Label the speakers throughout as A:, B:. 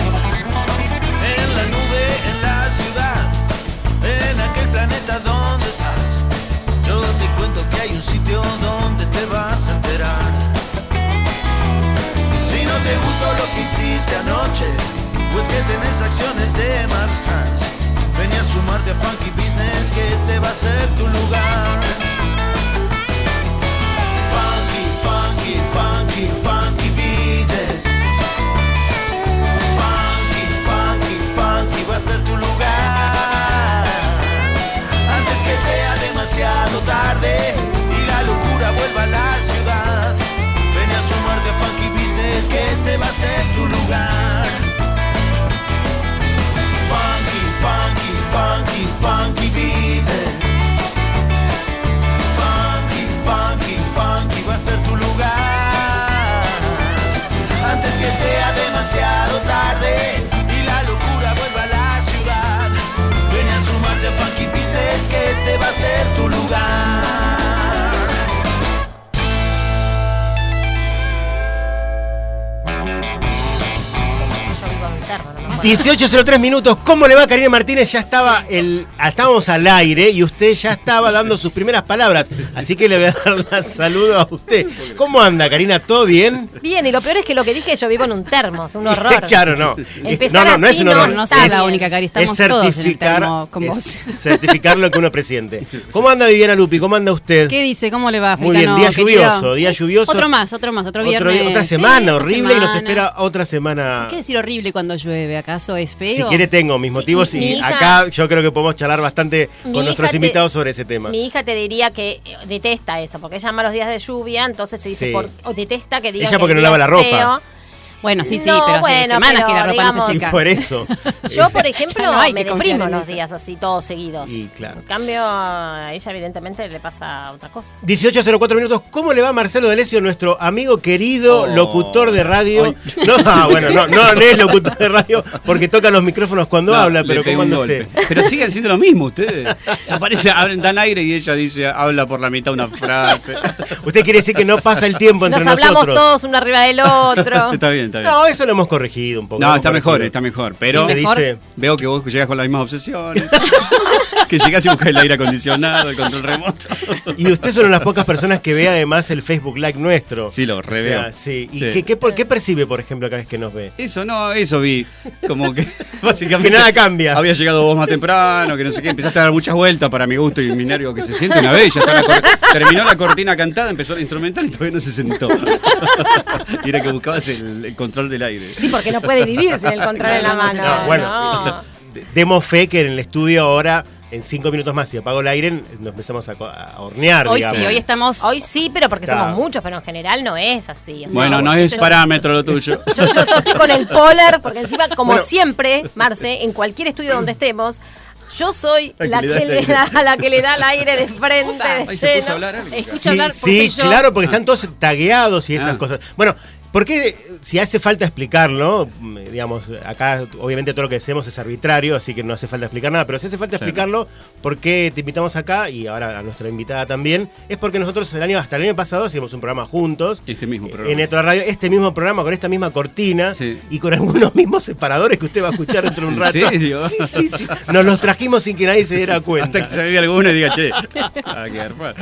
A: En la nube, en la ciudad, en aquel planeta donde estás. Yo te cuento que hay un sitio donde te vas a enterar. Si no te gustó lo que hiciste anoche, pues que tenés acciones de Marsans. Ven y a sumarte a Funky Business, que este va a ser tu lugar. Funky, funky, funky, funky business. Funky, funky, funky va a ser tu lugar. Antes que sea demasiado tarde y la locura vuelva a la ciudad. Ven a sumarte a Funky Business que este va a ser tu lugar. Funky, funky, funky, funky business. Funky, funky, funky va a ser tu lugar antes que sea demasiado tarde y la locura vuelva a la ciudad. Ven a sumarte a Funky Business que este va a ser tu lugar.
B: Yo vivo en mi termo, no me acuerdo.
C: 18.03 minutos, ¿cómo le va Karina Martínez? Ya estaba el. Estábamos al aire y usted ya estaba dando sus primeras palabras. Así que le voy a dar la saludo a usted. ¿Cómo anda, Karina? ¿Todo bien?
B: Bien, y lo peor es que lo que dije yo vivo en un termo, es un horror.
C: claro, no.
B: Empezar así, no,
D: No
B: Está
D: sos
B: bien.
D: la única, Cari,
C: Es
D: estamos todos en el
C: certificar,
D: termo con vos.
C: es certificar lo que uno presiente. ¿Cómo anda Viviana Lupi? ¿Cómo anda usted?
D: ¿Qué dice? ¿Cómo le va,
C: Muy bien,
D: africano,
C: día
D: querido?
C: lluvioso, día lluvioso.
D: Otro más, otro más, otro viernes.
C: día- otra
D: Sí,
C: semana
D: otra
C: horrible y nos
D: semana.
C: espera otra semana.
D: ¿Qué decir horrible cuando llueve? ¿Acaso es feo?
C: Si quiere tengo mis
B: Sí,
C: motivos
B: mi
C: y
B: hija-
C: acá yo creo que podemos charlar bastante
B: Mi
C: con nuestros
B: hija te-
C: invitados sobre ese tema.
B: Mi hija te diría que eh, detesta eso, porque ella ama los días de lluvia, entonces te dice,
C: Sí.
B: por, o detesta que diga
C: Ella
B: que
C: porque
B: el
C: no lava
B: día
C: la
B: es
C: ropa.
B: feo.
D: Bueno, Ah, sí, sí,
B: No,
D: pero hace
B: bueno,
D: semanas que la
B: pero
D: ropa no se
B: digamos-
C: Y
D: seca.
C: por eso.
B: Yo, por
D: Ya
B: ejemplo,
D: no hay
B: me
D: que confiar
B: deprimo
D: en
B: los
D: eso.
B: días así, todos seguidos.
C: Y claro.
B: En cambio, a ella evidentemente le pasa otra cosa.
C: 18.04 minutos. ¿Cómo le va Marcelo D'Alessio, nuestro amigo
E: Oh.
C: querido locutor de radio? No, ah, bueno, no, no, no es locutor de radio porque toca los micrófonos cuando
E: No,
C: habla,
E: le
C: pero
E: pegué
C: ¿cómo
E: un
C: anda
E: golpe.
C: usted?
E: Pero siguen siendo lo mismo ustedes. Aparece, abren, dan aire y ella dice, habla por la mitad una frase.
C: Usted quiere decir que no pasa el tiempo entre
B: Nos hablamos
C: nosotros.
B: todos uno arriba del otro.
E: está bien, está bien.
C: No, eso lo hemos corregido un poco.
E: No,
C: hemos
E: está mejor,
C: corregido.
E: está mejor. Pero
C: Te dice,
E: veo que vos llegás con las mismas obsesiones. que llegás y buscas el aire acondicionado, el control remoto.
C: Y usted es una de las pocas personas que ve además el Facebook Live nuestro.
E: Sí, lo reveo.
C: O sea, sí. ¿Y
E: Sí.
C: Qué, qué por- qué percibe, por ejemplo, cada vez que nos ve?
E: Eso no, eso vi. Como que básicamente.
C: Que nada cambia.
E: Había llegado vos más temprano, que no sé qué. Empezaste a dar muchas vueltas para mi gusto y mi nervio que se siente una vez. y Ya está la cor- Terminó la cortina cantada, empezó la instrumental y todavía no se sentó. y era que buscabas el, el control del aire.
B: Sí, porque no puede vivir sin el control en la
D: No, no se
B: mano.
C: No, bueno,
B: no.
C: de- demos fe que en el estudio ahora, en cinco minutos más, si apago el aire, nos empezamos a, co- a hornear.
D: Hoy
C: digamos.
D: sí, hoy estamos...
B: Hoy sí, pero porque
C: Claro.
B: somos muchos, pero en general no es así. o sea,
E: Bueno, no es parámetro lo tuyo.
B: Ah, Yo, yo estoy con el polar, porque encima, como
C: Bueno.
B: siempre, Marce, en cualquier estudio donde estemos, yo soy
E: La
B: la
E: que le da
B: que
E: el
B: le
E: aire.
B: da, la que le da el aire de frente, de
E: Ay, se puso a
B: lleno.
E: hablar alguien.
D: Escucho
C: Sí,
D: hablar
C: sí,
D: porque yo-
C: claro, porque están todos tagueados y esas
E: Ah.
C: cosas. Bueno, Porque si hace falta explicarlo, mm, digamos, acá obviamente todo lo que hacemos es arbitrario, así que no hace falta explicar nada, pero si hace falta
E: Claro.
C: explicarlo, ¿por qué te invitamos acá y ahora a nuestra invitada también? Es porque nosotros el año hasta el año pasado hicimos un programa juntos
E: Este mismo programa.
C: en otra radio, este mismo programa con esta misma cortina
E: Sí.
C: y con algunos mismos separadores que usted va a escuchar dentro de un
E: ¿En
C: rato.
E: serio?
C: Sí, sí, sí. Nos los trajimos sin que nadie se diera cuenta.
E: Hasta que se vea alguno y diga, che, a quedar mal.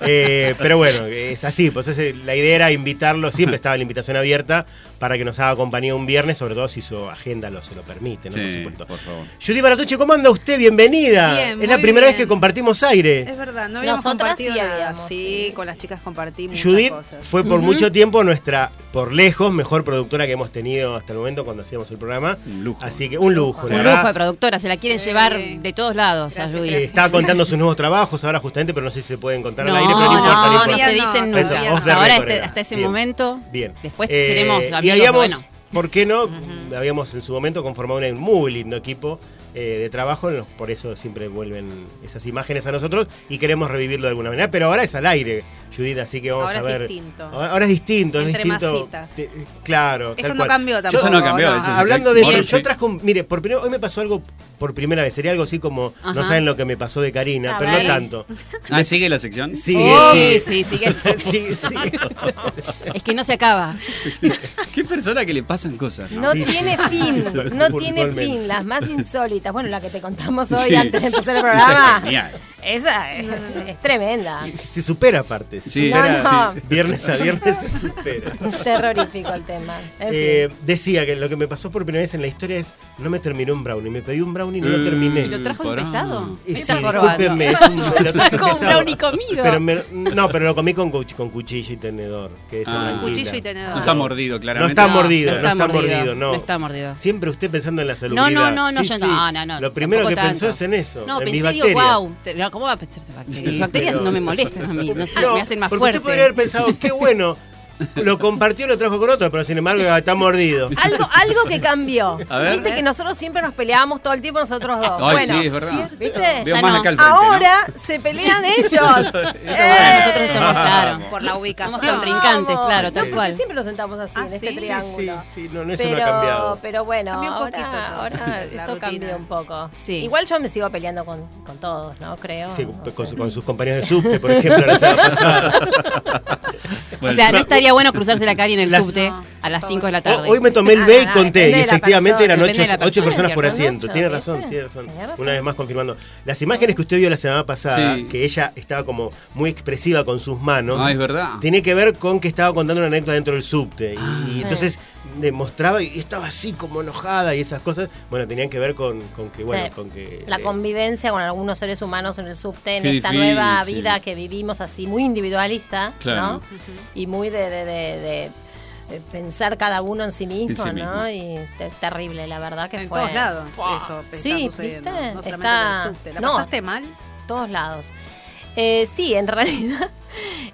C: Eh, pero bueno, es así, pues es, la idea era invitarlo, siempre estaba la invitación abierta para que nos haga compañía un viernes, sobre todo si su agenda lo, se lo permite, ¿no? por
E: Sí,
C: supuesto.
E: por favor.
C: Judy Baratucci, ¿cómo anda usted? Bienvenida.
F: Bien,
C: es la
F: muy
C: primera vez
F: bien.
C: que compartimos aire.
F: Es verdad, no habíamos
B: Nosotras
F: compartido
B: sí
F: nada.
B: habíamos,
F: sí,
B: sí.
F: con las chicas compartimos
C: Judith
F: cosas.
C: fue por mucho tiempo nuestra, por lejos, mejor productora que hemos tenido hasta el momento cuando hacíamos el programa.
E: Un lujo.
C: Así que un lujo, la
D: Un
C: verdad.
D: lujo de productora, se la quieren
F: Sí.
D: llevar de todos lados a
F: Gracias,
D: Judy.
C: Eh, Estaba contando sus nuevos trabajos ahora justamente, pero no sé si se pueden contar
D: No,
C: al aire, pero no,
D: no,
C: importa.
D: no,
C: importa.
D: se dicen
F: Todavía
D: nunca.
F: no.
C: Off the
D: Ahora
C: record
D: este-
C: era.
D: hasta ese
C: Bien.
D: momento.
C: Bien.
D: Después
C: Eh,
D: seremos amigos.
C: Y habíamos,
D: bueno.
C: ¿por qué no? Habíamos en su momento conformado un muy lindo equipo eh, de trabajo, en los- por eso siempre vuelven esas imágenes a nosotros y queremos revivirlo de alguna manera, pero ahora es al aire, Judith, así que vamos
F: Ahora
C: a
F: es
C: ver.
F: distinto.
C: Ahora ahora es distinto, es
F: Entre
C: distinto.
F: masitas.
C: Te- Claro. tal
F: Eso no
C: cual.
F: cambió
C: Yo-
F: tampoco.
E: Eso no cambió, eso
C: Ah, Hablando de eso,
E: Morphy.
C: yo traje un. Mire, por primera, hoy me pasó algo por primera vez. Sería algo así como. No
D: Ajá.
C: saben lo que me pasó de Karina,
B: A
C: pero
B: ver.
C: no tanto.
E: Ah, sigue la sección.
C: Sí,
D: Oh,
C: sí.
D: sí, sigue.
C: Sí, sí.
D: Es que no se acaba.
E: Qué persona que le pasan cosas.
B: No
C: Sí, sí,
B: tiene
C: sí,
B: fin,
C: sí, sí,
B: no tiene
C: puntualmente.
B: fin, las más insólitas. Bueno, la que te contamos hoy
E: Sí.
B: antes de empezar el
E: Esa es
B: programa.
E: genial.
B: Esa es, es tremenda.
C: Se supera aparte. se
E: Sí,
C: supera.
B: No, no.
C: Viernes a viernes se supera.
B: Terrorífico el tema. En
C: Eh, decía que lo que me pasó por primera vez en la historia es no me terminé un brownie, me pedí un brownie y no lo terminé.
E: Eh,
D: ¿Lo trajo
E: pará.
D: empezado?
C: Eh,
D: Me
C: sí,
D: estás
C: discúlpenme,
D: jorobando.
C: es un- lo traje
D: Trajo un
C: pesado.
D: brownie comido.
C: Pero me- no, pero lo comí con, cuch- con cuchillo y tenedor. Que es
E: Ah.
F: Cuchillo y tenedor.
E: No está mordido,
C: No
E: claramente.
C: está mordido, no,
D: No está
C: está
D: mordido,
C: mordido, no.
D: no está mordido.
C: Siempre usted pensando en la salud.
D: No, no, no, no, yo no, no, no,
C: Lo primero que
D: tampoco
C: pensó
D: tanto.
C: es en eso.
D: No,
C: en mis
D: pensé, digo,
C: bacterias.
D: wow, ¿cómo va a pensar esas bacterias?
C: Sí,
D: Las bacterias
C: pero-
D: no me molestan a mí, no sé,
C: No,
D: me hacen más
C: porque
D: fuerte.
C: Usted podría haber pensado, qué bueno. Lo compartió, lo trajo con otro, pero sin embargo está mordido.
B: Algo, algo que cambió.
E: A ver.
B: Viste que nosotros siempre nos peleábamos todo el tiempo nosotros dos.
E: Ay,
B: bueno,
E: sí, es verdad.
B: ¿viste?
E: Veo
D: Ya
E: más
D: no.
E: acá al frente, ¿no?
B: Ahora se pelean ellos. Eh,
D: Bueno, nosotros somos,
E: Ah,
D: claro,
F: Por la
D: somos
F: ubicación.
D: contrincantes, claro, tal
B: No, porque
D: cual.
B: Siempre nos sentamos así,
F: Ah,
B: en
F: sí,
B: este
F: sí,
C: Sí,
B: triángulo.
C: sí, no, no, eso no ha
B: Pero,
C: cambiado.
B: pero bueno,
F: Cambió un poquito
B: ahora,
F: todo.
B: ahora
F: La
B: eso
F: rutina.
B: cambió un poco.
D: Sí.
B: Igual yo me sigo peleando con, con todos, ¿no? Creo.
C: Sí,
B: no
C: con, con
B: sé.
C: su- con sus compañeros de subte, por ejemplo, la semana pasada.
D: O
E: Bueno,
D: sea, no
E: pero-
D: estaría bueno cruzarse la calle en el
C: Las-
D: subte
F: No,
D: a las 5 de la tarde.
C: O- Hoy me tomé el
B: Ah,
C: B y
B: no,
C: conté, y
B: depende de la
C: efectivamente
B: persona,
C: eran ocho,
D: depende de la
C: ocho
D: persona,
C: personas por
B: ¿cierto?
C: asiento.
B: Ocho,
C: Tiene
B: ¿viste?
C: razón, tiene razón.
B: Tenés razón.
C: Una vez más confirmando. Las imágenes que usted vio la semana pasada,
E: Sí.
C: que ella estaba como muy expresiva con sus manos,
E: Ah, es verdad. Ah.
C: tiene que ver con que estaba contando una anécdota dentro del subte. Y, y entonces le mostraba y estaba así como enojada y esas cosas. Bueno, tenían que ver con, con que, bueno,
B: Sí.
C: con que.
B: La
C: eh,
B: convivencia con algunos seres humanos en el subte, en
E: Qué
B: esta nueva
E: difícil.
B: vida que vivimos así, muy individualista,
E: Claro.
B: ¿no? Y muy de, de- de- de- de pensar cada uno en sí mismo,
E: En sí
B: ¿no? Y te- terrible, la verdad que
F: En
B: fue.
F: todos lados eso está
B: Sí,
F: sucediendo.
B: ¿viste?
F: No solamente
B: Está-
F: en el subte. ¿La
B: no.
F: pasaste mal?
B: todos lados. Eh, sí, en realidad,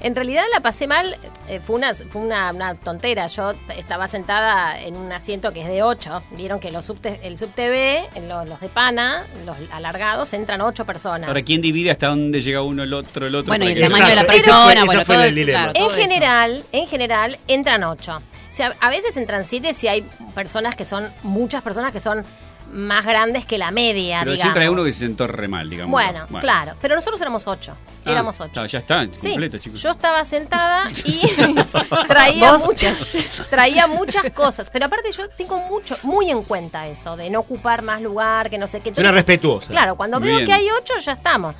B: en realidad la pasé mal, eh, fue, una, fue una, una tontera. Yo t- estaba sentada en un asiento que es de 8. Vieron que los subte, el subte B, los, los de pana, los alargados, entran 8 personas.
E: Ahora, ¿quién divide hasta dónde llega uno, el otro, el otro?
D: Bueno, y
E: para
D: el
E: que-
D: tamaño de la
C: Exacto, ese
D: persona,
C: fue- ese
D: bueno,
C: fue
D: todo
C: el dilema.
D: claro,
B: En
D: todo eso.
B: general, en general, entran ocho. O sea, a veces entran siete si hay personas que son, muchas personas que son más grandes que la media,
E: Pero
B: digamos.
E: siempre hay uno que se sentó re mal, digamos.
B: Bueno, claro. Pero nosotros éramos ocho.
E: Ah,
B: éramos ocho.
E: está, ya está,
B: Sí,
E: completo, chicos.
B: yo estaba sentada y traía,
D: ¿Vos?
B: muchas, traía muchas cosas. Pero aparte yo tengo mucho, muy en cuenta eso, de no ocupar más lugar, que no sé qué.
C: Suena
B: Entonces,
C: respetuosa.
B: Claro, cuando veo
E: Bien.
B: que hay ocho, ya estamos.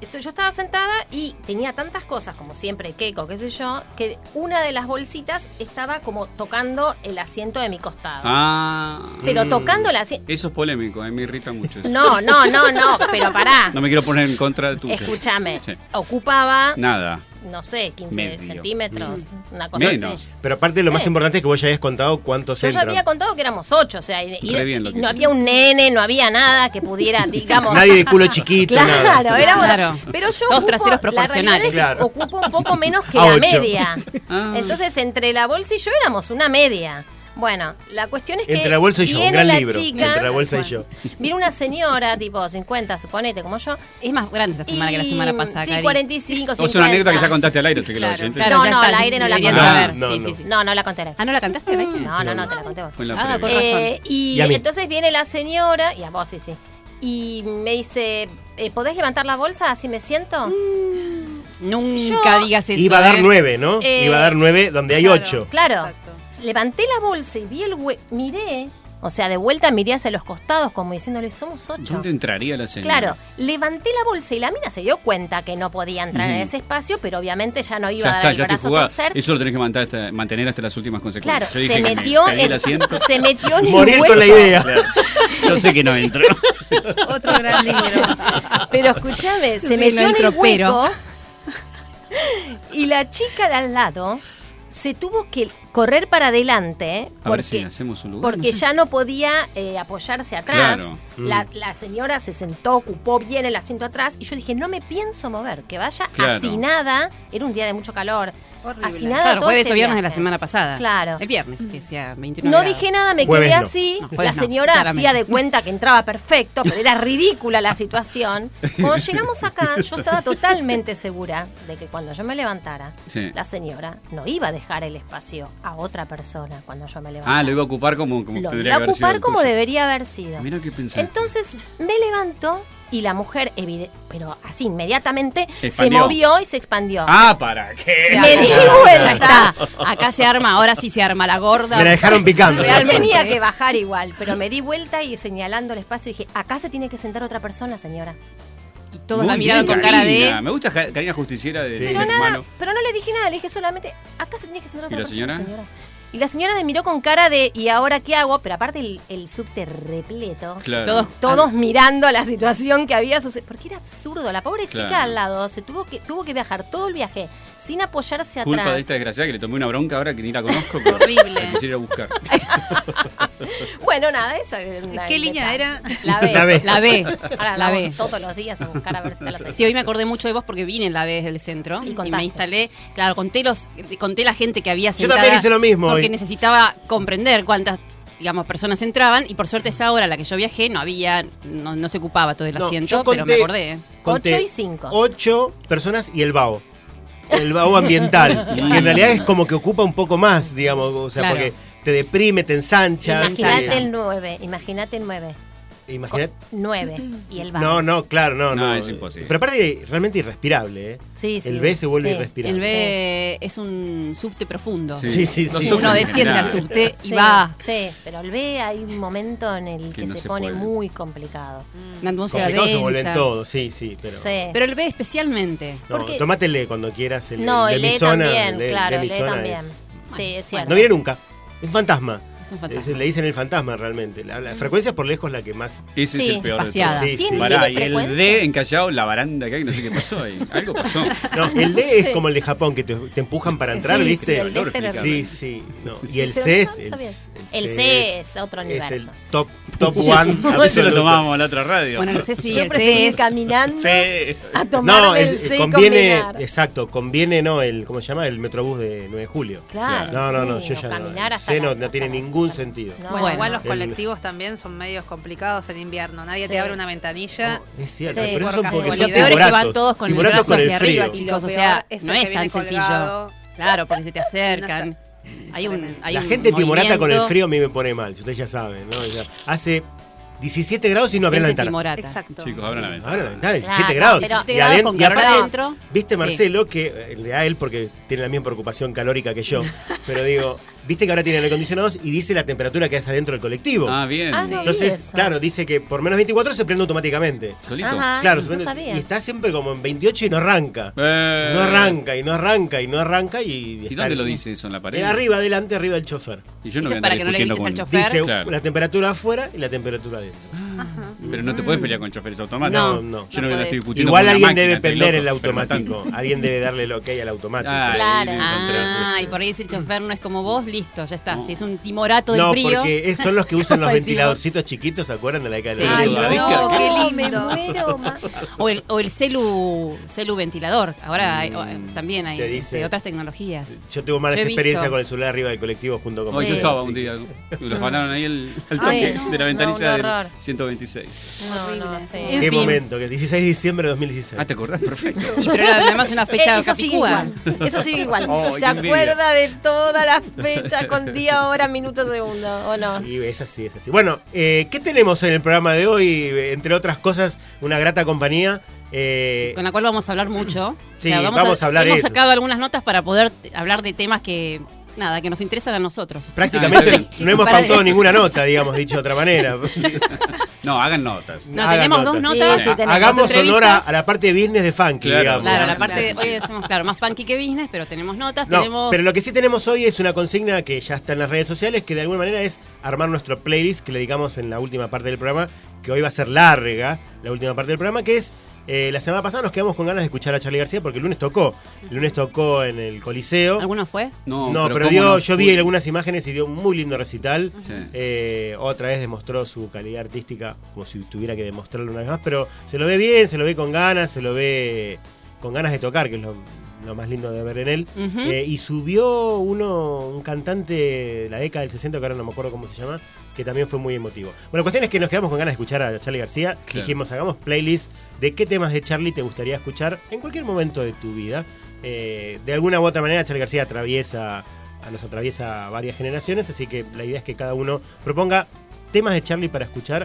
B: Esto- Yo estaba sentada y tenía tantas cosas, como siempre, queco, qué sé yo, que una de las bolsitas estaba como tocando el asiento de mi costado.
E: Ah,
B: Pero
C: Mm.
B: tocando el asiento.
E: eso es polémico, a mí me irrita mucho eso.
B: No, no, no, no, pero pará.
E: No me quiero poner en contra de tuyo.
B: Escúchame.
E: Sí.
B: Ocupaba,
E: Nada.
B: no sé, 15
E: Medio.
B: centímetros, una cosa
E: Menos.
B: así.
C: Pero aparte, lo más
B: Sí. Eh.
C: importante es que vos ya habías contado cuántos
B: Yo ya
C: entran.
B: había contado que éramos ocho, o sea, y, y-
E: Re bien lo que
B: no
E: hiciste.
B: había un nene, no había nada que pudiera, digamos.
C: Nadie de culo chiquito, nada.
B: Claro, éramos.
D: Claro.
B: Pero yo.
D: Dos
B: ocupo-
D: traseros
B: la realidad
D: proporcionales.
B: es que
C: Claro.
B: Ocupo un poco menos que
C: A
B: la
C: ocho.
B: media.
E: Ah.
B: Entonces, entre la bolsa y yo éramos una media. Bueno, la cuestión es que.
C: Entre la bolsa y yo, un
B: viene
C: gran
B: la
C: libro.
B: chica-
C: Entre la bolsa y yo.
B: Viene una señora, tipo 50, suponete, como yo.
D: Es más grande esta semana que la
B: y-
D: semana pasada,
B: Sí,
D: Cari.
B: 45, 50.
E: O es una anécdota que ya contaste al aire, así que los
F: Claro.
E: oyentes-
D: Claro,
B: No,
D: ya
B: no,
D: está,
B: al aire no la
D: deberían
B: conté.
D: saber.
C: No,
D: sí,
C: no.
D: sí, sí.
B: No, no la contaré.
D: Ah, ¿no la cantaste al aire?
B: No, no, no, te la conté vos.
E: Fue en la
D: Ah,
E: previa.
D: con razón.
B: Eh, y
C: Y a mí.
B: entonces viene la señora, y a vos sí, sí. Y me dice, eh, ¿podés levantar la bolsa? Así me siento.
D: Mm. Nunca digas eso.
C: Iba a dar
D: ¿eh?
C: nueve, ¿no?
B: Eh,
C: Iba a dar nueve donde hay
F: claro.
C: ocho.
B: Claro.
F: Exacto.
B: Levanté la bolsa y vi el hue... Miré, o sea, de vuelta miré hacia los costados como diciéndole, somos ocho.
E: ¿Dónde entraría la señora?
B: Claro, levanté la bolsa y la mina se dio cuenta que no podía entrar en
E: Ujú.
B: ese espacio, pero obviamente ya no iba
E: Ya
B: a dar
E: está,
B: el
E: ya te
B: brazo a
E: jugás.
B: torcer.
E: Eso lo tenés que mantener hasta, mantener hasta las últimas
B: Claro,
E: consecuencias. Yo
B: se
E: dije que me
B: metió,
E: caí del
B: en,
E: asiento.
B: se metió en el
C: Morir con la
B: hueco.
C: idea.
E: Claro. Yo sé que no entro.
F: Otro gran libro.
B: Pero escúchame, se
D: Sí,
B: metió
D: no
B: en el
D: entró, pero.
B: hueco y la chica de al lado se tuvo que correr para adelante
E: A ver
B: porque,
E: si hacemos un lugar.
B: porque
E: no sé.
B: ya no podía eh, apoyarse atrás.
E: Claro. Mm.
B: La, la señora se sentó, ocupó bien el asiento atrás y yo dije, no me pienso mover, que vaya
E: Claro.
B: así nada. Era un día de mucho calor.
F: Horrible.
B: Así nada.
D: Claro,
B: todo
D: jueves
B: este
D: o viernes de
B: viaje.
D: la semana pasada.
B: Claro.
D: El viernes, que sea 29
B: No
D: grados.
B: dije nada, me
C: Jueves
B: quedé
C: no.
B: así.
D: No,
B: la
D: jueves no,
B: señora
D: claramente.
B: hacía de cuenta que entraba perfecto, pero era ridícula la situación. Cuando llegamos acá, yo estaba totalmente segura de que cuando yo me levantara,
E: Sí.
B: la señora no iba a dejar el espacio a otra persona cuando yo me levantara.
E: Ah, lo iba a ocupar como, como
B: Lo
E: tendría
B: iba a
E: que haber sido
B: ocupar
E: el
B: como
E: tuyo.
B: debería haber sido.
E: Mira qué pensaste.
B: Entonces me levanto y la mujer, evide- pero así inmediatamente, se
E: Expandió.
B: movió y se expandió.
E: Ah, ¿para
B: Se
E: qué?
B: me di
D: Ya
B: vuelta.
D: está. Acá se arma, ahora sí se arma la gorda.
C: Me la dejaron picando.
B: Real
C: Exacto.
B: tenía que bajar igual, pero me di vuelta y señalando el espacio dije, acá se tiene que sentar otra persona, señora.
D: Y todos
E: Muy
D: la miraron
E: bien,
D: con cara
E: Karina.
D: de.
E: Me gusta Ja- Karina Justiciera de
C: Sí.
E: de
B: Pero
E: ser
B: nada,
E: humano.
B: pero no le dije nada, le dije solamente, acá se tiene que sentar otra
E: ¿Y la
B: persona,
E: señora?
B: Y la señora me miró con cara de, ¿y ahora qué hago? Pero aparte el, el subte repleto.
E: Claro. Ah.
D: Todos-
B: Todos mirando la situación que había sucedido. Porque era absurdo. La pobre chica
E: Claro.
B: al lado se tuvo que, tuvo que viajar todo el viaje sin apoyarse
E: Culpa
B: atrás.
E: de esta desgraciada que le tomé una bronca ahora que ni la conozco. pero
F: Horrible.
E: La quisiera ir a buscar.
B: Bueno, nada, esa era una
F: ¿Qué línea era?
B: La B.
C: La B.
D: La B.
B: Ahora la
D: La
B: voy
D: B.
B: todos los días a buscar a ver si está la señora.
D: Sí, hoy me acordé mucho de vos porque vine en la vez del centro
B: Y
D: y,
B: contaste.
D: me instalé. Claro, conté los, conté la gente que había
C: Yo
D: sentada.
C: también hice lo mismo
D: Porque
C: hoy.
D: necesitaba comprender cuántas, digamos, personas entraban y por suerte esa hora a la que yo viajé no había, no, no se ocupaba todo el
C: No,
D: asiento,
C: yo
D: pero me
C: conté-
D: acordé. ¿eh?
C: Conté
B: Ocho y cinco.
C: Ocho personas y el vago. El vago ambiental. que en realidad es como que ocupa un poco más, digamos. O sea,
D: Claro.
C: porque te deprime, te ensancha.
B: Imagínate
D: Chanza.
B: el 9, imagínate el 9.
C: te- Imagínate.
B: 9 y el bar.
C: No, no, claro, no, no.
E: No, es imposible.
C: Pero aparte, realmente irrespirable, ¿eh?
B: Sí, sí.
C: El B se vuelve
B: Sí.
C: irrespirable.
D: El B Eh, es un subte profundo.
C: Sí, sí,
E: Los
C: sí.
E: ojos
D: Uno
E: en
D: desciende
E: general.
D: al subte y
B: Sí,
D: va.
B: Sí, pero el B hay un momento en el que,
E: Que no
B: se,
E: se
B: pone
E: puede.
B: muy complicado.
D: Una Mm. atmósfera
C: Complicado se vuelven
D: densa.
C: todos, sí, sí, pero.
B: Sí.
D: Pero el B especialmente.
C: No,
B: porque-
C: tómatele cuando quieras el,
B: no,
C: de
B: el
C: mi
B: E
C: zona,
B: también,
C: el de-
B: claro,
C: de mi
B: el E
C: zona
B: también.
C: es-
B: Sí, es cierto.
C: No viene nunca. Es un fantasma.
D: Es un fantasma.
C: Es- le dicen el fantasma realmente. La, la frecuencia es por lejos la que más.
E: Ese
B: Mm. Sí,
E: es el peor de
D: paseada.
E: todos.
C: Sí,
B: ¿Tiene-
C: sí.
E: Pará, y
B: tiene
E: el
B: frecuencia?
E: D encallado, la baranda que hay, no sé qué pasó ahí. Algo pasó.
C: No, el D es como el de Japón, que te, te empujan para entrar,
B: Sí,
C: ¿viste?
B: sí, el D es
E: Olor,
B: terrible.
C: Sí, sí. no. Y
B: Sí,
C: el
B: pero
C: C.
B: no,
C: el,
B: está bien.
C: el
B: El C es otro
C: es el
B: universo.
C: top, top one.
E: Ese lo
C: absoluto.
E: tomábamos en la otra radio.
D: Bueno, el C sí,
B: Yo
D: el
B: prefiero
D: C
B: ir
D: es.
B: caminando
E: Sí.
B: a tomar
C: No,
B: el,
C: es- eh,
B: C y
C: conviene.
B: combinar.
C: Exacto, conviene, no, el. ¿Cómo se llama? El metrobús de 9 de julio.
B: Claro.
C: No, no, no,
B: sí,
C: yo
B: o
C: ya no.
B: caminar
C: El
B: hasta
C: C
B: la-
C: no, no tiene
B: hasta la-
C: ningún sentido.
B: No,
F: Bueno, igual los
C: El-
F: colectivos también son medios complicados en invierno. Nadie
B: Sí.
F: te abre una ventanilla.
C: No, es cierto,
B: Sí,
C: pero
B: por
C: eso son porque
D: Lo
C: son
D: peor
F: casualidad.
D: es que van
C: timoratos.
D: todos con el
C: Timoratos
D: brazo
C: con el
D: hacia arriba,
C: frío.
F: Y
D: chicos.
F: lo
D: O sea,
F: peor es el
D: no
F: que
D: es
F: viene
D: tan sencillo.
F: colgado.
D: Claro, porque se te acercan. Hay un, hay
C: La
D: un
C: gente timorata con el
D: movimiento.
C: frío a mí me pone mal, si ustedes ya saben, ¿no? Ya hace 17 grados y no abren la
D: Gente
C: ventana.
D: timorata.
F: Exacto.
E: Chicos, abran la ventana.
C: Abren la ventana, 17
B: Claro,
C: grados.
B: pero-
C: Y
D: 17 grados
C: aden-
D: con
C: y
D: calor
C: aparte,
D: adentro.
C: Viste
D: Sí.
C: Marcelo que eh, le da él porque tiene la misma preocupación calórica que yo, pero digo, viste que ahora tienen acondicionados y dice la temperatura que hace adentro del colectivo.
E: Ah, bien.
B: Ah, no, vi
C: Entonces,
B: eso.
C: claro, dice que por menos 24 se prende automáticamente.
E: Solito.
B: Ajá. Ah,
C: claro,
B: no
C: se prende-
B: sabía.
C: y está siempre como en 28 y no arranca.
E: Eh.
C: No arranca y no arranca y no arranca y...
E: ¿Y
C: está
E: dónde
C: el-
E: lo dice eso en la pared?
C: Eh, arriba, adelante, arriba el chofer.
E: Y yo no
D: Eh, Eso
E: voy a
D: para
E: andar
D: que no le grites al
E: discutiendo con-
D: chofer.
C: Dice
E: Claro.
C: la temperatura afuera y la temperatura adentro.
E: Pero no te puedes pelear con choferes automáticos.
D: Mm. No,
C: no.
E: Yo
D: no
E: no, la
D: podés.
E: estoy discutiendo
C: Igual
E: con una
C: alguien
E: máquina,
C: debe
E: estoy
C: prender
E: loco,
C: el
E: pero
C: automático.
E: tanto.
C: Alguien debe darle el ok al automático.
E: Ah,
B: Claro.
E: ahí encontré.
D: Ah, y por ahí si el chofer no es como vos, listo, ya está. Si es un timorato del
C: no,
D: frío.
C: porque es- son los que usan los
D: Decimos.
C: ventiladorcitos chiquitos, ¿se acuerdan de la década de
D: Sí.
C: los
D: Ay,
C: 80?
D: no.
F: no, qué lindo.
B: me muero, ma.
D: O el, o el celu, celu ventilador. Ahora hay- o- eh, también hay
C: Te Mm. dice.
D: este, otras tecnologías.
C: Yo tuve malas
D: Yo he
C: experiencias
D: visto.
C: con el celular arriba del colectivo junto con
E: Hoy
C: mi
E: yo
C: suegra,
E: estaba
C: así
E: un
C: que-
E: día, lo afanaron ahí el,
B: Ay,
E: al toque
B: no,
E: de la
B: no,
E: ventanilla
B: un
E: del
B: horror.
E: 126.
B: No, no, sí.
D: En
C: Qué
D: fin.
C: momento, que el 16 de diciembre de 2016.
E: Ah, ¿te acordás? Perfecto.
D: Y pero era además una fecha
B: Eh, eso sigue
D: capicúa.
B: igual. Eso sigue igual.
E: Oh,
B: Se
E: qué envidia.
B: acuerda de todas las fechas con día, hora, minuto, segundo, ¿o no?
C: Y es así, es así. Bueno, eh, ¿qué tenemos en el programa de hoy? Entre otras cosas, una grata compañía. eh,
D: Con la cual vamos a hablar mucho.
C: Sí, vamos a hablar
D: Hemos
C: eso.
D: sacado algunas notas para poder t- hablar de temas que, nada, que nos interesan a nosotros.
E: Ah,
C: prácticamente
E: está
C: no hemos
D: Para-
C: pautado ninguna nota, digamos, dicho de otra manera.
E: No, hagan notas.
D: No,
C: Hagan
D: tenemos dos
C: notas.
D: notas.
B: Sí, sí, tenemos
C: Hagamos
D: dos
C: honor a,
D: entrevistas.
C: a la parte business de Funky,
E: Claro.
C: digamos.
D: Claro, la
E: Sí.
D: parte de hoy somos, claro, más funky que business, pero tenemos notas,
C: No,
D: tenemos...
C: pero lo que sí tenemos hoy es una consigna que ya está en las redes sociales, que de alguna manera es armar nuestro playlist que le dedicamos en la última parte del programa, que hoy va a ser larga, la última parte del programa, que es eh, la semana pasada nos quedamos con ganas de escuchar a Charlie García porque el lunes tocó. El lunes tocó en el Coliseo.
D: ¿Alguno fue?
E: No,
C: No, pero,
E: cómo
C: dio,
E: nos
C: yo vi
E: pude-
C: algunas imágenes y dio un muy lindo recital.
E: Sí.
C: Eh, otra vez demostró su calidad artística, como si tuviera que demostrarlo una vez más, pero se lo ve bien, se lo ve con ganas, se lo ve con ganas de tocar, que es lo, lo más lindo de ver en él.
D: Ujú.
C: Eh, y subió uno, un cantante de la década del 60, que ahora no me acuerdo cómo se llama, que también fue muy emotivo. Bueno, cuestión es que nos quedamos con ganas de escuchar a Charlie García.
E: Claro.
C: Dijimos, hagamos playlist de qué temas de Charlie te gustaría escuchar en cualquier momento de tu vida. Eh, de alguna u otra manera, Charlie García atraviesa, a- nos atraviesa varias generaciones, así que la idea es que cada uno proponga temas de Charlie para escuchar.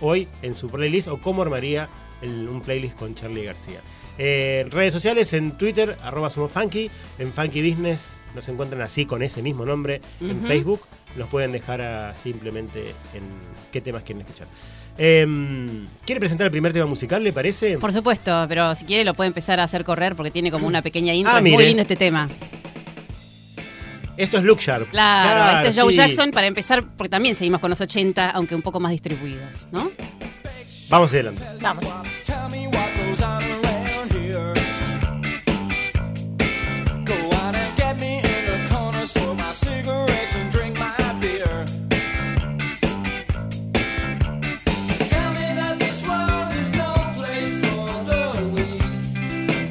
C: hoy en su playlist o cómo armaría el- un playlist con Charlie García. Eh, redes sociales en Twitter, arroba somos funky, en Funky Business nos encuentran así con ese mismo nombre, en
D: Ujú.
C: Facebook nos pueden dejar a- simplemente en qué temas quieren escuchar. Em, ¿Quiere presentar el primer tema musical, le parece?
D: Por supuesto, pero si quiere lo puede empezar a hacer correr porque tiene como una pequeña intro.
C: Ah,
D: es
C: mire.
D: muy lindo este tema.
C: Esto es Luke Sharp.
D: Claro, esto es Joe
C: sí.
D: Jackson para empezar, porque también seguimos con los 80, aunque un poco más distribuidos, ¿no?
C: Vamos adelante.
B: Vamos.
A: Tell me what goes on around here. Go out and get me in the corner, smoke my cigarettes and drink my beer. Tell me that this world is no place for the weak.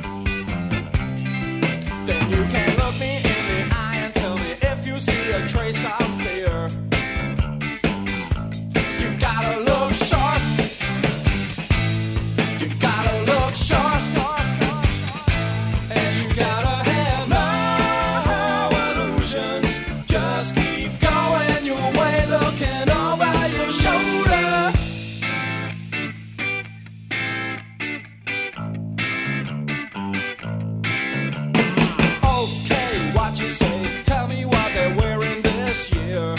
A: Then you can look me in the eye and tell me if you see a trace of fear. You gotta look sharp. You gotta look sharp, sharp, sharp, and you gotta have no illusions. Just keep going your way, looking over your shoulder. Okay, what you say? Tell me what they're wearing this year.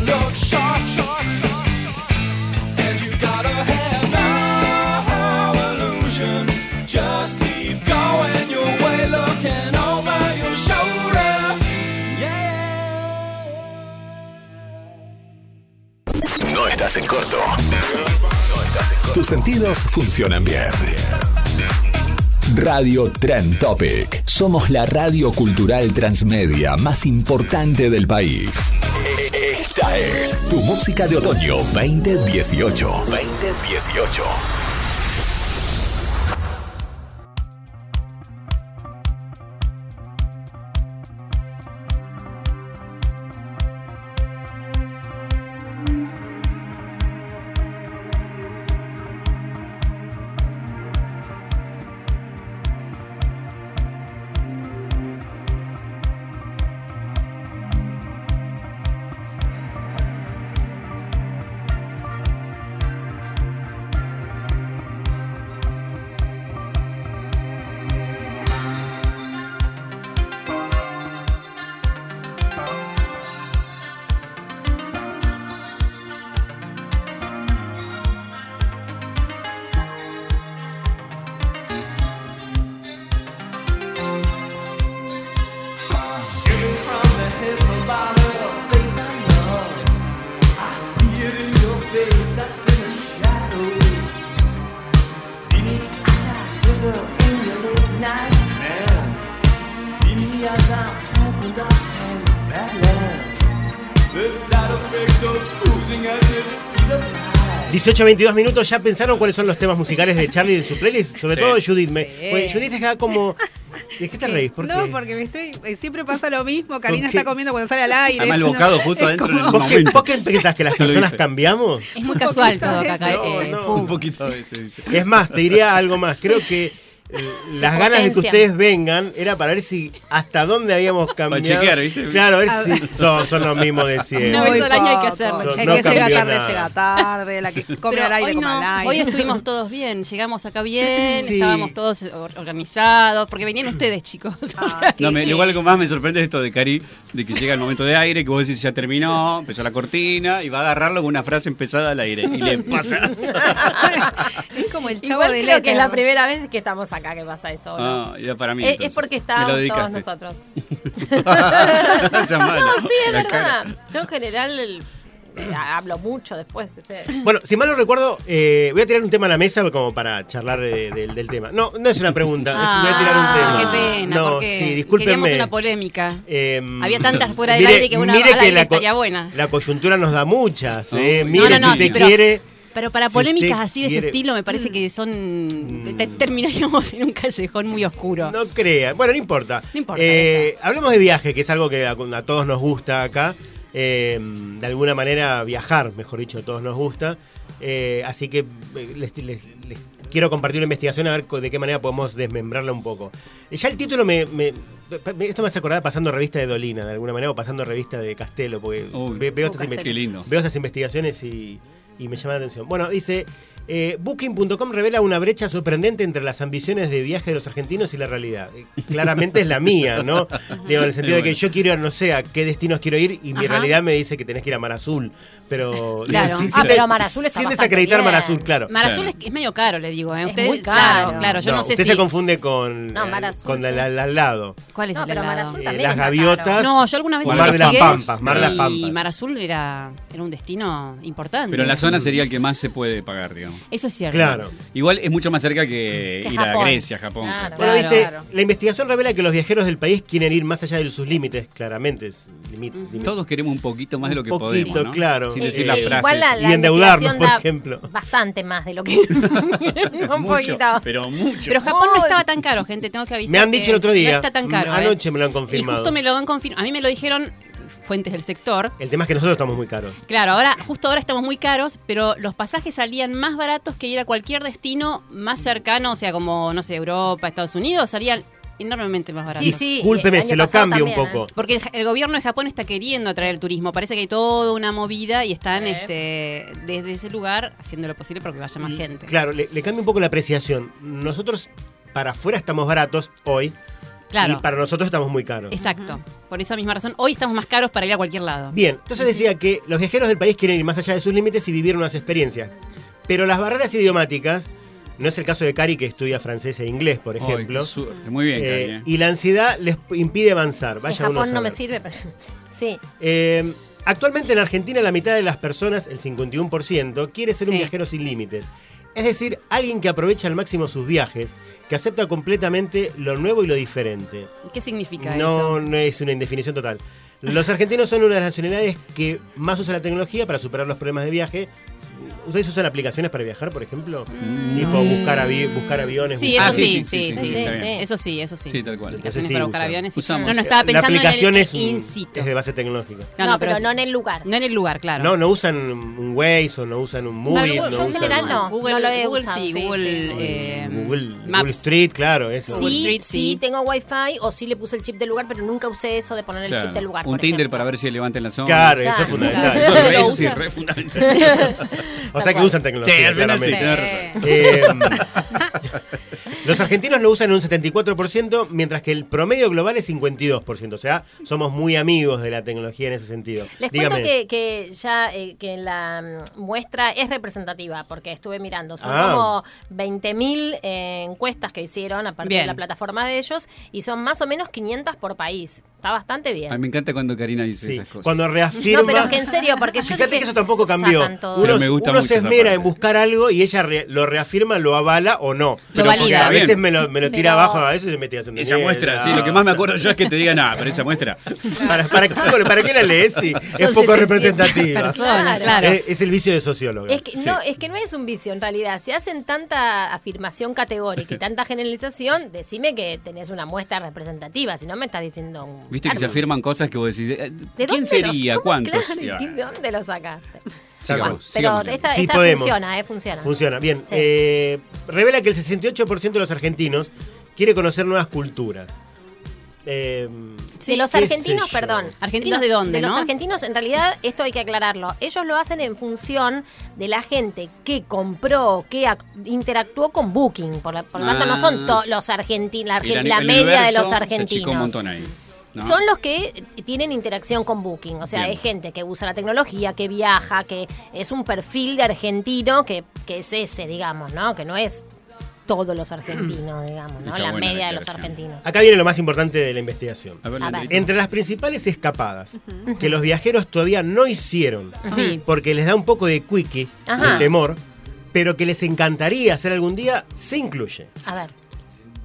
A: look sharp, sharp, sharp, sharp. And you gotta have no illusions. Just keep going your way, looking over your shoulder. Yeah.
G: No estás en corto. No estás en corto. Tus sentidos funcionan bien. Radio Trend Topic. Somos la radio cultural transmedia más importante del país. Esta es tu música de otoño 2018. 2018.
A: So cruising at the speed of light.
C: 18, 22 minutos, ¿ya pensaron cuáles son los temas musicales de Charlie en su playlist? Sobre
E: Sí.
C: todo Judith. Me,
F: Sí.
C: pues Judith está como... ¿De qué te reís? ¿Por
F: No,
C: qué?
F: porque me estoy, eh, siempre pasa lo mismo. Karina
C: ¿Por qué?
F: está comiendo cuando sale al aire.
E: Además, el
F: Es una-
E: bocado justo
F: es
E: adentro
F: como-
E: en el
C: ¿Vos qué,
E: momento.
C: vos qué pensás que las
E: Ya lo
C: personas
E: hice.
C: cambiamos?
D: Es muy casual todo acá.
F: No,
D: eh,
C: no.
D: pum.
E: Un poquito a veces, dice.
C: Es más, te diría algo más. Creo que eh, las ganas de que
B: potencian.
C: ustedes vengan era para ver si hasta dónde habíamos cambiado.
E: chequear, ¿viste?
C: Claro, a ver
F: A
C: si son, son los mismos de
D: Una
C: siempre.
D: vez
F: Muy
D: al año hay que
F: poco.
D: hacerlo.
F: El
C: No
F: que llega
C: cambió
F: tarde
C: nada.
F: llega tarde, la que come
D: Pero
F: al aire
D: hoy
F: come al aire.
D: hoy estuvimos todos bien, llegamos acá bien,
C: Sí.
D: estábamos todos or- organizados, porque venían ustedes chicos. O
F: Ah,
D: sea que-
E: No, me, igual algo más me sorprende es esto de Cari, de que llega el momento de aire, que vos decís ya terminó, empezó la cortina y va a agarrarlo con una frase empezada al aire. Y le pasa.
F: es como el chavo
B: Igual
F: de
B: creo
F: letra.
B: que es la primera vez que estamos acá que pasa eso. ¿no?
E: Ah, ya para mí.
B: Eh, es
E: entonces.
B: porque
E: Me lo
B: estábamos todos
E: dedicaste.
B: nosotros.
E: Llamalo.
B: No, sí, es
E: La
B: verdad.
E: cara.
B: Yo en general el- eh, hablo mucho después que ustedes.
C: Bueno, si mal no recuerdo, eh, voy a tirar un tema a la mesa como para charlar de- del- del tema. No, no es una pregunta, es- voy a tirar un
D: Ah,
C: tema.
D: Qué pena,
C: no,
D: porque
C: sí, discúlpenme.
D: queríamos una polémica.
C: Em,
D: Había tantas fuera del aire que una
C: mire
D: al aire
C: la co-
D: estaría buena.
C: La coyuntura nos da muchas.
E: No,
C: eh.
E: no,
C: Mire,
E: no, no,
C: si
E: sí,
C: usted
D: pero-
C: quiere.
D: Pero para
C: Si
D: polémicas
C: usted
D: así de ese
C: quiere- Mm.
D: estilo me parece que son te- terminaríamos en un callejón muy oscuro.
C: No crea. Bueno, no importa.
D: No importa,
C: Eh, hablemos de viaje, que es algo que a, a todos nos gusta acá. Eh, de alguna manera, viajar, mejor dicho, a todos nos gusta. Eh, así que eh, les, les- les quiero compartir una investigación a ver co- de qué manera podemos desmembrarla un poco. Eh, Ya el título me. me- me- esto me hace acordar pasando revista de Dolina, de alguna manera, o pasando revista de Castelo, porque
E: Uy,
C: ve- veo, estas
D: Castelo.
C: investi-
E: Qué lindo.
C: veo estas investigaciones y, y me llama la atención. Bueno, dice, eh, Booking.com revela una brecha sorprendente entre las ambiciones de viaje de los argentinos y la realidad. Eh, Claramente es la mía, ¿no? Digo, en el sentido de que
E: Bueno.
C: yo quiero ir, no sé, a qué destinos quiero ir y mi
D: Ajá.
C: realidad me dice que tenés que ir a Mar Azul. Pero,
D: Claro.
B: Ah,
C: de-
B: pero Mar Azul está
C: Sin
B: bastante
C: desacreditar Mar
B: bien.
C: Azul, claro.
D: Mar Azul
E: Claro.
D: es, es medio caro, le digo. ¿eh?
B: Es
D: Ustedes-
B: muy caro.
D: Claro, claro, yo no, sé
C: usted
D: si
C: se confunde con,
B: No,
C: eh,
B: Mar Azul,
C: con el,
B: sí.
C: al- al lado.
D: cuál es
B: No,
D: el
B: pero Mar
D: helado?
B: Azul
C: Eh,
B: también.
C: las
B: está caro.
C: gaviotas.
D: No, yo alguna vez
C: O
D: lo
C: Mar de las
D: investigué
C: Pampas, Mar de las
D: Y
C: Pampas.
D: Mar Azul era, era un destino importante.
E: Pero en la
C: Mm.
E: zona sería el que más se puede pagar, digamos.
D: Eso es cierto.
C: Claro.
E: Igual es mucho más cerca que,
B: Que
E: ir
B: Japón.
E: a Grecia, Japón.
B: Claro.
C: Bueno, dice,
B: claro.
C: la investigación revela que los viajeros del país quieren ir más allá de sus límites, claramente. es limit- límite.
E: Todos queremos un poquito más de lo que
C: Un poquito,
E: podemos, ¿no?
C: claro.
E: Sin
C: Eh,
E: decir las
C: eh,
E: frases.
B: Igual la,
C: Y
B: la
C: endeudarnos,
B: investigación
C: por
B: da
C: ejemplo.
B: Bastante más de lo que. un
E: mucho,
B: poquito.
E: pero mucho.
D: Pero Japón
B: Muy-
D: no estaba tan caro, gente, tengo que avisar.
C: Me han dicho
D: que
C: el otro día.
D: No está tan caro.
C: Mm,
D: ¿eh?
C: Anoche me lo han
D: Y
C: confirmado.
D: justo me lo han confirmado. A mí me lo dijeron fuentes del sector.
C: El tema es que nosotros estamos muy caros.
D: Claro, ahora, justo ahora estamos muy caros, pero los pasajes salían más baratos que ir a cualquier destino más cercano, o sea, como, no sé, Europa, Estados Unidos, salían enormemente más baratos.
B: Sí, sí. eh,
C: Discúlpeme,
B: el año
C: se lo
B: pasado
C: cambio un
B: también,
C: poco.
B: ¿eh?
D: Porque el, el gobierno de Japón está queriendo atraer el turismo. Parece que hay toda una movida y están
B: Sí.
D: este, desde ese lugar haciendo lo posible para que vaya más gente.
C: Claro, le, le cambia un poco la apreciación. Nosotros para afuera estamos baratos hoy,
D: Claro.
C: Y para nosotros estamos muy caros.
D: Exacto. Por esa misma razón, hoy estamos más caros para ir a cualquier lado.
C: Bien, entonces decía que los viajeros del país quieren ir más allá de sus límites y vivir nuevas experiencias. Pero las barreras idiomáticas, no es el caso de Cari que estudia francés e inglés, por
E: Ay, qué
C: ejemplo,
E: suerte. Muy bien,
C: eh,
E: Cari, eh.
C: y la ansiedad les impide avanzar.
B: En
C: Vaya uno a
B: Japón no me
C: saber.
B: sirve, pero sí.
C: Eh, actualmente en Argentina la mitad de las personas, el 51%, quiere ser un
D: Sí.
C: viajero sin límites. Es decir, alguien que aprovecha al máximo sus viajes, que acepta completamente lo nuevo y lo diferente.
D: ¿Qué significa
C: No,
D: eso?
C: no es una indefinición total. Los argentinos son una de las nacionalidades que más usa la tecnología para superar los problemas de viaje. ¿Ustedes usan aplicaciones para viajar, por ejemplo?
E: Mm.
C: Tipo buscar, avi- buscar aviones.
D: Sí, eso
C: buscar-
E: Ah, sí,
D: sí, sí,
E: sí, sí,
D: sí,
B: sí,
D: sí.
B: está bien.
D: Eso sí, eso sí.
E: Sí, tal cual.
C: Entonces
D: Aplicaciones
C: sí,
D: para buscar
C: usan.
D: aviones. sí.
E: Usamos.
D: No, no estaba pensando
C: la aplicación
D: en el
C: es, un-
D: in situ.
C: es de base tecnológica.
B: No, pero, no en
D: es-
B: el lugar.
D: no en el lugar, claro.
C: No, no usan un Waze o no usan un
B: Claro,
C: Movie.
B: yo- yo
C: no
B: en
C: usan
B: general
C: un-
B: no.
D: Google,
B: lo he
D: Google
B: usado,
D: sí,
B: sí,
D: Google,
B: sí.
D: eh,
C: Google,
D: Maps.
C: Google Street, claro, eso.
D: Google
B: Sí,
D: Street,
B: sí,
D: sí.
B: tengo wifi o sí le puse el chip del lugar, pero nunca usé eso de poner el
E: Claro.
B: chip del lugar.
E: Un
B: por
E: Tinder
B: ejemplo.
E: para ver si levantan la zona.
C: Claro, eso es
B: Claro,
C: fundamental.
E: Eso,
B: claro.
C: Eso-
E: eso
B: Lo
E: sí,
B: usa.
E: re fundamental.
C: O sea que usan tecnología.
E: Sí, al final sí,
C: claramente.
E: tenés razón.
C: Eh, los argentinos lo usan en un 74%, mientras que el promedio global es 52%. O sea, somos muy amigos de la tecnología en ese sentido.
B: Les
C: Dígame.
B: cuento que, que ya eh, que la mm, muestra es representativa porque estuve mirando. Son
C: Ah.
B: como 20.000 eh, encuestas que hicieron aparte de
D: Bien.
B: la plataforma de ellos y son más o menos 500 por país. Está bastante bien.
E: A mí me encanta cuando Karina dice
C: Eh, Sí,
E: esas cosas.
C: Cuando reafirma.
B: No, pero es que en serio, porque yo
C: Fíjate
B: dije,
C: que eso tampoco cambió.
B: sacan todo.
C: Uno,
E: Pero me gusta
C: uno
E: mucho
C: se
E: esa
C: esmera
E: parte.
C: en buscar algo y ella re- lo reafirma, lo avala o no.
D: Pero
C: porque
D: valida.
C: a veces
E: Bien.
C: me lo, me lo tira
B: Pero-
C: abajo, a veces me tira haciendo
E: Esa
C: mierda.
E: muestra, sí, lo que más me acuerdo yo es que te diga nada, pero esa muestra.
C: ¿Para, para, qué- para qué la lees si es
D: Son
C: poco
D: 700
C: representativa? Eh,
D: personas,
B: Claro.
D: claro.
C: Es, es el vicio de sociólogo.
B: Es que, no, es que no es un vicio en realidad. Si hacen tanta afirmación categórica y tanta generalización, decime que tenés una muestra representativa, si no me estás diciendo un...
E: Viste que se
B: garzo.
E: afirman cosas que vos decís, eh,
B: ¿De
E: ¿quién
B: dónde
E: sería?
B: los- cómo?
E: ¿Cuántos?
B: Claro,
E: Y ah, va,
B: ¿De dónde lo sacaste?
E: sigamos,
B: Bueno, pero
E: sigamos.
B: esta,
C: Sí,
B: esta
C: podemos.
B: funciona, eh, funciona.
C: Funciona, bien.
B: Sí.
C: Eh, revela que el 68% de los argentinos quiere conocer nuevas culturas. Eh,
B: de los
C: qué sé
B: argentinos,
C: yo.
B: perdón.
D: ¿Argentinos
B: los-
D: de dónde,
B: De los
D: no?
B: argentinos, en realidad, esto hay que aclararlo. Ellos lo hacen en función de la gente que compró, que ac- interactuó con Booking. Por, la- por lo tanto,
E: Ah.
B: no son to- los argentinos, la,
E: Y
B: argen-
E: el
B: la
E: universo
B: media de los
E: Se achicó un
B: argentinos.
E: montón ahí. ¿no?
B: Son los que tienen interacción con Booking, o sea,
E: Bien.
B: es gente que usa la tecnología, que viaja, que es un perfil de argentino que, que es ese, digamos, ¿no? Que no es todos los argentinos, digamos, ¿no?
E: Está
B: la
E: buena
B: media de los
E: declaración.
B: argentinos.
C: Acá viene lo más importante de la investigación.
E: A ver,
B: A ver.
E: Leandrito.
C: Entre las principales escapadas que los viajeros todavía no hicieron,
D: Sí.
C: porque les da un poco de quickie,
B: Ajá.
C: de temor, pero que les encantaría hacer algún día, se incluye.
B: A ver.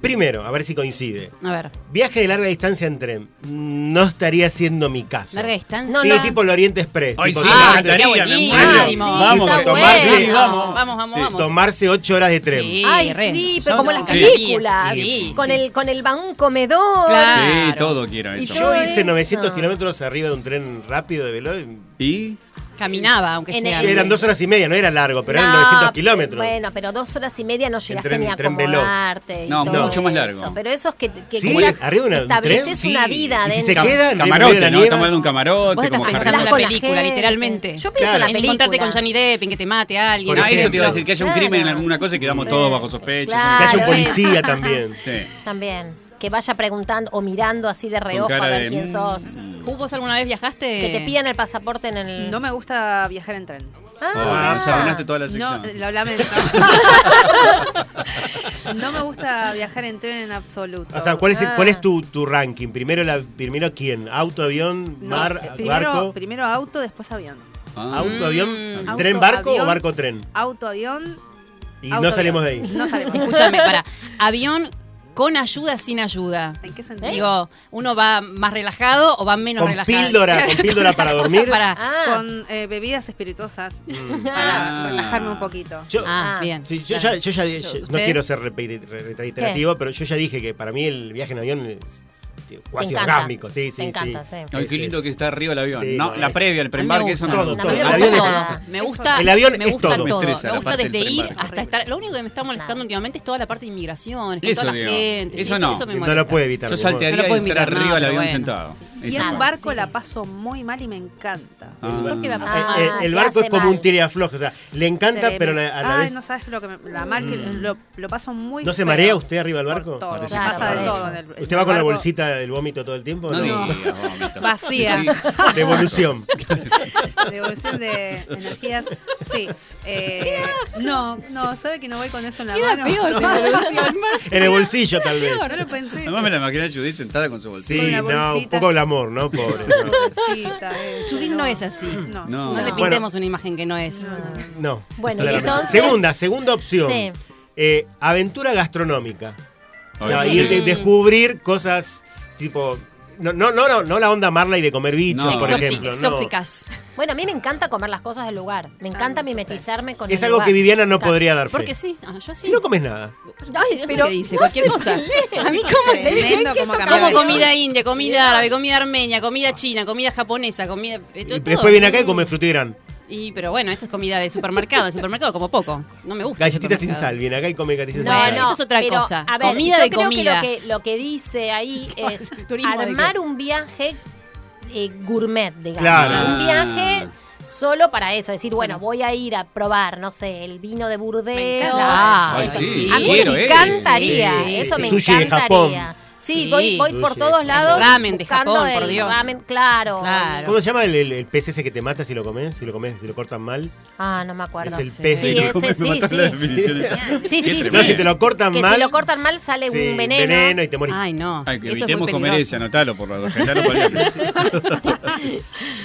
C: Primero, a ver si coincide.
D: A ver,
C: Viaje de larga distancia en tren. No estaría siendo mi caso.
D: larga distancia.
C: sí, tipo el Oriente Express.
E: Ay,
C: tipo
E: sí,
C: que
E: me
D: Ah,
C: antes-
D: estaría
E: encantaría, me
D: buenísimo.
E: muero.
C: Ah, sí,
E: Vamos,
C: está
E: que
C: tomar-
E: tomar-
C: sí,
D: vamos, vamos, vamos.
E: Sí,
C: Tomarse ocho horas de tren.
D: Sí,
B: Ay,
D: re.
B: sí, pero
D: Yo
B: como
D: no.
B: las películas.
D: Sí,
B: con,
D: sí.
B: El, con el baúl comedor.
D: Claro.
E: Sí, todo quiero
B: Y
E: eso.
B: todo
C: Yo hice
B: eso.
C: 900 kilómetros arriba de un tren rápido de veloz. y
E: ¿Y?
D: Caminaba, aunque
B: En
D: sea.
B: el-
C: Eran dos horas y media, no era largo, pero eran
B: No,
C: 900
B: pe-
C: kilómetros.
B: Bueno, pero dos horas y media no llegaste
C: tren-
B: ni a
C: tren veloz.
B: acomodarte. y
E: No,
B: todo
E: mucho más largo.
B: eso. Pero eso es que, que
C: Sí,
B: quieras-
C: arriba de una- un tren,
B: estableces
E: sí.
B: una vida
C: Y si
B: dentro.
C: se queda- en medio de la
E: Camarote, ¿no?
C: nieve.
E: Estamos hablando de un camarote.
D: Vos estás
E: como
D: pensando en
B: Hablas
D: la
B: con la
D: película,
B: gente.
D: literalmente.
B: Yo pienso en
C: Claro.
B: la
D: En
B: película.
D: encontrarte con Johnny Depp, en que te mate a alguien.
C: Por
E: Ah, eso te iba a
C: ejemplo.
E: decir, que haya un crimen en
B: Claro.
E: alguna cosa y quedamos todos bajo sospecha.
C: que haya un
B: claro,
C: policía también.
E: Sí.
B: También. Que vaya preguntando o mirando así de reojo
E: cara
B: a ver
E: de,
B: quién
E: mm.
B: sos.
D: ¿Ju, ¿Vos alguna vez viajaste?
B: Que te pidan el pasaporte en el.
F: No me gusta viajar en tren.
B: Ah,
E: Ah, nos arruinaste toda la
F: No, eh,
E: sección.
F: lo lamento. no me gusta viajar en tren en absoluto.
C: O sea, ¿cuál es, el-
B: Ah.
C: cuál es tu, tu ranking? Primero, la, primero quién? ¿Auto, avión,
F: No,
C: mar,
F: eh, primero,
C: barco?
F: primero auto, después avión. Mm.
E: Ah.
C: ¿Auto, avión,
F: Auto,
C: tren, barco o
F: avión.
C: barco, tren?
F: Auto, avión.
C: Y
F: auto,
C: no
F: avión.
C: salimos de ahí.
F: No salimos.
D: Escúchame, para. Avión con ayuda, sin ayuda.
F: ¿En qué sentido?
D: Digo, ¿uno va más relajado o va menos
C: Con
D: relajado?
C: píldora, con píldora para
D: cosa
C: dormir.
D: para-
B: ah.
F: Con eh, bebidas espirituosas
C: Mm.
E: Ah.
F: para relajarme un poquito.
C: Yo,
D: Ah,
B: Ah.
D: bien.
C: sí, yo ya,
D: claro.
C: yo ya- yo- no
D: ¿Usted?
C: quiero ser repi- re- reiterativo, pero yo ya dije que para mí el viaje en avión es- sí, cuasi
B: encanta.
C: orgásmico. Sí, sí,
B: Te encanta,
C: sí.
B: sí.
E: Ay, qué lindo que está arriba el avión.
C: Sí,
E: no,
C: sí.
E: la previa, el
D: A mí
E: preembarque,
D: me
E: eso
D: gusta.
E: no.
C: Todo,
D: A
C: todo.
D: mí
C: El
D: Me
C: avión es-
D: gusta todo. Me gusta,
C: El avión
D: me
C: es
D: gusta
C: todo.
D: todo.
C: Me
E: estresa la
D: Me gusta
E: parte del
D: desde ir
E: preembarque.
D: hasta estar. Lo único que me está molestando últimamente es toda la parte de inmigración, con
E: Eso
D: toda la
E: digo.
D: gente.
E: Eso
D: Sí,
E: no.
D: me
C: No
D: molesta.
C: lo puede evitar.
E: Yo
C: mi amor.
D: No
E: saltearía
D: lo
E: y
D: puedo
E: estar
D: invitar, no,
E: arriba del
D: pero
E: avión
D: bueno.
E: sentado.
F: Y
E: Esa
F: en
E: parte.
F: barco la paso muy mal y me encanta.
E: Ah.
D: ¿Por qué la pasás?
B: Ah,
C: Eh, el,
B: te
C: barco
B: hace
C: es como
B: mal.
C: un tiriafloje, o sea, le encanta,
F: Tremendo.
C: pero la- a la
F: Ay,
C: vez. Mm.
F: no sabes lo que me- la mar que lo, lo paso muy
C: ¿No se
F: feo.
C: marea usted arriba del
F: Por
C: barco?
F: todo,
E: Parece
B: que
F: pasa de
B: no.
F: todo en el- en
C: ¿Usted va
F: el
C: con la
F: barco.
C: bolsita del vómito todo el tiempo?
E: No
C: No.
E: digas, vómito.
F: Vacía.
E: Sí,
C: De evolución.
F: Devolución de energías. Sí. Eh, no, no, sabe que no voy con eso en la
D: Queda
F: mano.
D: peor.
F: No,
D: pero-
C: en el bolsillo, tal vez.
F: no lo pensé.
E: Además me la imaginé a Judith sentada con su bolsillo.
C: Sí,
F: Con la
C: no, un
F: bolsita.
C: poco el amor, ¿no? Pobre. no.
F: Bolsita, eh,
D: Judith no es así.
F: No.
E: No.
D: No le
C: Bueno.
D: pintemos una imagen que no es.
C: No.
B: Bueno, y
C: claramente.
B: entonces-
C: Segunda, segunda opción.
B: Sí.
C: Eh, aventura gastronómica.
E: A
C: O sea,
E: ver,
C: ir de-
E: sí.
C: descubrir cosas tipo. No, no, no, no, no la onda Marley de comer bichos,
E: No.
C: por
D: Exóti-
C: ejemplo. no.
D: Exóticas.
B: Bueno, a mí me encanta comer las cosas del lugar. Me encanta mimetizarme con
C: Es
B: el
C: algo
B: lugar.
C: que Viviana no podría dar fe.
D: Porque sí. Ah, yo sí.
C: Si no comes nada.
D: Ay, Dios,
B: pero
D: ¿qué dice?
B: no
D: Cualquier
B: se
D: cosa.
B: peleen.
D: A mí cómo le
F: Tremendo como
D: Como
F: cambiar.
D: comida india, comida árabe, comida armenia, comida china, comida japonesa, comida... eh,
C: Y
D: todo.
C: después viene acá y come frutigran.
D: Y, pero bueno, eso es comida de supermercado. De supermercado como poco. No me gusta. el
C: Galletitas sin
D: supermercado.
C: sal. Viene acá y come galletitas
D: No,
C: sin sal.
D: no. Eso es otra
B: pero,
D: cosa.
B: A ver,
D: Comida
B: yo
D: de
B: creo
D: comida.
B: Que lo, que lo que dice ahí es
D: el turismo de
B: armar
D: qué?
B: un viaje eh, gourmet, digamos.
C: Claro.
B: O sea, Un
E: Ah.
B: viaje solo para eso. Decir, bueno, voy a ir a probar, no sé, el vino de Burdeos.
D: encanta.
E: Ay,
B: Eso.
E: sí,
B: a mí
E: quiero,
B: me
E: eh.
B: encantaría.
D: Sí, sí,
B: eso
C: sí.
B: me
C: Sushi de
B: encantaría.
C: Japón.
B: Sí,
D: Sí.
B: voy, voy por
C: Sushi.
B: todos lados.
D: Ramen de
B: buscando
D: Japón, por
B: el
D: Dios.
B: Ramen, claro.
D: Claro.
C: ¿Cómo se llama el, el, el pez ese que te mata si lo comes? Si lo comes, si lo cortan mal.
B: Ah, no me acuerdo.
C: Es el
B: Sí,
C: pez
B: sí,
C: que
B: ese,
E: me
B: sí,
E: mataste la
B: sí.
E: definición esa.
B: Sí,
E: Qué
B: sí,
C: No,
E: tremendo.
C: si te lo cortan
B: Que
C: mal.
B: si lo cortan mal sale
C: sí,
B: un veneno.
C: y te morís.
D: Ay, no.
E: Ay, que
D: eso es
E: evitemos
D: muy
E: comer ese,
D: peligroso.
E: anotalo por los ya lo colgamos.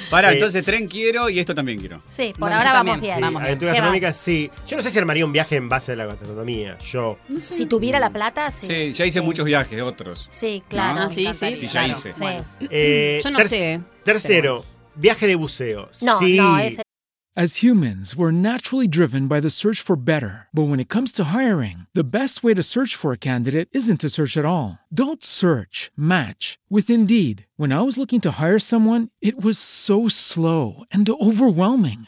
E: Pará,
C: Eh,
E: entonces tren quiero y esto también quiero.
B: Sí, por
D: Bueno,
B: ahora
D: yo
B: vamos
D: también.
B: bien.
C: Sí,
D: Vamos bien.
C: aventura
B: ¿Qué
C: gastronómica, sí. Yo no sé si armaría un viaje en base a la gastronomía. Yo.
B: Si tuviera la plata, sí.
E: Sí, ya hice muchos viajes, otros.
B: Sí, claro.
E: No,
D: sí, sí.
B: encantaría.
E: Sí, ya
B: Claro,
E: hice.
B: sí.
D: Bueno.
C: Eh,
D: Yo no
C: ter-
D: sé,
C: Tercero, viaje de buceo.
B: No,
C: sí.
B: no, ese
H: As humans, we're naturally driven by the search for better. But when it comes to hiring, the best way to search for a candidate isn't to search at all. Don't search, match with Indeed. When I was looking to hire someone, it was so slow and overwhelming.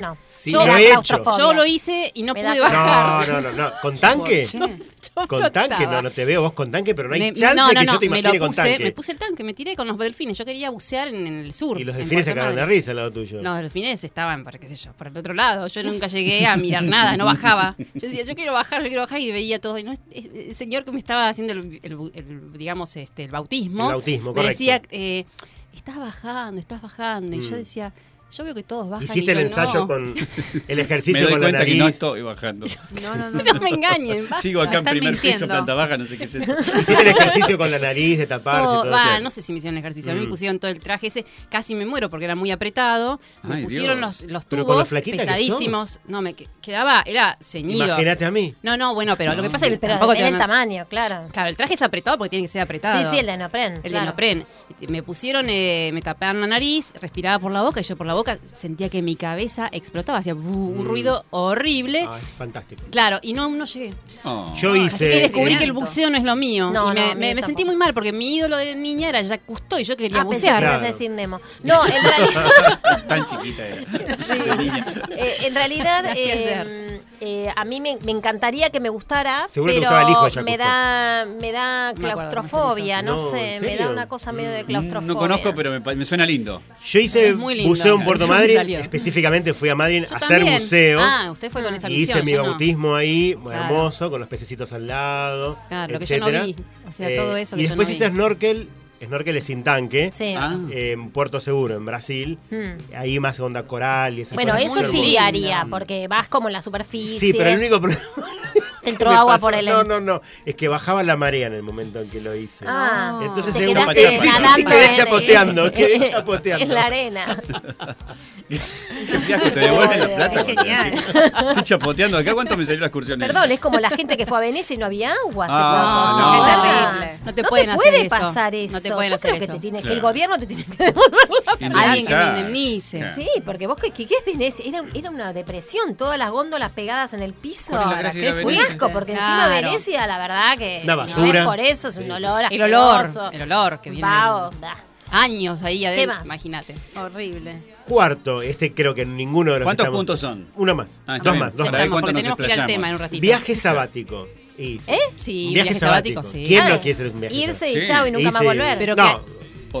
B: no.
C: Sí,
B: Yo
C: lo
B: la
C: he hecho.
B: claustrofobia.
D: Yo lo hice y no
B: Me
D: pude
B: da-
D: bajar.
C: No, no, no, no. ¿Con tanque?
D: Yo
C: Con
D: flotaba.
C: tanque, no, no te veo vos con tanque, pero no hay
D: Me-
C: chance
D: no, no,
C: que yo
D: no,
C: te
D: me lo
C: imagine con
D: puse,
C: tanque.
D: Me puse el tanque, me tiré con los delfines. Yo quería bucear en, en el sur.
C: y los
D: en
C: delfines se
D: Puerto
C: cagaron de
D: Madryn.
C: risa al lado tuyo.
D: Los delfines estaban, por qué sé yo, por el otro lado. Yo nunca llegué a mirar nada, no bajaba. Yo decía, yo quiero bajar, yo quiero bajar y veía todo. Y no, es- es- el señor que me estaba haciendo el, el bu- el, digamos, este, el bautismo,
C: El bautismo, correcto.
D: me
C: Mm.
D: decía, eh, estás bajando, estás bajando. Y yo decía, yo veo que todos bajan.
C: Hiciste
D: y
C: el
D: yo,
C: ensayo
D: no.
C: con el
E: Me
C: ejercicio
E: doy
C: con la
E: cuenta que no
C: nariz.
E: estoy bajando.
F: No, no, no.
D: No
F: no.
D: me engañen, basta.
E: Sigo acá en
F: están
E: primer piso,
F: mintiendo.
E: planta baja, no sé qué es esto.
C: Hiciste el ejercicio con la nariz de taparse
D: Todo-
C: y todo
D: bah,
C: eso.
D: Oh, no sé si me hicieron el ejercicio. A mí me
C: Mm.
D: pusieron todo el traje ese. Casi me muero porque era muy apretado. Me
E: Ay,
D: pusieron
E: Dios.
D: los, los
C: Pero con lo
D: tubos
C: flaquita que
D: pesadísimos. No, me que- quedaba, era ceñido.
C: Imagínate a mí.
D: No, no, bueno, pero lo que pasa es que
B: Pero
D: tampoco
B: depende
D: te
B: del
D: van a-
B: tamaño, claro.
D: Claro, el traje es apretado porque tiene que ser apretado.
B: Sí, sí, el de Enopren.
D: El
B: claro.
D: Enopren. Me pusieron, eh, me taparon la nariz, respiraba por la boca y yo por la boca boca, sentía que mi cabeza explotaba, hacía bu-
C: Mm.
D: un ruido horrible.
C: Ah, es fantástico.
D: Claro, y no, no llegué.
E: Oh.
C: Yo
D: Así que
C: hice.
D: descubrí
C: eh,
D: que el buceo no es lo mío.
B: No,
D: y me,
B: no,
D: me-
B: yo
D: me sentí
B: tampoco.
D: muy mal porque mi ídolo de niña era Jack Cousteau y yo quería
B: Ah, pensé que
D: bucear.
B: ibas a
C: Claro.
B: decir Nemo. No, en realidad.
E: Tan chiquita
I: eh.
E: era.
B: Eh, en realidad,
D: Nací
B: eh,
D: ayer.
B: eh, a mí me, me encantaría que me gustara,
C: Seguro te
B: pero
C: gustaba el hijo de Jack
B: me
C: Cousteau.
B: da me da
D: No me acuerdo,
B: claustrofobia, no,
C: no sé el hijo. No, ¿en
B: sé, me da
C: serio?
B: una cosa medio de
C: Mm,
B: claustrofobia.
E: No conozco, pero me, pa- me suena lindo.
C: Yo hice
D: Es muy lindo.
C: buceo en Puerto
D: Me
C: Madryn.
D: salió.
C: Específicamente fui a Madryn
D: Yo
C: a hacer
D: también.
C: buceo.
D: Ah, usted fue con esa
C: Y hice
D: misión,
C: mi
D: yo no.
C: bautismo ahí, muy
D: Claro.
C: hermoso, con los pececitos al lado.
D: Claro, lo que yo no
C: etcétera. Eh,
D: vi. O sea, todo eso que
C: Y
D: yo
C: después
D: no
C: hice
D: vi.
C: snorkel, snorkel es sin tanque,
B: Sí.
E: Ah,
C: en Puerto Seguro, en Brasil.
B: Mm.
D: Hmm.
C: Ahí más onda coral y esas
B: Bueno,
C: zonas
B: eso
C: muy
B: sí
C: hermosas.
B: haría, porque vas como en la superficie,
C: Sí, pero el único problema.
B: te
C: que
B: entró
C: me
B: agua
C: pasó-
B: por el...
C: No, no, no. Es que bajaba la marea en el momento en que lo hice.
B: Ah,
C: Entonces
B: te
C: es una
B: quedaste
E: pachapa. Sí, sí, sí,
B: nadando
C: quedé
B: en-
C: chapoteando, quedé chapoteando.
B: En la arena.
E: qué fiasco, te devuelven la plata.
F: Es genial.
E: Estoy chapoteando acá. ¿Cuánto me salió la excursión?
B: Perdón, es como la gente que fue a Venecia y no había agua. hace
E: Ah,
B: cuatro
E: no.
B: años.
F: Ah,
B: Es terrible.
D: no te pueden hacer
B: puede
D: eso.
B: pasar eso.
D: No te pueden
B: Yo
D: hacer
B: creo que,
D: eso.
B: te tiene, que el
E: Claro.
B: gobierno te tiene que devolver la
D: Alguien que me
E: Indemnizar.
D: indemnice.
E: Claro.
B: Sí, porque vos, ¿qué, qué es Venecia? Era, era una depresión, todas las góndolas pegadas en el piso.
E: ¿Cuál es la gracia de ir a
B: Qué
E: Venecia?
B: asco, porque encima
D: Claro.
B: Venecia, la verdad que...
C: Una
B: si
C: basura.
B: no es por eso, es un
C: Sí.
B: olor
D: El olor,
B: asqueroso.
D: el olor que viene.
B: Vago, da.
D: Años ahí adentro,
B: más?
D: imagínate.
F: Horrible.
C: Cuarto, este creo que ninguno de los que
E: ¿Cuántos
C: estamos-
E: puntos son?
C: Uno más.
E: Ah, está
C: dos
E: bien.
C: más, dos más.
D: Ya
E: Para ver
D: estamos,
E: cuánto
D: porque
E: nos
D: tenemos que ir al
E: explayamos.
D: tema en un ratito.
C: Viaje sabático. Y
B: ¿Eh?
C: sí.
D: Sí,
C: Un
D: viaje sabático, sí.
C: ¿Quién
B: Ah,
C: no quiere hacer un viaje
B: Irse
E: Sí.
B: y chao y nunca
C: Y
B: más
C: sí,
B: volver.
D: Pero
C: no,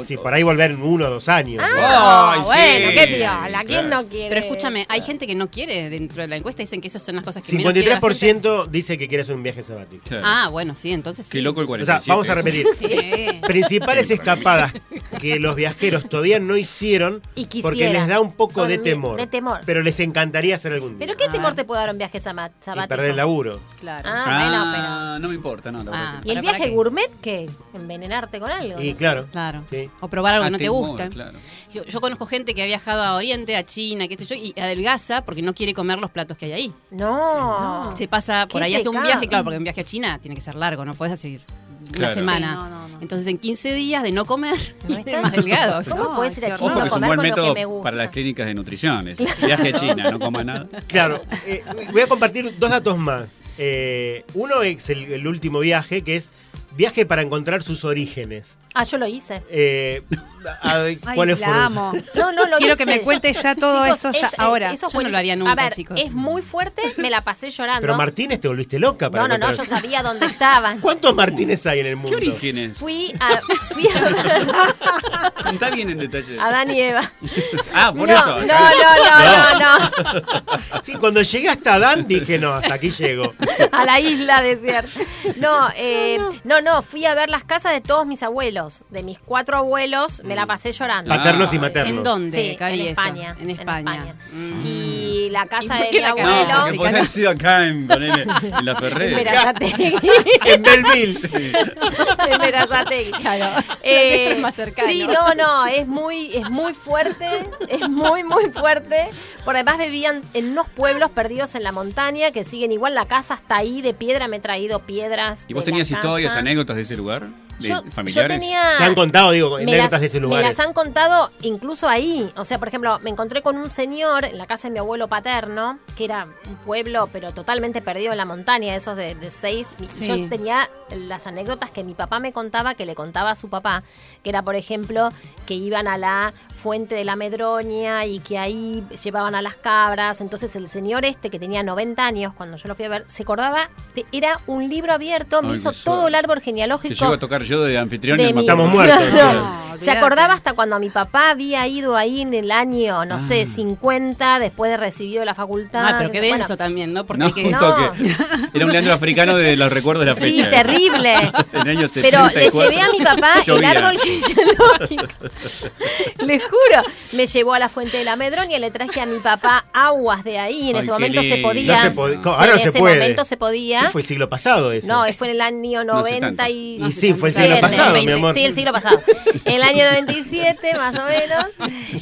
E: que-
C: sí, por ahí volver en uno o dos años.
E: Ay,
B: Ah, bueno,
E: sí.
B: qué piola, ¿quién
E: Claro.
B: no quiere?
D: Eh, Pero escúchame, hay gente que no quiere dentro de la encuesta, dicen que esas son las cosas que menos quiere la gente.
C: 53% dice que quiere hacer un viaje sabático.
E: Claro.
D: Ah, bueno, sí, entonces sí.
E: Qué loco el
C: O sea,
E: 47.
C: vamos a repetir.
F: Sí.
C: Principales
E: Sí, para
C: escapadas que los viajeros todavía no hicieron
B: Y quisiera.
C: porque les da un poco de
B: Con-
C: temor.
B: de temor.
C: Pero les encantaría hacer algún día.
B: ¿Pero qué
D: A
B: temor
D: ver.
B: te puede dar un viaje sama-
C: y
B: sabático?
C: perder el laburo.
F: Claro.
B: Ah, bueno, pero...
E: Ah, no me importa, no. La
D: Ah.
E: verdad que
B: ¿Y el
D: ¿Para- para
B: viaje
D: qué?
B: gourmet qué? Envenenarte con algo.
C: Y
B: no sé.
C: claro.
D: Claro.
C: Sí.
D: O probar algo
E: Ah,
D: que no te
E: temor,
D: gusta.
E: claro.
D: Yo, yo conozco gente que ha viajado a Oriente, a China, qué sé yo, y adelgaza porque no quiere comer los platos que hay ahí.
B: No.
D: Se pasa por
B: Qué
D: ahí, hace un
B: pecado.
D: viaje, claro, porque un viaje a China tiene que ser largo, no puedes hacer una
E: Claro.
D: semana.
F: Sí, no, no, no.
D: Entonces, en 15 días de no comer,
B: No
D: vienen
B: está-
D: más delgados.
B: ¿Cómo
F: No,
B: puedes ir a
F: claro.
B: China
E: Ojo,
B: y
E: que
B: no
E: es un
B: comer
E: buen
B: con lo que me
E: método
B: gusta?
E: para las clínicas de nutrición. es Viaje a China, no comas nada.
C: Claro, eh, voy a compartir dos datos más. Eh, uno es el, el último viaje, que es viaje para encontrar sus orígenes.
B: Ah, yo lo hice.
C: Eh, a-
F: Ay,
C: ¿Cuáles fueron?
F: la amo.
B: No, no, lo
F: Quiero
B: hice.
F: que me cuente ya todo
B: Chicos,
F: eso ya
B: es- eh,
F: ahora.
B: eso
D: Yo
B: fue-
D: no lo haría nunca,
B: a ver,
D: chicos.
B: Es muy fuerte, me la pasé llorando.
C: Pero Martínez, te volviste loca para
B: no, no, no, yo
C: encontrar-
B: sabía dónde estaban.
C: ¿Cuántos Martínez hay en el mundo?
E: ¿Qué orígenes?
B: Fui a, fui a,
E: Está bien en detalle.
B: a Dan y Eva.
E: Ah,
B: No,
E: por eso.
B: no, no, no, no, no.
C: Sí, cuando llegué hasta Adán dije, no, hasta aquí llego.
B: a la isla de Cier. No, eh, no, no, fui a ver las casas de todos mis abuelos, de mis cuatro abuelos, me la pasé llorando.
E: Ah.
C: Paternos y
D: ¿En
C: maternos.
D: dónde,
B: Sí,
D: Cari,
B: en
D: eso?
B: España,
D: En España.
B: en España.
D: Mm.
B: Y la casa
D: ¿Y por
B: de
D: qué
B: mi
D: la
E: No,
B: abuelo.
E: porque podés haber sido acá en, ponele, en la Ferrer.
B: en Berazategui.
C: En Belville.
B: en Berazategui.
D: Claro.
B: Eh,
D: Esto es más cercano.
B: Sí, no, no, es muy, es muy fuerte, es muy, muy fuerte. Por además vivían en unos pueblos perdidos en la montaña que siguen igual la casa hasta ahí de piedra, me he traído piedras.
E: ¿Y vos
B: de la
E: tenías historias,
B: casa.
E: anécdotas de ese lugar? ¿De
B: Yo- yo
E: familiares?
C: Te han contado, digo,
B: me
C: anécdotas
B: las,
C: de ese
B: me
C: lugar.
B: las han contado incluso ahí. O sea, por ejemplo, me encontré con un señor en la casa de mi abuelo paterno, que era un pueblo, pero totalmente perdido en la montaña, esos de, de seis. Y
D: Sí.
B: Yo tenía las anécdotas que mi papá me contaba, que le contaba a su papá, que era, por ejemplo, que iban a la fuente de la Medroña y que ahí llevaban a las cabras. Entonces el señor este, que tenía 90 años, cuando yo lo fui a ver, se acordaba, de- era un libro abierto, me
E: Ay,
B: hizo
E: qué suerte.
B: todo el árbol
E: Que
B: genealógico
E: llego a tocar yo de anfitrión y
B: de
E: el
B: mi-
C: Estamos
E: matamos
C: muertos.
B: Claro.
F: No,
B: Se
F: olvídate.
B: acordaba hasta cuando mi papá había ido ahí en el año,
E: Ah.
B: no sé, 50, después de recibido la facultad.
D: Ah, pero qué
B: Bueno,
D: denso también, ¿no? Porque
E: No,
D: hay que...
E: un toque. Era un Leandro africano de los recuerdos de la
B: Sí,
E: fecha.
B: terrible.
E: En el año
B: Pero le
E: 74.
B: llevé a mi papá el
E: Llovía.
B: árbol genealógico. Le juro. Me llevó a la fuente de la Medronia, le traje a mi papá aguas de ahí. En
E: Ay,
B: ese
E: qué
B: momento se
E: lindo.
B: podía.
C: No se pod-
E: Sí,
C: Ahora no
B: en
C: se
B: ese
C: puede.
B: momento se podía.
C: ¿Qué fue el siglo pasado eso?
B: No, fue en el año
E: No hace tanto.
B: 90 y...
C: Y sí, fue el siglo
B: 97.
C: pasado,
D: mi
C: amor.
B: Sí, el siglo pasado. El año 97, más o menos.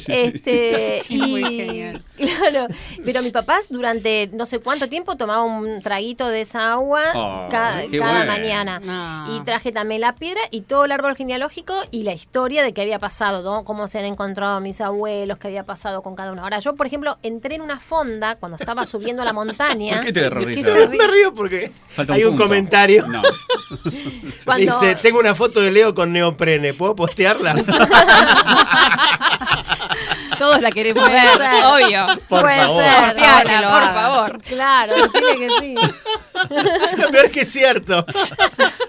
B: Este,
F: Muy
B: y,
F: genial.
B: Claro, pero mi papá durante no sé cuánto tiempo tomaba un traguito de esa agua
E: Oh,
B: ca-
E: qué
B: cada
E: bueno.
B: mañana.
D: No.
B: Y traje también la piedra y todo el árbol genealógico y la historia de qué había pasado, ¿no? cómo se han encontrado mis abuelos, qué había pasado con cada uno. Ahora, yo, por ejemplo, entré en una fonda cuando estaba subiendo la montaña.
E: ¿Por qué te agarras risa?
C: Me río porque
E: Falta
C: hay un
E: punto.
C: comentario.
E: No.
B: Cuando-
C: Dice, tengo una foto de Leo con neoprene, ¿puedo postearla?
D: Todos la queremos ver, obvio.
E: Por
B: Puede
E: favor.
B: ser,
D: Por favor,
B: hola,
D: que lo
B: por
D: haga.
B: favor. Claro, decirle que sí.
C: Lo peor que es cierto.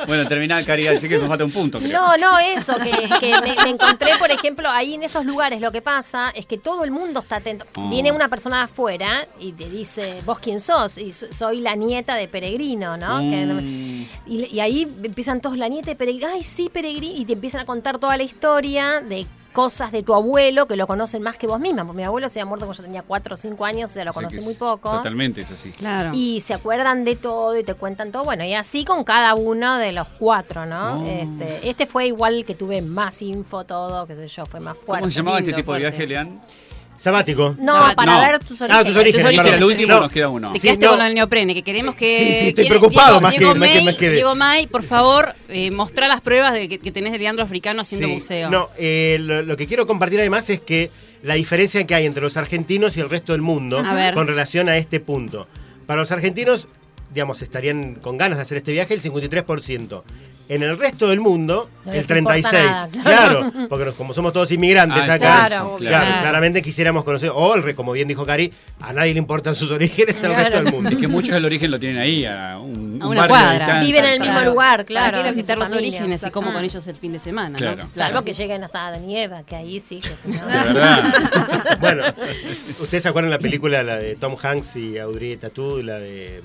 E: Bueno, terminá, Cari, así que nos falta un punto, creo.
B: No, no, eso, que, que me, me encontré, por ejemplo, ahí en esos lugares. Lo que pasa es que todo el mundo está atento.
E: Ah.
B: Viene una persona afuera y te dice, ¿vos quién sos? Y so- soy la nieta de Peregrino, ¿no? Que no-
E: Mm.
B: y, y ahí empiezan todos, la nieta de Peregrino, ay, sí, Peregrino, y te empiezan a contar toda la historia de cosas de tu abuelo que lo conocen más que vos misma. Porque mi abuelo se había muerto cuando yo tenía 4 o 5 años, o sea, lo
E: O sea
B: conocí
E: que
B: muy
E: es-
B: poco.
E: Totalmente es así.
D: Claro.
B: Y se acuerdan de todo y te cuentan todo. Bueno, y así con cada uno de los cuatro, ¿no?
E: Oh.
B: Este, este fue igual que tuve más info, todo, qué sé yo, fue más fuerte.
E: ¿Cómo se llamaba
B: lindo,
E: este tipo de
B: fuerte.
E: viaje, Lean?
C: Sabático.
B: No, para
E: No.
B: ver tus orígenes.
C: Ah, tus orígenes.
D: Tus orígenes,
C: perdón.
D: el
E: último nos queda uno.
D: Te
C: Sí,
D: quedaste
C: no.
D: con el neoprene, que queremos que.
C: Sí, sí, estoy
D: Diego-
C: preocupado más
D: Diego
C: que- más que-
D: May-
C: más que-
D: Diego May, por favor, eh, mostrá las pruebas de que, que tenés de Leandro Africano haciendo
C: Sí.
D: buceo.
C: No, eh, lo, lo que quiero compartir además es que la diferencia que hay entre los argentinos y el resto del mundo
D: A ver.
C: con relación a este punto. Para los argentinos, digamos, estarían con ganas de hacer este viaje el 53%. En el resto del mundo,
B: No
C: el
B: les importa
C: 36%.
B: nada,
C: claro. porque nos- como somos todos inmigrantes
E: Ah,
C: acá,
B: claro,
E: claro.
C: claramente quisiéramos conocer, o el re- como bien dijo Cari, a nadie le importan sus orígenes al
B: Claro.
C: resto del mundo.
E: Es que muchos del origen lo tienen ahí, a un,
D: A
E: un
D: una
E: barrio
D: cuadra.
E: de distancia.
B: Viven en el
D: Claro.
B: mismo lugar, claro.
D: Para ir a
B: con
D: visitar
B: su
D: los
B: familia,
D: orígenes y como con
B: exactamente.
D: ellos el fin de semana.
E: Claro.
D: ¿no?
B: Salvo que lleguen hasta de nieve, que ahí sí, que si no.
E: De verdad.
C: Bueno, ¿ustedes se acuerdan la película la de Tom Hanks y Audrey Tautou, la de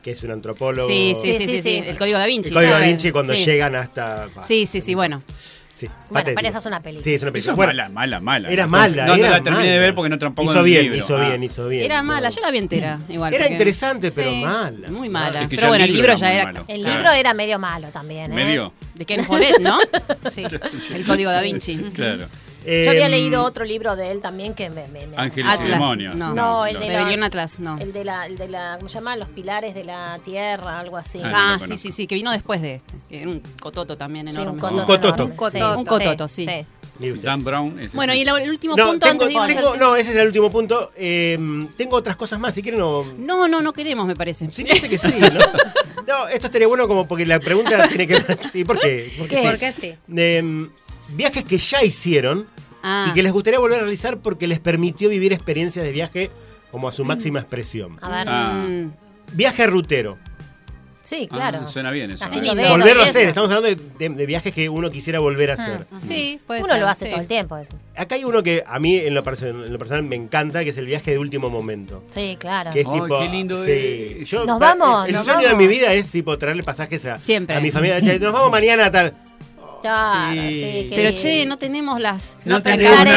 C: que es un antropólogo?
D: Sí, sí, sí, sí,
B: Sí, sí,
D: sí,
B: sí.
D: El código da Vinci.
C: El código da
D: claro.
C: Vinci cuando
D: Sí.
C: llegan hasta bah,
D: Sí, sí, sí, bueno.
C: sí,
B: Bueno,
C: patético.
B: para esa es una película.
C: Sí, es una
E: Eso
C: película.
E: es
C: Bueno,
E: mala, mala, mala.
C: Era
E: No,
C: mala,
E: No, no
C: era
E: la terminé de
C: mala.
E: ver porque no tampoco en
C: hizo
E: el
C: bien,
E: libro.
C: hizo
E: Ah.
C: bien, hizo bien.
D: Era mala, yo la vi entera. Igual,
C: Era
D: porque-
C: interesante, pero
D: Sí,
C: mala.
D: Muy mala.
E: Es que ya
D: pero bueno, el libro ya
E: muy
D: era.
E: malo.
B: El
E: Claro.
B: libro era medio malo también, ¿eh?
E: Medio.
D: De Ken Follett, ¿no?
F: Sí.
D: El código da Vinci.
E: Claro.
B: Yo había
C: Em,
B: leído otro libro de él también que me... me- me-
E: Ángeles
D: Atlas,
E: y demonios.
D: no.
B: No, el de
D: Rebelión
B: los-
D: Atlas, no.
B: El de, la, el de la, ¿cómo se llama? Los pilares de la tierra, algo así.
D: Ah,
E: Ah, lo
D: sí,
E: conozco.
D: sí, sí, que vino después de este. que Era un cototo también
B: Sí,
D: enorme.
B: un
C: Un
B: cototo.
C: cototo.
B: enorme.
F: Un cototo.
B: Sí.
D: Un cototo, sí.
C: mire usted.
E: mm, Dan Brown. ese
D: Bueno,
E: sí.
D: y la- el último
C: No,
D: punto
C: tengo,
D: antes de ir a
C: tengo-
D: hacer-
C: no, ese es el último punto. Em, tengo otras cosas más, si quieren o...
D: No, no, no queremos, me parece.
C: Sí, parece que sí, ¿no? No, esto estaría bueno como porque la pregunta tiene que ver... Sí, ¿por qué? Porque
B: ¿Qué?
C: sí.
F: ¿Por qué sí?
C: Em, viajes que ya hicieron
D: Ah,
C: y que les gustaría volver a realizar porque les permitió vivir experiencias de viaje como a su máxima expresión.
B: Mm. A ver,
E: Ah,
D: mm,
C: Viaje rutero.
B: sí,
E: ah,
B: claro.
E: Suena bien eso.
B: Así
E: ¿eh?
B: no
D: Lindo.
B: dedos,
C: Volverlo a
B: eso. Ah.
C: hacer, estamos hablando de, de- de viajes que uno quisiera volver a hacer.
D: Ah, sí, puede
B: Uno
D: ser,
B: lo hace
D: sí.
B: todo el tiempo, eso.
C: Acá hay uno que a mí en lo, perso- en lo personal me encanta, que es el viaje de último momento.
B: Sí, claro.
C: Que es
E: Ay,
C: tipo,
E: qué lindo es.
B: Nos vamos,
C: El
B: nos
C: sueño de
B: vamos.
C: mi vida es tipo traerle pasajes a,
D: Siempre.
C: a mi familia. Che, nos vamos mañana a tal.
B: Claro,
C: Sí.
B: Ah, sí, qué
D: Pero
B: lindo.
D: che, no tenemos las.
E: No
D: nuestra
E: tenemos
D: careta.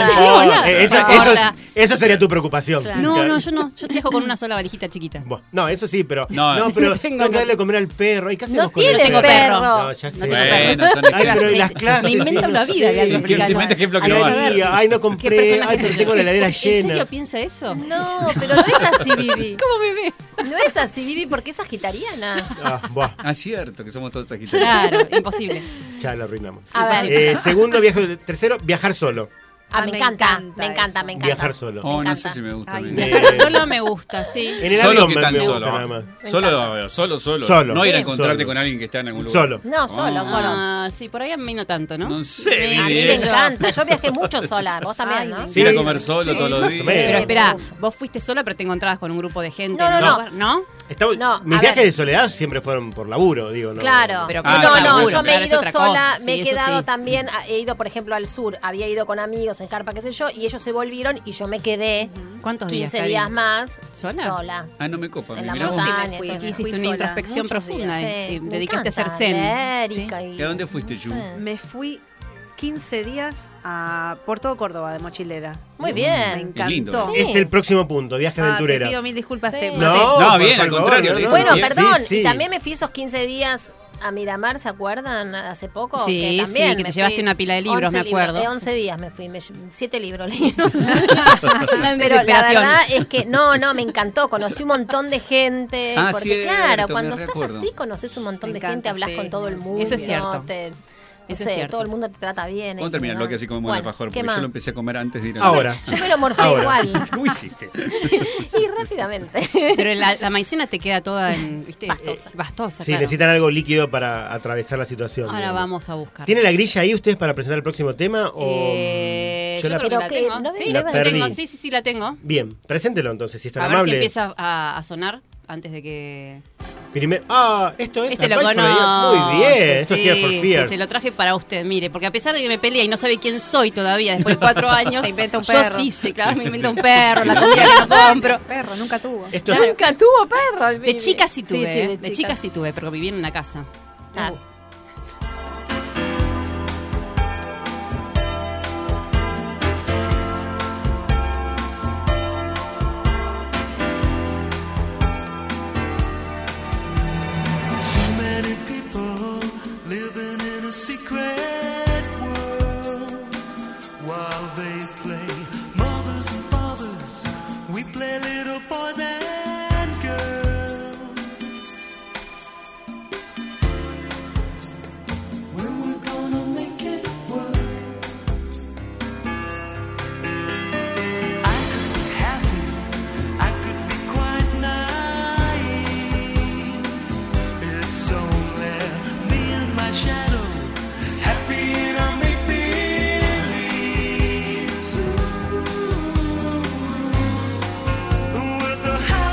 D: No tenemos nada.
C: Eh, eso,
D: No
C: eso-
D: importa.
C: eso sería tu preocupación.
D: No, no, yo no. Yo viajo con una sola valijita chiquita.
C: Bueno, no, eso sí, pero.
E: No,
C: No,
E: no.
C: pero
D: Tengo
C: tengo que
D: con-
C: darle de comer al perro. ¿Y qué hacemos
B: No
C: con el
B: tiene
D: tengo
B: perro.
C: No, ya sé.
D: No tengo perro.
E: Bueno, son
C: Ay, pero
E: ejemplos.
C: y las clases.
D: Me invento
C: sí,
D: la vida de algo
E: Qué tremendo ejemplo que
C: Ay,
E: no
C: no,
E: vale.
C: ay, no
D: ¿Qué
C: compré.
D: persona
C: Ay,
D: que
C: pero
D: soy?
C: tengo la heladera
D: ¿En
C: llena.
D: serio piensa eso?
B: No, pero no es así, Vivi.
D: ¿Cómo me ve?
B: No es así, Vivi, porque es sagitariana.
C: Ah, buah,
E: Ah, cierto, que somos todos sagitarios.
D: Claro, imposible.
C: ya lo arruinamos.
B: A ver.
C: Eh, segundo viaje, tercero, viajar solo.
B: Ah,
F: Ah,
B: me
F: me
B: encanta,
F: encanta
B: me encanta,
F: eso.
B: me encanta.
C: Viajar solo.
E: Oh, no
B: encanta.
E: sé si me gusta. a mí.
C: Ay,
D: Viajar solo me gusta, sí.
C: En el
E: Solo
C: avión
E: que
C: me,
E: tan
C: me gusta
E: solo.
C: nada más.
E: Solo, eh, solo, solo.
C: Solo.
E: No ir a
C: Sí.
E: encontrarte
C: Solo.
E: con alguien que está en algún lugar.
C: Solo.
B: No, solo,
E: Ah.
B: solo.
D: Ah, sí, por ahí a mí no tanto, ¿no?
E: No sé,
D: Me-
B: A mí
E: bien.
B: me
D: yo-
B: encanta. Yo viajé mucho sola, vos
F: Ay,
B: también, ¿no?
F: me
E: Ir a
C: Sí.
E: comer solo
C: Sí,
E: todos los
C: más o
E: días.
C: menos.
D: Pero
C: Pero-
D: espera, vos fuiste sola pero te encontrabas con un grupo de gente.
B: No, no,
D: ¿no? ¿No?
C: Estamos-
B: No,
C: mis
B: a
C: viajes
B: ver.
C: de soledad siempre fueron por laburo, digo. No,
B: Claro,
D: Pero
E: Ah,
B: no,
E: ya,
B: no,
E: bueno,
B: yo me
D: claro,
B: he
D: es
B: ido
D: otra
B: sola,
D: cosa,
B: me
D: sí,
B: he
D: eso
B: quedado
D: sí.
B: también, a- he ido por ejemplo al sur, había ido con amigos en carpa, qué sé yo, y ellos se volvieron y yo me quedé
D: ¿Cuántos días?
B: 15
D: Cari?
B: días más
D: ¿Sola?
E: Ah, no me copa.
B: En la
E: mirá vos.
B: montaña.
F: me
B: entonces.
D: Porque hiciste
F: fui
D: Ah, una
F: sola
D: introspección
F: muchos
D: profunda.
F: días.
D: eh,
B: Sí,
D: eh,
B: me
D: dedicaste a ser
B: encanta
D: zen.
B: leer y
D: ¿sí?
B: caí-
E: ¿Y a dónde fuiste, Yu?
B: Sí.
F: Me fui 15 días a, por todo Córdoba de mochilera.
B: Muy
F: Me
B: bien.
F: encantó.
E: lindo.
C: Es el próximo punto, viaje
F: Ah, te
C: aventurera.
F: pido mil disculpas.
B: Sí.
F: Te maté.
C: No,
E: No,
C: por
E: bien, al
C: favor,
E: contrario,
C: no, no,
E: listo,
C: no.
B: Bueno,
E: bien.
B: perdón,
C: Sí, sí.
B: y también me fui esos 15 días a Miramar, ¿se acuerdan? Hace poco.
D: Sí,
B: que también
D: sí, que
B: me
D: te llevaste
B: fui
D: una pila de libros,
B: 11
D: me acuerdo.
B: Libros, eh, 11 días me fui, me lle- siete libros leí. Pero la
D: desesperación.
B: verdad es que no, no, me encantó. Conocí un montón de gente.
E: Ah,
B: porque
E: cierto,
B: claro,
E: me
B: cuando estás
E: recuerdo.
B: así, conoces un montón
F: Me
B: de
F: encanta,
B: gente, hablas
F: sí.
B: con todo el mundo.
D: Eso es cierto.
B: te- no
D: Eso es
B: sé,
D: cierto.
B: todo el mundo te trata bien.
E: Vamos a
B: ¿eh?
E: terminar el bloque así como
B: Bueno,
E: el alfajor,
B: ¿qué
E: porque
B: más?
E: yo lo empecé a comer antes de ir a
C: Ahora.
B: Yo me lo morfé
C: Ahora.
B: igual.
E: ¿Cómo hiciste?
B: Y rápidamente.
D: Pero la, la maicena te queda toda en, ¿viste?
B: Pastosa.
D: Eh, Pastosa,
C: Sí,
D: claro.
C: necesitan algo líquido para atravesar la situación.
D: Ahora
C: digamos.
D: vamos a buscar.
C: ¿Tiene la grilla ahí ustedes para presentar el próximo tema? O...
D: Eh,
C: mm,
D: yo
C: yo la-
D: creo que la
B: Pero que
D: tengo.
B: no
D: sí,
B: me-
C: La
D: la
C: perdí.
D: tengo. Sí, sí, sí, la tengo.
C: Bien, preséntelo entonces, si es tan
D: A ver
C: amable.
D: si empieza a, a sonar antes de que.
C: Primer... Ah, esto es.
D: Este lo
C: Advice for
D: conoce.
C: the Year. Muy bien, esto
D: sí,
C: es Tear for Fears.
D: sí, se lo traje para usted, mire, porque a pesar de que me pelea y no sabe quién soy todavía después de cuatro años,
F: Te inventa un
D: yo
F: perro.
D: sí sé, claro, me invento un perro, la comida que no compro.
F: Perro, nunca tuvo.
C: Esto es-
B: Nunca tuvo perro.
D: De
B: Vivi.
D: chica sí tuve,
F: sí,
D: eh,
F: de
D: de
F: chica.
D: chica sí tuve, pero viví en una casa.
B: Ah,
I: Too many people living in a secret world while they play mothers and fathers. We play little boys and girls. When we're gonna make it work, I could be happy, I could be quite naive. It's only me and my shadow, happy in our make-believe. With a high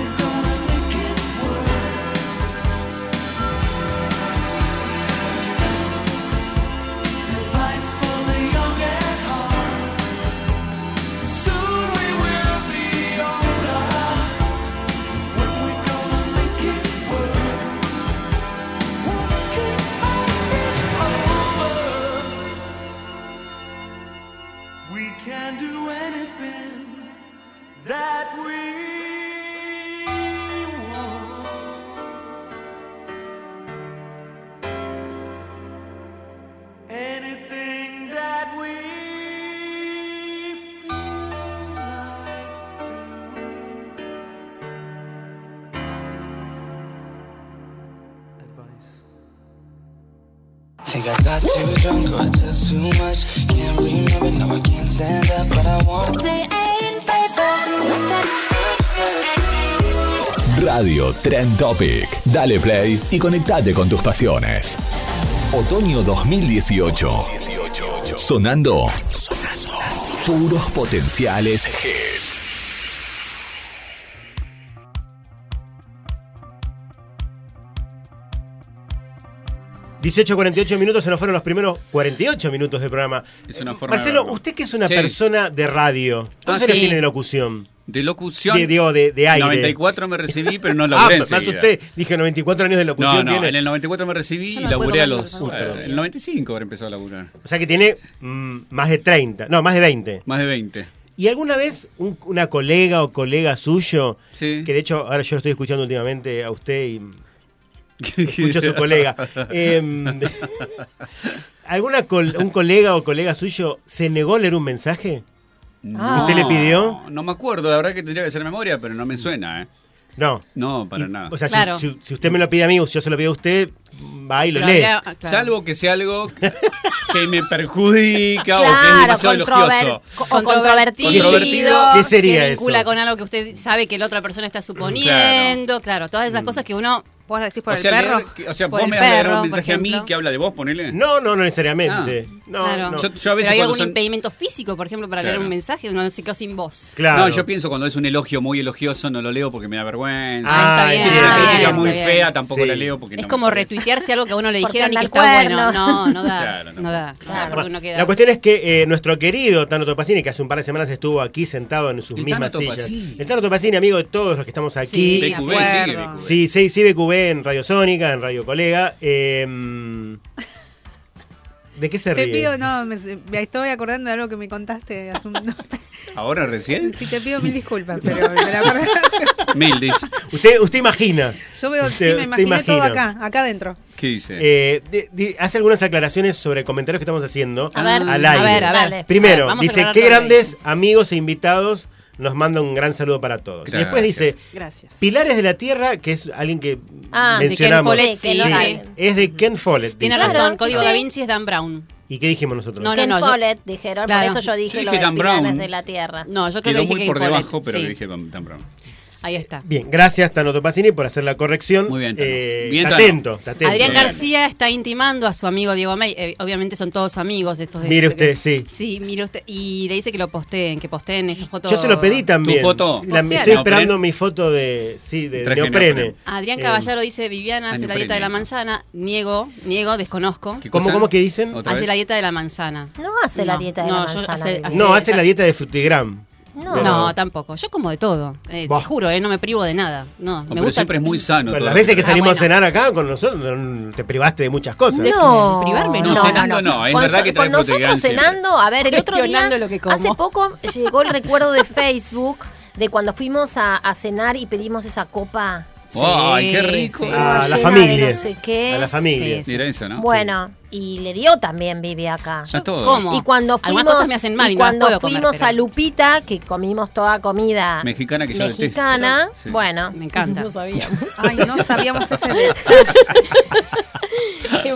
A: We can do anything that we want. Anything that we feel like doing. Advice.
J: Think I got too drunk or I took too much. Can't remember, now I can't stand up, but I want. They ain't
G: Radio Trend Topic. Dale play y conectate con tus pasiones. Otoño 2018. Sonando. Puros potenciales hits.
C: Bien. 18.48 minutos, se nos fueron los primeros 48 minutos del programa.
E: Es una forma
C: Marcelo,
E: de-
C: usted que es una
E: Sí.
C: persona de radio, ¿cuántos
E: Ah,
C: años
E: sí.
C: tiene de locución?
E: De locución.
C: De, digo, de, de aire.
E: 94 me recibí, pero no
C: Ah,
E: laburé
C: más
E: enseguida.
C: usted, dije 94 años de locución
E: No, no,
C: tiene.
E: en el 94 me recibí
D: Yo
E: y
D: no puedo
E: laburé a
D: comer
E: los...
D: con
C: los
E: eh, el 95 ahora empezó a laburar.
C: O sea que tiene mm, más de 30, no, más de 20.
E: Más de 20.
C: ¿Y alguna vez un- una colega o colega suyo,
E: Sí.
C: que de hecho ahora yo lo estoy escuchando últimamente a usted y escucho a su colega, em, ¿alguna col- un colega o colega suyo se negó a leer un mensaje?
B: Ah.
E: No,
C: ¿Usted le pidió?
E: No me acuerdo, la verdad que tendría que hacer memoria, pero no me suena, ¿eh?
C: No.
E: No, para
C: Y-
E: nada.
C: O sea, si-
D: Claro.
C: si, si usted me lo pide a mí o si yo se lo pido a usted, va y lo
D: Pero
C: lee.
D: habría- ah, claro.
E: Salvo que sea algo que me perjudica o que es
B: Claro,
E: demasiado
B: controver-
E: elogioso.
B: co- o controvertido.
E: Controvertido.
C: ¿Qué sería
D: que vincula
C: eso?
D: con algo que usted sabe que la otra persona está suponiendo, claro, todas esas cosas que uno
F: Vos lo decís por
E: O
F: el
E: sea, leer-
F: perro.
E: que- o sea,
D: Por
E: vos
D: el
E: me das a leer
D: perro,
E: un
D: por
E: mensaje a mí
D: ejemplo.
E: que habla de vos, ponele. Ah.
C: No, no, no necesariamente. No,
D: Ah, Claro.
C: no.
E: Yo, yo a
D: Pero
E: veces
D: hay
E: cuando
D: algún
E: son-
D: impedimento físico, por ejemplo, para leer
E: Claro.
D: un mensaje, uno se quedó sin voz.
C: Claro.
E: No, yo pienso cuando es un elogio muy elogioso no lo leo porque me da vergüenza.
C: Ah,
D: está
E: si es
D: bien,
E: una
D: está
E: crítica
D: bien,
E: muy
D: está
E: fea,
D: bien.
E: tampoco
C: Sí.
E: la leo porque
D: Es
E: no
D: como
E: me-
D: retuitearse algo que a uno le
B: Porque
D: dijeron y que
B: anda
D: está
B: el
D: bueno. No, no da.
E: Claro, no.
D: no. da. No da, porque uno queda.
C: La cuestión es que eh, nuestro querido Tano Topacini, que hace un par de semanas estuvo aquí sentado en sus
E: El
C: mismas
E: Tano
C: sillas.
E: Topacini.
C: El Tano Topacini, amigo de todos los que estamos aquí.
D: Sí,
E: BQB,
D: de
E: sigue
F: acuerdo.
E: BQB.
C: Sí, sí, sí, BQB en Radio Sónica, en Radio Colega. em, ¿De qué se
F: Te
C: ríe?
F: pido, no, me, me estoy acordando de algo que me contaste hace un... no,
E: ¿Ahora recién?
F: sí, te pido mil disculpas, pero me la acordás.
E: Mildis,
C: Usted, usted imagina.
F: Yo veo,
C: Te-
F: sí, me
C: te
F: imaginé todo
C: imagino.
F: acá, acá adentro.
E: ¿qué dice?
C: eh, de- de- hace algunas aclaraciones sobre comentarios que estamos haciendo
B: A ver,
C: al
D: a
C: aire.
D: ver, a ver.
B: Dale.
C: Primero,
D: Vamos a
C: dice,
D: aclarar
C: qué
D: todo lo que
C: grandes amigos e invitados nos manda un gran saludo para todos. Y Después
E: Gracias.
C: dice,
F: Gracias.
C: Pilares de la Tierra, que es alguien que
B: Ah, de Ken
C: mencionamos.
D: Follett, sí,
C: Sí,
D: lo
B: sé.
C: Es de Ken Follett.
D: Tiene
C: dice.
D: razón,
B: Claro,
D: Código
B: sí.
D: Da Vinci es Dan Brown.
C: ¿Y qué dijimos nosotros?
D: No,
B: Ken
D: no, yo-
B: Follett, dijeron,
D: Claro.
B: por eso yo dije
E: Yo
B: lo
E: dije
B: de
E: Dan
B: Pilares
E: Brown.
B: de la Tierra.
D: No, yo creo
E: Quedó
D: que dije
E: muy
D: que
E: por
D: Follett,
E: debajo, pero
D: sí.
E: lo dije tan tan pronto.
D: Ahí está.
C: Bien, gracias Tano Pasini por hacer la corrección. Muy bien,
E: Bien, Tano.
C: atento, está atento.
D: Adrián García está intimando a su amigo Diego May. Eh, obviamente son todos amigos estos de
C: Mire
D: de- que-
C: usted, sí.
D: Sí, mire usted. Y le dice que lo posteen, que posteen esas fotos.
C: Yo se lo pedí también. La- estoy esperando mi foto de, sí, de
E: Traje
C: neoprene.
E: neoprene.
D: Adrián
C: Eh,
D: Caballero dice, Viviana hace la
C: Año
D: dieta de la
C: premio.
D: manzana. Niego, niego, desconozco.
C: ¿Cómo- cosa? cómo que dicen? ¿Otra
D: Hace
C: vez?
D: la dieta de la manzana.
B: No hace la dieta de la
D: yo
B: manzana,
D: hace-
B: Vivi.
D: hace-
C: No, hace
D: Ah, ya-
C: la dieta de frutigram.
D: No,
B: No.
C: Pero-
D: tampoco. Yo como de todo. Eh, te juro, eh, no me privo de nada. No, me
E: pero
D: gusta.
E: siempre es muy sano.
C: Pero
E: todo.
C: las veces que
D: Ah,
C: salimos
D: bueno.
C: a cenar acá con nosotros, mm, te privaste de muchas cosas.
B: No,
D: privarme,
E: no. cenando no, es
B: Con
E: verdad que
B: con
E: trae proteína
B: nosotros
E: siempre.
B: cenando, a ver, el otro día,
D: Cuestionando lo que como.
B: hace poco llegó el recuerdo de Facebook de cuando fuimos a, a cenar y pedimos esa copa.
E: ¡Ay, qué rico!
C: A Ah, la
B: llena
C: familia.
B: de no sé qué.
C: A la familia.
E: Sí, sí. Mira eso, ¿no?
B: Bueno, y le dio también Vivi acá.
E: Ya todo. ¿Cómo?
B: Y cuando
D: Algunas
B: fuimos,
D: cosas me hacen mal y
B: y
D: no las
B: cuando
D: puedo comer,
B: fuimos
D: pero-
B: a Lupita, que comimos toda comida
E: Mexicana que yo detesto.
B: mexicana,
E: Sí.
B: bueno,
D: me encanta.
F: Ay, no sabíamos ese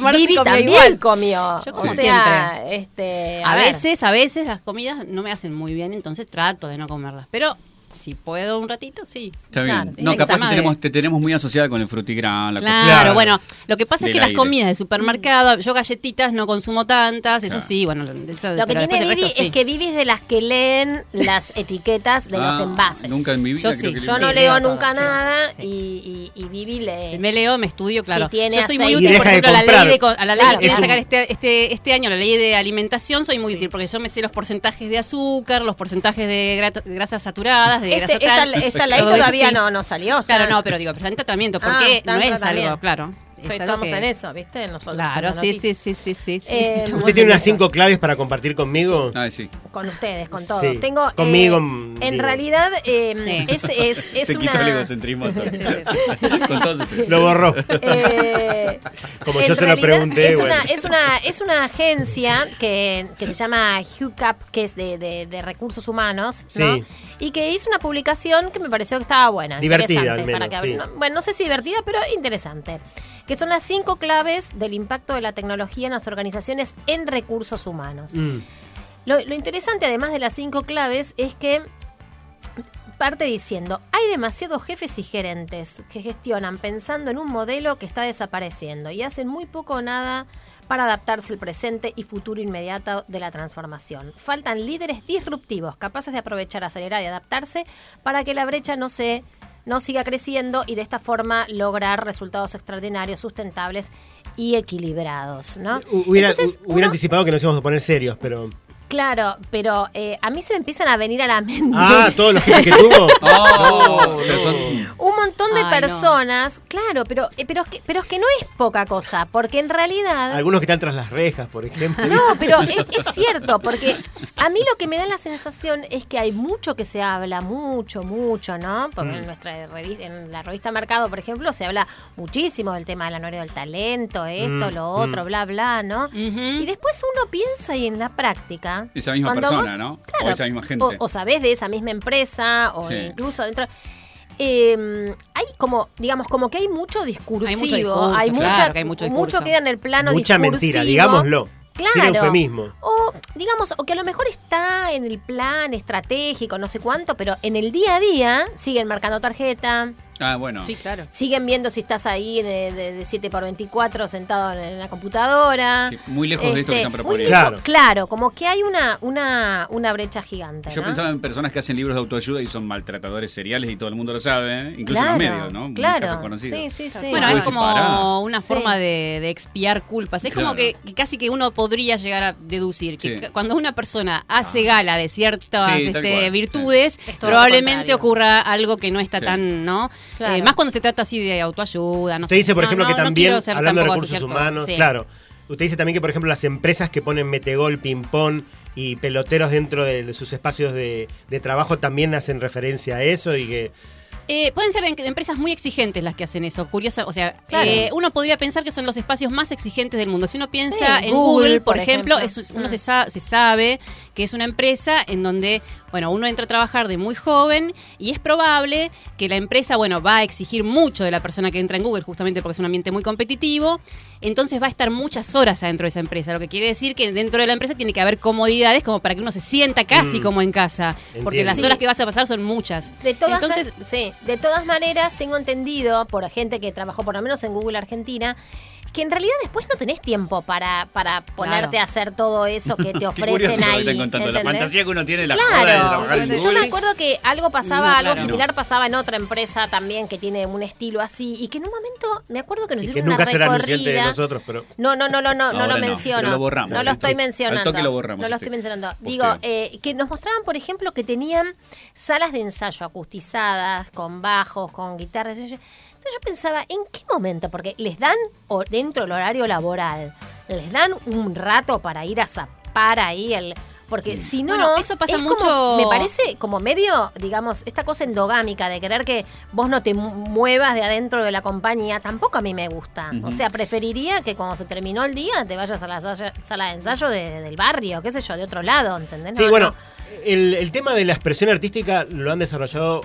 D: Marci
B: Vivi
D: comió
B: también
D: igual.
B: comió.
D: Yo como
B: o sea, este,
D: A
B: ver.
D: veces, a veces las comidas no me hacen muy bien, entonces trato de no comerlas. Pero si puedo un ratito, sí.
E: Está bien.
D: Claro,
E: No,
D: esa
E: capaz que
D: madre.
E: tenemos, te tenemos muy asociada con el frutigrán. La
D: Claro,
E: cosa-
D: bueno, lo que pasa es
E: Del
D: que las
E: aire.
D: comidas de supermercado, yo galletitas no consumo tantas, eso
E: Claro.
D: sí, bueno, eso-
B: Lo que
D: pero después
B: tiene
D: el
B: Vivi
D: resto sí.
B: es que Vivi es de las que leen las etiquetas de los
E: Ah,
B: envases.
E: Nunca en mi vida
D: Yo
E: creo
D: sí,
E: que le-
B: Yo no
D: Sí,
B: leo
D: leo todo,
B: nunca
D: sí,
B: nada y, y, y Vivi lee.
D: Me leo, me estudio, claro.
B: Si tiene
D: Yo soy muy
B: aceite.
D: útil,
B: Y
D: por
B: deja de
D: ejemplo, a la ley
B: comprar.
D: de, co- a la ley
B: Claro,
D: que voy a
B: claro.
D: sacar este, este, este año, la ley de alimentación, soy muy útil porque yo me sé los porcentajes de azúcar, los porcentajes de grat- grasas saturadas, de
B: Este-
D: grasas
B: esta-
D: trans.
B: esta ley
D: todo eso
B: todavía
D: sí.
B: no, no salió. está-
D: Claro, no, pero digo, presenta tratamiento,
B: Ah,
D: porque
B: está
D: no
B: en
D: es algo,
B: tratamiento.
D: claro. es algo
B: estamos
D: que-
B: en eso, ¿viste? Nosotros
D: Claro,
B: en la
D: sí,
B: noticia.
D: sí, sí, sí, sí.
B: Eh,
D: Estamos
C: ¿Usted tiene
D: en
C: unas
D: eso.
C: cinco claves para compartir conmigo?
E: Ah, sí.
B: Con ustedes, con todos.
C: Sí.
B: Tengo, eh,
C: Conmigo,
B: en
C: digo.
B: realidad, eh,
E: Sí.
B: es, es, es
E: Te
B: una...
E: quito el egocentrismo. Con todos ustedes.
C: Lo borró.
B: Eh,
C: Como
B: en
C: yo se lo
B: realidad
C: pregunté.
B: Es,
C: bueno.
B: una, es, una, es una agencia que, que se llama HUCAP, que es de, de- de recursos humanos, ¿no?
C: Sí.
B: Y que hizo una publicación que me pareció que estaba buena.
C: Divertida,
B: interesante,
C: al menos,
B: para que-
C: sí.
B: no- bueno, no sé si divertida, pero interesante. Que son las cinco claves del impacto de la tecnología en las organizaciones en recursos humanos.
C: Mm.
B: Lo, lo interesante, además de las cinco claves, es que parte diciendo, hay demasiados jefes y gerentes que gestionan pensando en un modelo que está desapareciendo y hacen muy poco o nada para adaptarse al presente y futuro inmediato de la transformación. Faltan líderes disruptivos, capaces de aprovechar, acelerar y adaptarse para que la brecha no se no siga creciendo y de esta forma lograr resultados extraordinarios, sustentables y equilibrados, ¿no?
C: Hu- Hubiera,
B: Entonces,
C: hu- hubiera
B: uno-
C: anticipado que nos íbamos a poner serios, pero.
B: Claro, pero eh, a mí se me empiezan a venir a la mente
C: Ah, todos los jefes que tuvo.
E: Oh,
C: No,
E: pero son-
B: un montón de
D: Ay, no.
B: personas, claro, pero, eh, pero, es que, pero es que no es poca cosa, porque en realidad...
C: Algunos que están tras las rejas, por ejemplo.
B: No, pero es, es cierto, porque a mí lo que me da la sensación es que hay mucho que se habla, mucho, mucho, ¿no? Porque en,
D: Mm.
B: nuestra revi- en la revista Mercado, por ejemplo, se habla muchísimo del tema del honorio del talento, esto,
E: Mm,
B: lo otro,
E: mm.
B: bla, bla, ¿no? Y después uno piensa y en la práctica...
E: Esa misma
B: cuando
E: persona,
B: vos-
E: ¿no?
B: claro,
E: o esa misma gente.
B: o, o sabés de esa misma empresa, o
E: Sí.
B: incluso dentro. eh, hay como, digamos, como que hay mucho discursivo, hay,
D: discurso,
B: mucha-
D: claro, que hay mucho discurso.
B: queda en el plano
C: Mucha
B: discursivo.
C: mentira, digámoslo. Sin
B: Claro.
C: eufemismo.
B: O, digamos, o que a lo mejor está en el plan estratégico, no sé cuánto, pero en el día a día siguen marcando tarjeta,
E: Ah, bueno.
D: claro.
B: siguen viendo si estás ahí de, de, 7x24 sentado en, en la computadora.
E: Que muy lejos de esto que
B: Este,
E: están
B: muy
E: proponiendo.
B: lejos, claro. como que hay una, una, una brecha gigante.
E: Yo
B: ¿no?
E: pensaba en personas que hacen libros de autoayuda y son maltratadores seriales y todo el mundo lo sabe, ¿eh? incluso
B: Claro,
E: en los medios, ¿no?
B: claro.
E: Casos conocidos.
B: Sí, sí, sí.
D: Bueno,
E: Vos
D: es
E: decís, pará.
D: como una forma de, de expiar culpas. Es como
E: Claro.
D: que, que casi que uno podría llegar a deducir que
E: Sí. Ah.
D: c- cuando una persona hace gala de ciertas
E: Sí, tal
D: este,
E: cual,
D: virtudes,
B: Es todo lo
D: probablemente
B: contrario.
D: ocurra algo que no está
E: Sí.
D: tan, ¿no?
B: Claro.
D: Eh, más cuando se trata así de autoayuda. No
C: Usted
D: sé.
C: dice, por
D: No,
C: ejemplo,
D: no-
C: que
D: no
C: también,
D: quiero ser
C: hablando de
D: tampoco
C: recursos
D: asociar todo.
C: humanos,
D: Sí.
C: claro. Usted dice también que, por ejemplo, las empresas que ponen metegol, ping-pong y peloteros dentro de sus espacios de, de trabajo también hacen referencia a eso y que...
D: Eh, pueden ser en- empresas muy exigentes las que hacen eso. Curiosa, o sea,
B: Claro.
D: eh, uno podría pensar que son los espacios más exigentes del mundo. Si uno piensa
B: Sí,
D: en Google,
B: Google,
D: por,
B: por
D: ejemplo,
B: ejemplo.
D: es un- uno
B: Mm.
D: se, sa- se sabe que es una empresa en donde, bueno, uno entra a trabajar de muy joven y es probable que la empresa, bueno, va a exigir mucho de la persona que entra en Google, justamente porque es un ambiente muy competitivo. Entonces va a estar muchas horas adentro de esa empresa, lo que quiere decir que dentro de la empresa tiene que haber comodidades como para que uno se sienta casi
C: Mm.
D: como en casa, porque
C: Entiendo.
D: las
B: Sí.
D: horas que vas a pasar son muchas.
B: De todas
D: Entonces,
B: las- sí. De todas maneras, tengo entendido por gente que trabajó por lo menos en Google Argentina que en realidad después no tenés tiempo para, para ponerte a hacer todo eso que te
E: Qué curioso
B: ofrecen
E: lo que
B: ahí.
E: están contando, la
B: ¿entendés?
E: fantasía que uno tiene de la joda de trabajar en
B: Claro, yo
E: Google.
B: me acuerdo que algo pasaba,
E: No,
B: algo
E: claro.
B: similar pasaba en otra empresa también que tiene un estilo así y que en un momento me acuerdo que nos
C: Y
B: hicieron
C: que
B: una
C: nunca será anunciante de
B: recorrida.
C: nosotros, pero.
B: No, no, no, no, no, no
C: Ahora
B: lo
C: no,
B: menciono.
C: pero lo borramos,
B: No
C: al
B: lo estoy
C: toque.
B: mencionando.
E: Al toque lo borramos,
B: No lo
E: este
B: estoy mencionando.
E: posteo.
B: Digo, eh, que nos mostraban, por ejemplo, que tenían salas de ensayo acustizadas, con bajos, con guitarras. Yo- yo- Entonces yo pensaba, ¿en qué momento? Porque les dan, o dentro del horario laboral, les dan un rato para ir a zapar ahí el...
C: Mm.
B: Porque si no,
D: Bueno, eso pasa
B: es como-
D: mucho-
B: me parece como medio, digamos, esta cosa endogámica de querer que vos no te mu- muevas de adentro de la compañía, tampoco a mí me gusta.
D: Ujú.
B: O sea, preferiría que cuando se terminó el día te vayas a la sala, sala de ensayo de- del barrio, qué sé yo, de otro lado, ¿entendés?
C: Sí,
B: No,
C: bueno,
B: no.
C: el, el tema de la expresión artística lo han desarrollado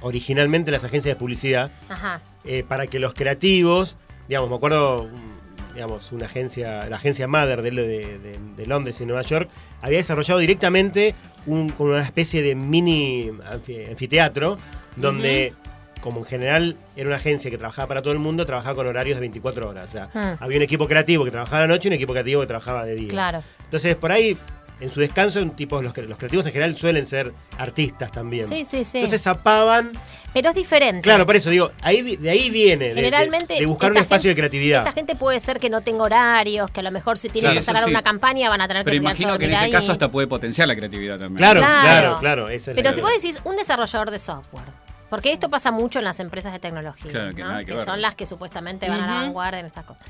C: originalmente las agencias de publicidad
B: Ajá.
C: eh, para que los creativos, digamos, me acuerdo, un- digamos, una agencia, la agencia Mother de, de- de- de Londres y Nueva York, había desarrollado directamente un, como una especie de mini anfi- anfiteatro donde como en general era una agencia que trabajaba para todo el mundo, trabajaba con horarios de 24 horas. O sea,
B: Mm.
C: había un equipo creativo que trabajaba de noche y un equipo creativo que trabajaba de día.
B: Claro.
C: Entonces, por ahí, en su descanso, un tipo, los, cre- los creativos en general suelen ser artistas también.
B: Sí, sí, sí.
C: Entonces zapaban.
B: Pero es diferente.
C: Claro, por eso digo, ahí, vi- de ahí viene, de- de,
B: Generalmente,
C: de, buscar un
B: esta
C: espacio de
B: Esta
C: creatividad.
B: gente puede ser que no tenga horarios, que a lo mejor si tienen
E: Sí,
B: que
E: eso
B: cerrar
E: sí.
B: una campaña van a tener
E: Pero
B: que quedarse a
E: imagino que en
B: dormir
E: ese
B: ahí.
E: caso hasta puede potenciar la creatividad también.
C: Claro, claro, claro. esa es la
B: Pero si
C: idea.
B: vos decís un desarrollador de software, porque esto pasa mucho en las empresas de tecnología,
E: Claro, que
B: ¿no?
E: nada que
B: que,
E: ver.
B: son las que supuestamente van a la
D: Ujú.
B: vanguardia en estas cosas.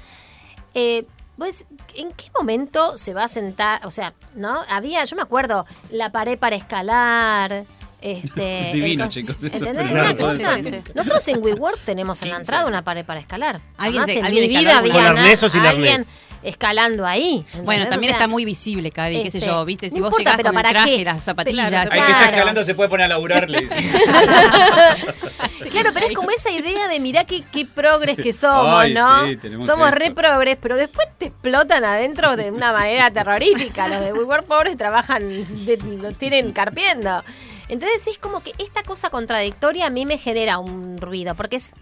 B: Eh, vos, ¿En qué momento se va a sentar? O sea, ¿no? Había, yo me acuerdo, la pared para escalar. Este,
E: Divino,
B: el-
E: chicos, eso.
B: ¿Entendés?
E: Claro,
B: Eh, Una cosa.
E: sí, sí, sí.
B: Nosotros en WeWork tenemos en la entrada una pared para escalar.
D: Alguien
B: Jamás
D: se-
B: en
D: alguien
B: mi vida
D: escaló alguna
B: había
D: vez. Con
B: na-
D: arnés o sin
B: alguien
D: arnés.
B: escalando ahí.
D: Bueno,
B: ¿entendés?
D: también
B: O sea,
D: está muy visible, Cari, qué sé
B: este,
D: yo, viste, si vos
B: no importa,
D: llegás
B: pero
D: con el
B: ¿para
D: traje,
B: qué?
D: las zapatillas.
B: Claro,
E: Ahí que está
B: Claro.
E: escalando se puede poner a laburar, le dice.
B: Claro, pero es como esa idea de mirá qué, qué progres que somos,
E: Ay,
B: ¿no?
E: sí, tenemos
B: somos
E: esto.
B: re progres, pero después te explotan adentro de una manera terrorífica. Los de WeWork pobres trabajan, de- lo tienen carpiendo. Entonces es como que esta cosa contradictoria a mí me genera un ruido, porque es,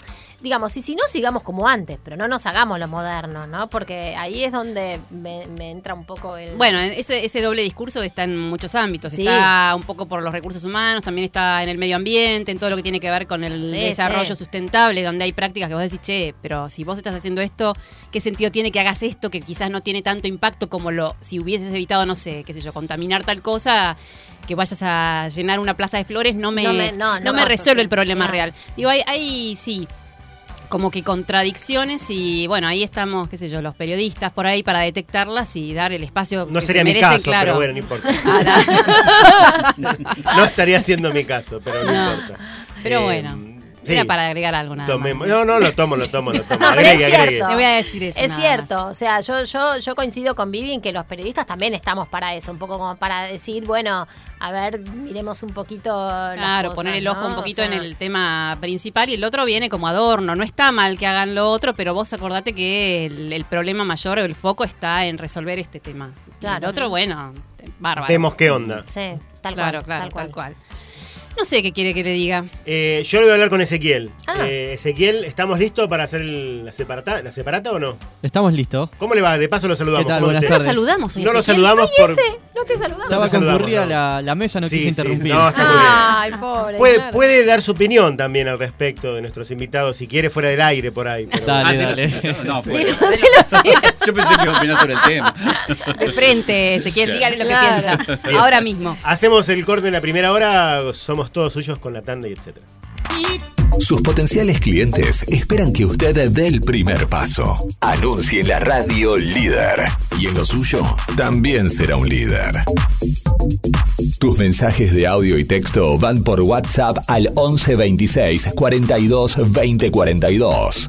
B: digamos, y si no sigamos como antes, pero no nos hagamos lo moderno, ¿no? Porque ahí es donde me, me entra un poco el...
D: Bueno, ese, ese doble discurso está en muchos ámbitos.
B: Sí.
D: Está un poco por los recursos humanos, también está en el medio ambiente, en todo lo que tiene que ver con el
B: Sí,
D: desarrollo
B: sí.
D: sustentable, donde hay prácticas que vos decís, che, pero si vos estás haciendo esto, ¿qué sentido tiene que hagas esto que quizás no tiene tanto impacto como lo si hubieses evitado, no sé, qué sé yo, contaminar tal cosa? que vayas a llenar una plaza de flores no me,
B: No
D: no
B: me-
D: me,
B: no, no, no,
D: resuelve el problema
B: no.
D: real. Digo, hay, hay sí, como que contradicciones y bueno, ahí estamos, qué sé yo, los periodistas por ahí para detectarlas y dar el espacio
C: No
D: que
C: sería
D: se
C: mi
D: merece,
C: caso,
D: claro.
C: pero bueno, no importa. no estaría siendo mi caso, pero no,
D: No,
C: importa.
D: pero
C: Eh,
D: bueno,
C: sí.
D: era para agregar algo nada más.
C: Tomemos- No, no, lo tomo, lo tomo, lo tomo.
B: No, pero
C: Agregue,
B: es
C: agregue.
B: cierto.
D: Le voy a decir eso,
B: Es
D: nada
B: cierto. O sea, yo, yo, yo coincido con Vivi en que los periodistas también estamos para eso, un poco como para decir, bueno, a ver, miremos un poquito. las
D: Claro,
B: cosas,
D: poner el ojo
B: ¿no?
D: un
B: O
D: poquito en
B: sea,
D: el tema principal y el otro viene como adorno. No está mal que hagan lo otro, pero vos acordate que el, el problema mayor o el foco está en resolver este tema.
B: Claro.
D: El otro, bueno, bárbaro.
C: Vemos qué onda.
B: Sí, tal
D: Claro,
B: cual.
D: claro,
B: tal cual.
D: No sé qué quiere que le diga.
C: Eh, yo le voy a hablar con Ezequiel.
B: Ah.
C: Eh, Ezequiel, ¿estamos listos para hacer el- la, separata, la separata o no?
K: Estamos listos.
C: ¿Cómo le va? De paso lo saludamos.
K: ¿Qué tal?
C: ¿Cómo
K: Buenas
C: te-
K: tardes. No lo
D: saludamos hoy,
C: No lo
D: Ezequiel.
C: saludamos
B: Ay,
C: por...
B: ese, no te saludamos.
K: Estaba
C: te saludamos,
K: concurrida
C: no.
K: la, la mesa, no
C: Sí,
K: quise
C: sí,
K: interrumpir.
C: no, está muy bien.
B: Ay, pobre.
C: Puede,
B: claro.
C: puede dar su opinión también al respecto de nuestros invitados, si quiere, fuera del aire por ahí. pero-
K: Dale,
E: Ah, de los-
K: dale.
E: No, fue.
B: Dilo, dilo, sí.
E: Yo pensé que iba a opinar sobre el tema.
D: De frente, Ezequiel, dígale lo que
B: Claro.
D: piensa. Ahora mismo.
C: Hacemos el corte en la primera hora, somos todos suyos con la tanda y etcétera.
G: Sus potenciales clientes esperan que usted dé el primer paso. Anuncie en la radio líder. Y en lo suyo, también será un líder. Tus mensajes de audio y texto van por WhatsApp al 1126 42 20 42.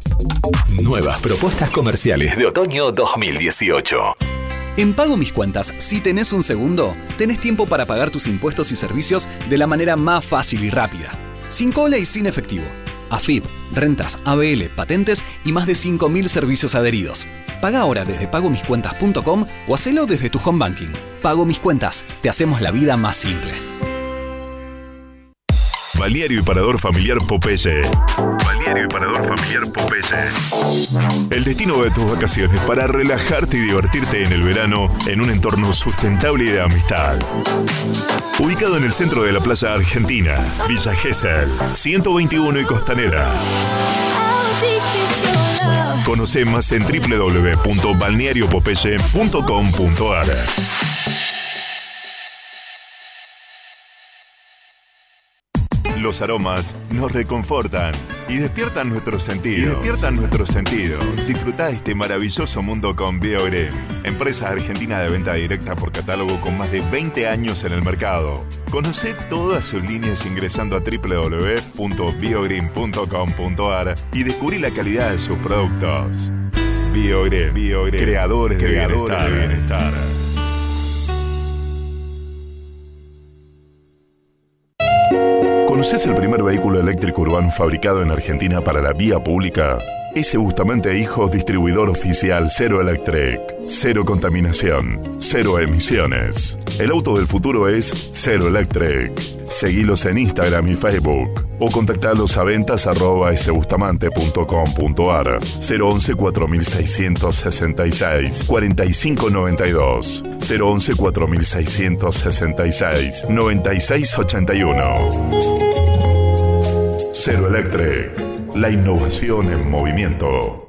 G: Nuevas propuestas comerciales de otoño 2018.
L: En Pago Mis Cuentas, si tenés un segundo, tenés tiempo para pagar tus impuestos y servicios de la manera más fácil y rápida. Sin cola y sin efectivo. AFIP, rentas, ABL, patentes y más de 5.000 servicios adheridos. Paga ahora desde pagomiscuentas.com o hacelo desde tu home banking. Pago Mis Cuentas, te hacemos la vida más simple.
K: Balneario y Parador Familiar Popeye. Balneario y Parador Familiar Popeye. El destino de tus vacaciones para relajarte y divertirte en el verano en un entorno sustentable y de amistad. Ubicado en el centro de la playa argentina, Villa Gesell, 121 y Costanera. Conoce más en www.balneariopopeye.com.ar. Los aromas nos reconfortan y despiertan nuestros sentidos. Y despiertan nuestros sentidos. Disfruta de este maravilloso mundo con Biogreen, empresa argentina de venta directa por catálogo con más de 20 años en el mercado. Conoce todas sus líneas ingresando a www.biogreen.com.ar y descubrí la calidad de sus productos. Biogreen, Biogreen, creadores, de
M: Creadores de
K: bienestar. ¿Conoces el primer vehículo eléctrico urbano fabricado en Argentina para la vía pública? Ese Bustamante e Hijos distribuidor oficial Cero Electric. Cero contaminación, cero emisiones. El auto del futuro es Cero Electric. Seguilos en Instagram y Facebook o contactalos a ventas arroba sbustamante.com.ar 011 4666 4592 011 4666 9681 Cero Electric, la innovación en movimiento.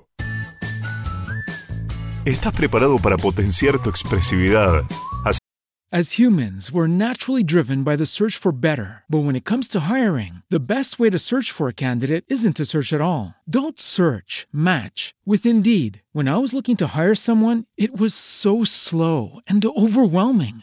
K: ¿Estás preparado para potenciar tu expresividad? Hacer
H: As humans, we're naturally driven by the search for better. But when it comes to hiring, the best way to search for a candidate isn't to search at all. Don't search, match with Indeed. When I was looking to hire someone, it was so slow and overwhelming.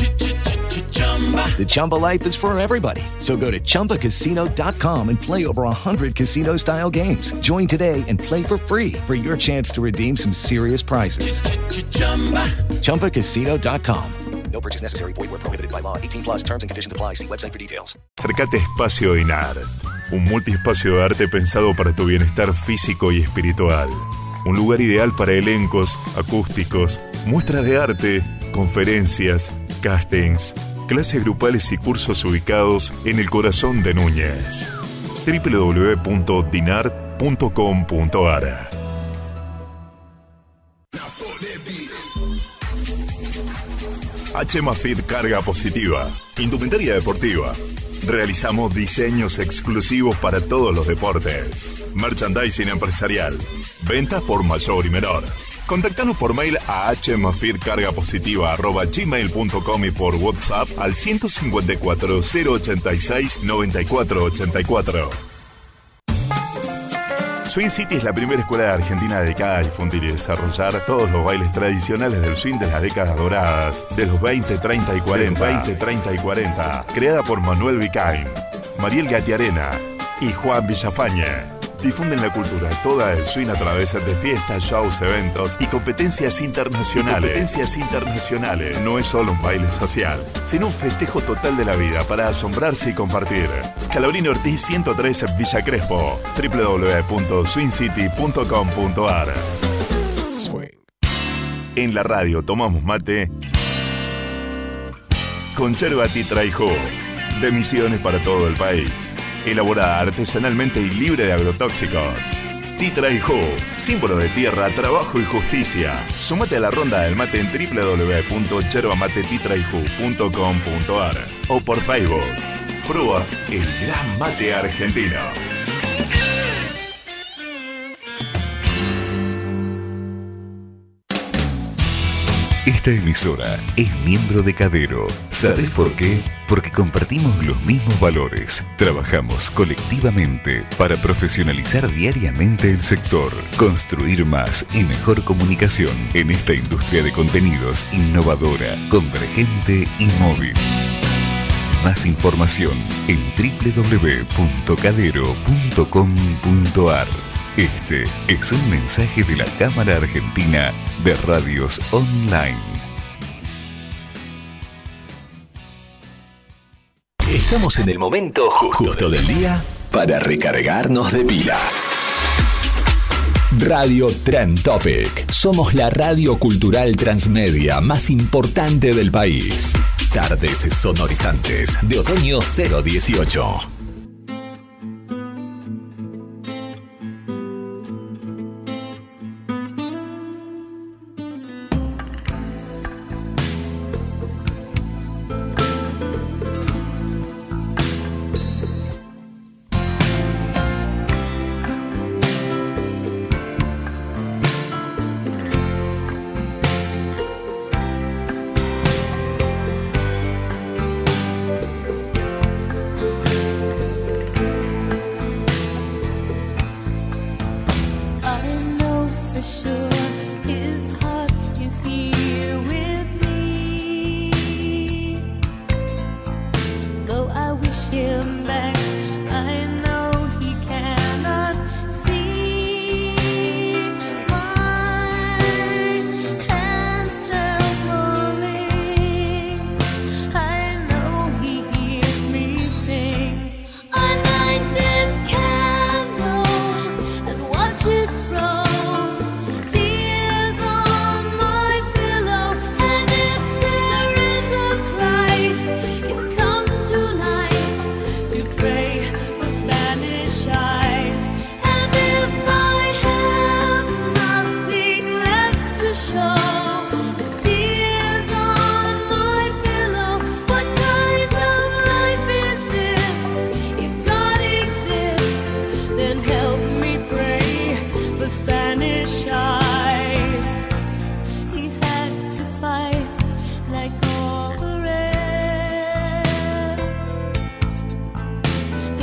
N: The Chumba life is for everybody. So go to ChumbaCasino.com and play over 100 casino style games. Join today and play for free for your chance to redeem some serious prizes. ChumbaCasino.com. No purchase necessary. Void where prohibited by law. 18 plus terms and conditions apply. See website for details.
K: Acercate a Espacio Dinar, un multiespacio de arte pensado para tu bienestar físico y espiritual. Un lugar ideal para elencos, acústicos, muestras de arte, conferencias, castings, clases grupales y cursos ubicados en el corazón de Núñez. www.dinar.com.ar HMAFIT Carga Positiva, Indumentaria Deportiva. Realizamos diseños exclusivos para todos los deportes. Merchandising empresarial. Ventas por mayor y menor. Contactanos por mail a hmafircargapositiva.gmail.com y por WhatsApp al 154 086 9484. Swing City es la primera escuela de Argentina dedicada a difundir y desarrollar todos los bailes tradicionales del swing de las décadas doradas, de los 20, 30 y 40. 20, 30 y 40. Creada por Manuel Vicain, Mariel Gatiarena y Juan Villafañe. Difunden la cultura toda del swing a través de fiestas, shows, eventos y competencias internacionales. competencias internacionales. No es solo un baile social, sino un festejo total de la vida para asombrarse y compartir. Scalabrini Ortiz 103 Villa Crespo. www.swingcity.com.ar En la radio tomamos mate con yerba titra y jugo. De misiones para todo el país. Elaborada artesanalmente y libre de agrotóxicos. Titra y Jugo, símbolo de tierra, trabajo y justicia. Sumate a la ronda del mate en www.yerbamatetitrayju.com.ar o por Facebook. Prueba el gran mate argentino.
M: Esta emisora es miembro de Cadero. ¿Sabes por qué? Porque compartimos los mismos valores. Trabajamos colectivamente para profesionalizar diariamente el sector, construir más y mejor comunicación en esta industria de contenidos innovadora, convergente y móvil. Más información en www.cadero.com.ar. Este es un mensaje de la Cámara Argentina de Radios Online.
G: Estamos en el momento ju- justo del día para recargarnos de pilas. Radio Trend Topic. Somos la radio cultural transmedia más importante del país. Tardes sonorizantes de otoño 018.
I: I know for sure his heart is here with me. Though I wish him back, I know he cannot see. My hands trembling, I know he hears me sing. I light this candle and watch it flow. Tears on my pillow, and if there is a Christ, he'll come tonight to pray for Spanish eyes. And if I have nothing left to show, the tears on my pillow. What kind of life is this? If God exists, then help me pray for Spanish eyes. He had to fight like all the rest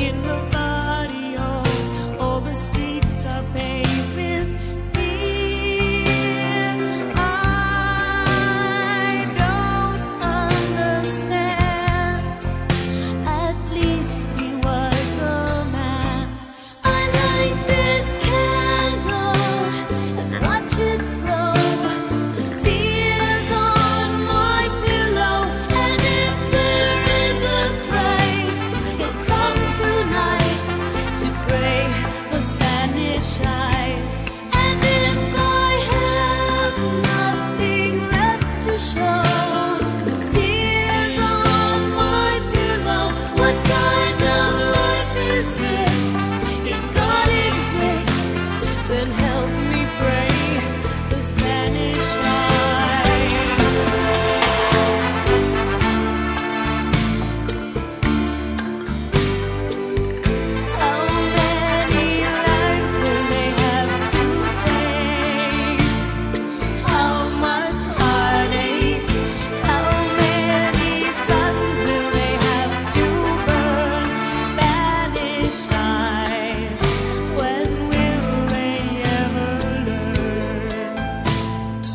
I: in the barrio. All the streets are paved with fear. I don't understand. At least he was a man. I light this candle and watch it flow. Tears on my pillow, and if there is a Christ, he'll come tonight to pray for Spanish eyes. And if I have nothing left to show, tears on my pillow, what kind of life is this? If God exists, then help me pray the Spanish eyes. How many lives will they have to take? How much heartache? How many suns will they have to burn? Spanish eyes, when will they ever learn?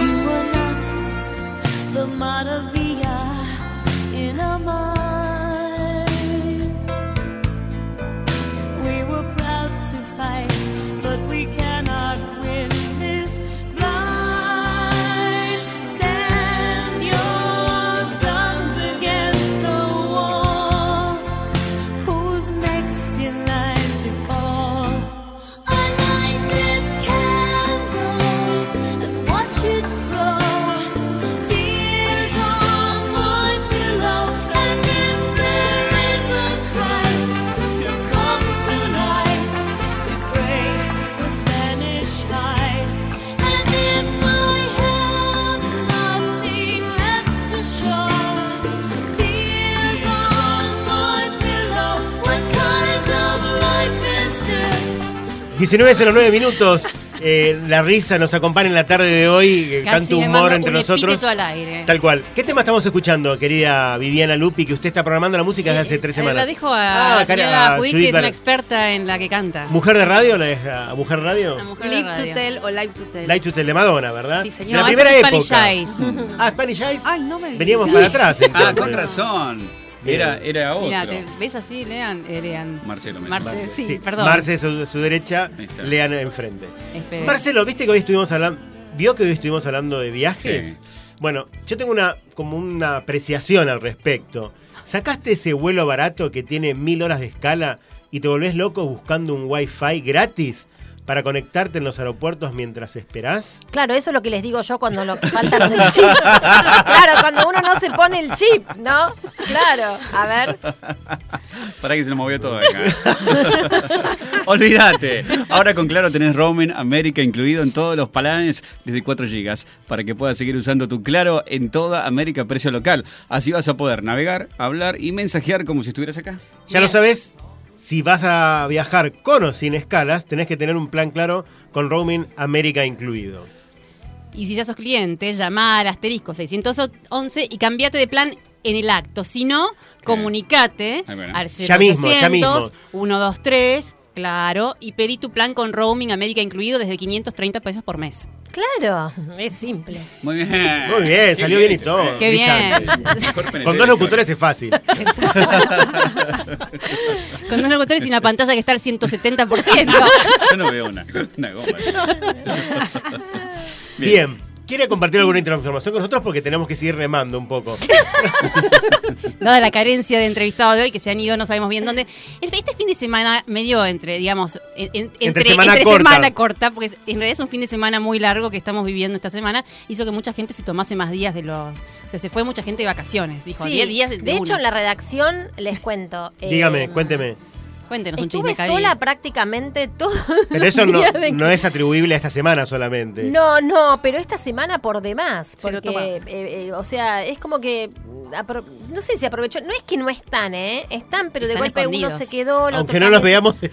I: You were not the Mata Via in our mind. We were proud to fight, but we cannot win this blind. Stand your guns against the wall. Who's next in line to fall? I light this candle and watch it flow. Tears on
C: 19 son los 9 minutos. Eh, la risa nos acompaña en la tarde de hoy. eh,
D: Casi
C: tanto
D: me
C: humor
D: mando
C: entre
D: un
C: nosotros.
D: epíteto al aire.
C: Tal cual. ¿Qué tema estamos escuchando, querida Viviana Lupi, que usted está programando la música desde hace tres
D: Eh,
C: semanas?
D: La dejo a
C: Ah,
D: la
C: cara,
D: señora
C: a
D: Judith,
C: Judith
D: que es una
C: Bar-
D: experta en la que canta.
C: ¿Mujer de radio? ¿La es- a ¿Mujer de radio?
F: Live to tell o live to tell.
C: Light to Tell de Madonna, ¿verdad?
F: Sí,
C: De la
F: señor.
C: primera época.
F: Ah,
C: Spanish Eyes.
F: Ay, no me
C: Veníamos
F: Sí.
C: para atrás.
E: Ah,
C: entonces.
E: con razón. Era, era otro.
D: Mira, te ves así, lean, eh, lean.
E: Marcelo me
D: Marce,
E: parece.
D: sí, perdón.
C: Marce, su, su derecha, Lean enfrente.
D: Espera.
C: Marcelo, ¿viste que hoy estuvimos hablando? ¿Vio que hoy estuvimos hablando de viajes?
E: Sí.
C: Bueno, yo tengo una como una apreciación al respecto. ¿Sacaste ese vuelo barato que tiene mil horas de escala y te volvés loco buscando un wifi gratis para conectarte en los aeropuertos mientras esperás?
B: Claro, eso es lo que les digo yo cuando lo que falta lo del chip. Claro, cuando uno no se pone el chip, ¿no? Claro, a ver.
E: Pará que se nos movió todo acá. Olvídate. Ahora con Claro tenés roaming América incluido en todos los planes desde 4 gigas para que puedas seguir usando tu Claro en toda América a precio local. Así vas a poder navegar, hablar y mensajear como si estuvieras acá.
C: Ya lo sabes, si vas a viajar con o sin escalas, tenés que tener un plan claro con roaming América incluido.
D: Y si ya sos cliente, llamá al asterisco 611 y cambiate de plan en el acto. Si no, comunicate
C: Ahí bueno.
D: al
C: Ya mismo, ya mismo.
D: 0800 123, claro, y pedí tu plan con roaming América incluido desde 530 pesos por mes.
B: Claro, es simple.
E: Muy bien.
C: Muy bien, salió bien y todo.
D: Qué bien.
C: Brillante. Con dos locutores es fácil.
D: Con dos locutores y una pantalla que está al 170%.
E: Yo no veo una, una goma.
C: Bien. ¿Quiere compartir alguna información con nosotros? Porque tenemos que seguir remando un poco.
D: Dada la carencia de entrevistados de hoy, que se han ido, no sabemos bien dónde. El- Este fin de semana medio entre, digamos, en- en- entre,
C: Entre semana
D: entre
C: corta.
D: semana corta, porque es- en realidad es un fin de semana muy largo que estamos viviendo esta semana, hizo que mucha gente se tomase más días de los... O sea, se fue mucha gente de vacaciones, dijo, 10 días de,
B: de hecho,
D: una.
B: en la redacción les cuento. eh,
C: Dígame, cuénteme.
D: Cuéntenos un
B: Estuve
D: chisme, Cari.
B: sola prácticamente todo.
C: Pero
B: el
C: eso no,
B: día de-
C: no es atribuible a esta semana solamente.
B: No, no, pero esta semana por demás.
F: lo
B: Porque,
F: tomás.
B: eh, eh, o sea, es como que. mm, apro- No sé si aprovechó. No es que no están, ¿eh? Están, pero de
D: Están
B: golpe
D: escondidos.
B: uno se quedó. el
C: Aunque no
B: otro
C: los
B: también
C: veamos,
B: se-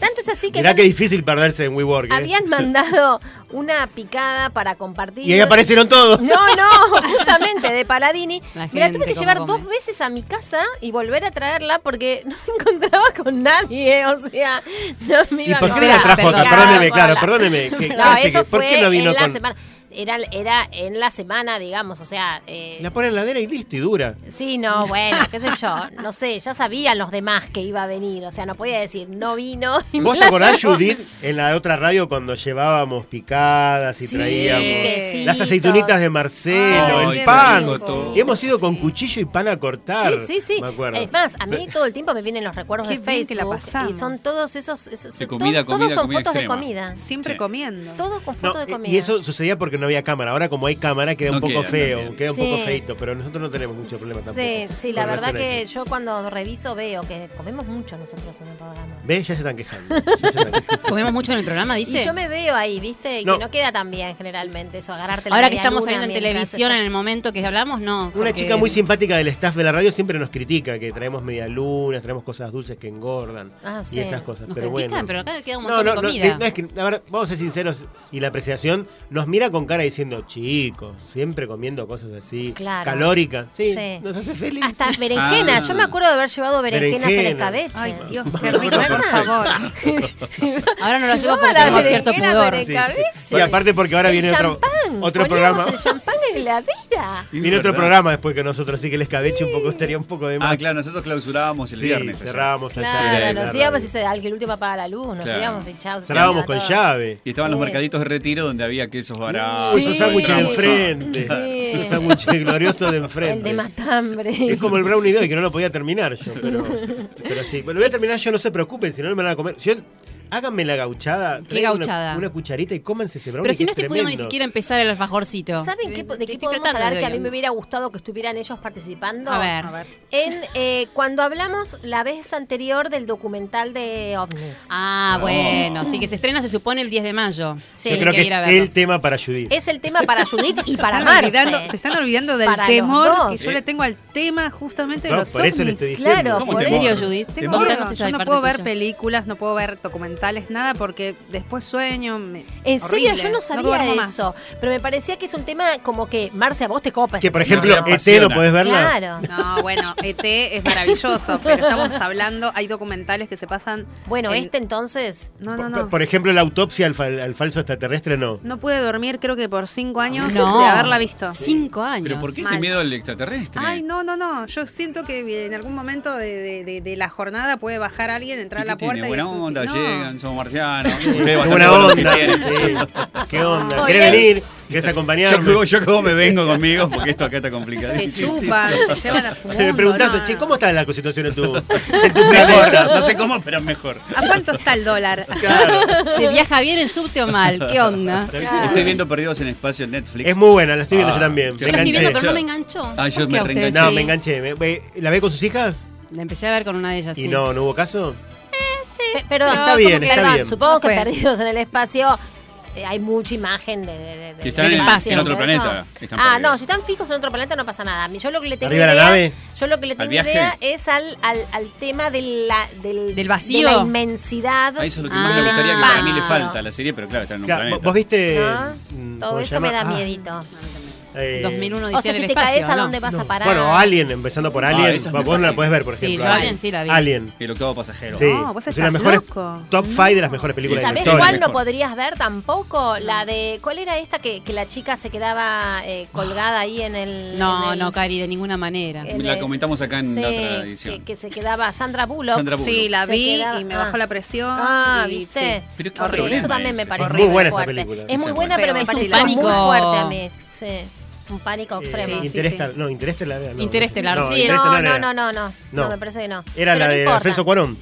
B: Tanto es así que.
C: mirá
B: habían-
C: qué difícil perderse en WeWork. ¿eh?
B: Habían mandado una picada para compartir.
C: Y ahí aparecieron todos.
B: No, no, justamente, de Paladini.
D: La
B: Me la
D: gente
B: tuve que
D: cómo
B: llevar
D: come.
B: dos veces a mi casa y volver a traerla porque no me encontraba con nadie. O sea, no me
C: ¿Y
B: iba a
C: por qué no la
B: encontrar.
C: trajo acá?
B: Perdón.
C: Perdóneme, claro,
B: Hola.
C: perdóneme. ¿Qué- qué
B: No,
C: hace
B: eso
C: que- ¿Por
B: fue
C: qué no vino
B: en la
C: con.?
B: semana. Era, era en la semana, digamos, o sea... eh,
C: La pone en la heladera y listo, y dura.
B: Sí, no, bueno, qué sé yo, no sé, ya sabían los demás que iba a venir, o sea, no podía decir, no vino. y me
C: ¿Vos te
B: la
C: acordás,
B: llevó.
C: Judith, en la otra radio cuando llevábamos picadas y
B: Sí,
C: traíamos
B: quesitos.
C: las aceitunitas de Marcelo,
E: Ay,
C: el
E: qué
C: pan?
E: rico todo.
C: Y hemos ido con cuchillo y pan a cortar.
B: Sí, sí, sí.
C: Me acuerdo.
B: Es más, a mí todo el tiempo me vienen los recuerdos
F: Qué
B: de
F: bien que la
B: Facebook y
F: pasamos.
B: son todos esos... esos
C: De comida,
B: todos,
C: comida,
B: todos son
C: comida
B: fotos
C: extrema.
B: de comida.
F: Siempre
C: Sí.
F: comiendo.
B: Todo con fotos
C: No, eh, e-
B: de comida.
C: y eso sucedía porque no había cámara. Ahora como hay cámara queda
E: No
C: un poco
E: queda,
C: feo,
E: también.
C: queda un
B: Sí.
C: poco feito, pero nosotros no tenemos mucho problema tampoco.
B: Sí, sí, la
C: con
B: verdad
C: relación a
B: que
C: eso.
B: yo cuando reviso veo que comemos mucho nosotros en el programa.
C: ¿Ves? Ya se están quejando. ya se están quejando.
D: Comemos mucho en el programa, dice.
B: Y yo me veo ahí, ¿viste? Y
C: No.
B: que no queda tan bien generalmente eso, agarrarte la
D: Ahora que
B: media
D: estamos
B: luna
D: saliendo en
B: mientras
D: televisión
B: estás-
D: en el momento que hablamos, no.
C: Una
D: porque-
C: chica muy simpática del staff de la radio siempre nos critica que traemos medialunas, traemos cosas dulces que engordan
D: Ah,
C: y
D: sí.
C: esas cosas.
D: Nos
C: pero bueno.
D: critican, pero acá queda un montón de comida.
C: de- no es que, a ver, vamos a ser sinceros y la apreciación nos mira con cara diciendo, chicos, siempre comiendo cosas así,
B: Claro.
C: calóricas. Sí,
B: nos
C: hace feliz.
B: Hasta berenjena.
C: Ah.
B: Yo me acuerdo de haber llevado berenjenas en
C: Berenjena.
B: escabeche.
F: Ay, Dios,
B: ¿Se
F: qué rico,
B: acuerdan?
F: por favor.
D: Ahora no lo
B: Si
D: hacemos
B: vamos
D: porque
B: a la
D: tenemos cierto
B: berenjena,
D: pudor.
C: Sí, sí.
B: escabeche.
C: Y aparte porque ahora
B: El
C: viene otro,
B: champán.
C: otro
B: Poníamos
C: programa.
B: el champán en la heladera.
C: Viene otro
E: ¿Verdad?
C: programa después que nosotros, así que el escabeche un poco estaría un poco de más.
E: Ah, claro, nosotros clausurábamos el
C: Sí,
E: viernes. allá.
C: cerrábamos allá.
E: Era
B: Claro,
E: esa
B: nos
E: radio.
B: íbamos y se, al que el último apagaba la luz, nos
E: Claro.
B: íbamos y chao. se
E: Cerrábamos
B: terminaba todo.
E: con
C: llave.
E: Y estaban los
B: Sí.
E: mercaditos de retiro donde había quesos baratos.
C: Uy, esos sándwiches de enfrente.
E: Claro.
C: Esos sándwiches gloriosos de
B: El
C: enfrente.
B: de matambre.
C: Es como el brownie de hoy, que no lo podía terminar yo, pero, pero sí. Bueno, voy a terminar yo, no se preocupen, si no, no me van a comer. Yo háganme la gauchada. traigan una-
D: gauchada?
C: Una, cucharita y cómanse ese brownie.
D: Pero si
C: que
D: no
C: es
D: estoy pudiendo ni
C: tremendo.
D: siquiera empezar el alfajorcito.
B: ¿Saben qué, po- de qué
D: estoy
B: podemos
D: tratando
B: hablar
D: de
B: que a mí
D: hoy?
B: me hubiera gustado que estuvieran ellos participando?
D: A ver. A
B: En, eh, cuando hablamos la vez anterior del documental de OVNIs.
D: Ah, bueno, sí, que se estrena se supone el 10 de mayo.
B: Sí.
C: Yo creo que, es el tema para Judith.
B: Es el tema para Judith y para
F: Están
B: Marce.
F: olvidando- se están olvidando del
B: Para los
F: temor que
B: dos.
F: yo le tengo al tema justamente de
C: No,
F: los
C: por eso le
F: ovnis.
C: estoy diciendo. Claro, ¿Cómo por temor? eso.
F: Tengo
C: Temor.
F: miedo,
C: No sé si
F: yo
C: hay
F: no
C: parte
F: puedo ver
C: tuya.
F: películas, no puedo ver documentales, nada, porque después sueño. me-
B: En serio,
F: horrible.
B: yo no sabía
F: duermo más.
B: eso. Pero me parecía que es un tema como que, Marce, a vos te copas.
C: Que, por ejemplo,
B: No.
C: ET, ¿lo podés verla?
B: Claro.
F: No, bueno, ET es maravilloso, pero estamos hablando, hay documentales que se pasan.
B: Bueno, este entonces.
F: No,
C: Por-
F: no, no.
C: Por ejemplo, la autopsia al, fal- al falso extraterrestre, no.
F: No pude dormir, creo que por cinco años
D: No.
F: de haberla visto.
D: Cinco años.
E: ¿Pero por qué ese
F: Mal.
E: miedo al extraterrestre?
F: Ay, no, no, no. Yo siento que en algún momento de, de- de- de la jornada puede bajar alguien, entrar a
E: ¿Y
F: la
E: qué tiene?
F: puerta y
E: Buena
F: decir,
E: onda,
F: "No".
E: llegan, somos marcianos.
C: Qué
E: Ustedes bastante
C: buena
E: buenos que
C: onda,
E: tienen.
C: sí. ¿Qué onda? ¿Querés venir? ¿Querés acompañarme?
E: Yo, como- yo como me vengo conmigo porque esto acá está complicado.
F: Te chupan, te llevan a su
C: Le
F: mundo,
C: preguntás,
F: no.
C: che, ¿cómo está la situación en tu, en tu
E: Mejor,
C: planeta?
E: no sé cómo, pero mejor.
F: ¿A cuánto está el dólar?
D: ¿Se viaja bien en subte o mal? ¿Qué onda?
E: Estoy viendo Perdidos en Espacio en Netflix. Ah,
C: Es muy buena, la estoy viendo yo también.
E: qué
C: Me
D: Yo la estoy
C: enganché.
D: viendo, pero no me enganchó.
E: Ah, yo
D: ¿Por
E: me
D: qué a ustedes
E: reenganché.
C: No,
D: sí?
C: me enganché. Me- me- ¿La ve con sus hijas?
D: La empecé a ver con una de ellas,
C: ¿Y
D: sí.
C: no, no hubo caso?
B: Pe- Perdón,
C: Está bien,
B: que-
C: está
B: perdón,
C: bien.
B: supongo que
D: Fue.
B: perdidos en el espacio eh, hay mucha imagen de, de- de-
E: Y están
B: del
E: en el-
B: espacio,
E: en otro
B: ¿no? Eso.
E: planeta, están
B: ah,
E: perdidos.
B: no, si están fijos en otro planeta no pasa nada. A mí Yo lo que le tengo
E: ¿Arriba de la
B: idea,
E: nave?
B: yo lo que le
E: ¿Al
B: tengo
E: viaje?
B: idea es al, al, al tema de la, del,
D: Del vacío.
B: de la inmensidad.
E: Ah, eso es lo que más me gustaría que para mí le falta a la serie, pero claro, está en
C: O
E: un
C: sea,
E: planeta.
C: ¿Vos viste?
B: Ah,
C: mm,
B: Todo
C: cómo se
B: eso me da
C: llama? Ah,
B: miedito.
C: eh,
D: 2001
B: O sea,
D: Odisea
B: si
D: en el
B: te caes,
D: espacio,
B: ¿a
D: ¿no?
B: dónde vas a parar?
C: Bueno, Alien, empezando por
E: Ah,
C: Alien.
E: esa es
C: vos
E: muy
C: no la
E: fácil.
C: podés ver, por
D: Sí,
C: ejemplo.
D: yo Alien sí la vi.
C: Alien.
E: El octavo pasajero.
C: Sí,
F: No, vos
C: es una
F: estás
C: mejor
F: loco.
C: top 5 de las mejores películas de la
B: Mm. ¿Sabés
C: historia.
B: cuál no
C: Mejor.
B: podrías ver tampoco? La de. ¿Cuál era esta que, que la chica se quedaba eh, colgada ahí en el. en
D: No,
B: el-
D: no, Cari, de ninguna manera.
B: en
E: La
B: el-
E: comentamos acá en la
B: Sí,
E: otra edición.
B: Que, que se quedaba Sandra Bullock.
E: Sandra Bullock.
F: Sí, la
B: Se
F: vi
B: quedaba-
F: y me
B: ah.
F: bajó la presión.
B: Ah,
F: y-
B: ¿viste?
F: sí.
E: Pero qué
B: Horrible.
E: problema
B: Eso también
E: ese.
B: me parece
C: Es muy buena esa
B: fuerte.
C: película.
B: Es muy
E: Esa
B: buena,
F: fue.
B: pero me
F: Es un
B: pareció muy
D: pánico.
B: fuerte a mí. Sí, un pánico
C: Eh,
B: extremo.
F: sí, sí,
C: Interestelar. No, Interestelar era. No,
D: Interestelar,
C: no,
D: sí,
B: No,
C: Interestelar
B: no,
C: era.
B: no, no, no.
C: No.
B: No, me parece que no.
C: Era
B: Pero
C: la
B: no
C: de
B: importa.
C: Alfonso Cuarón.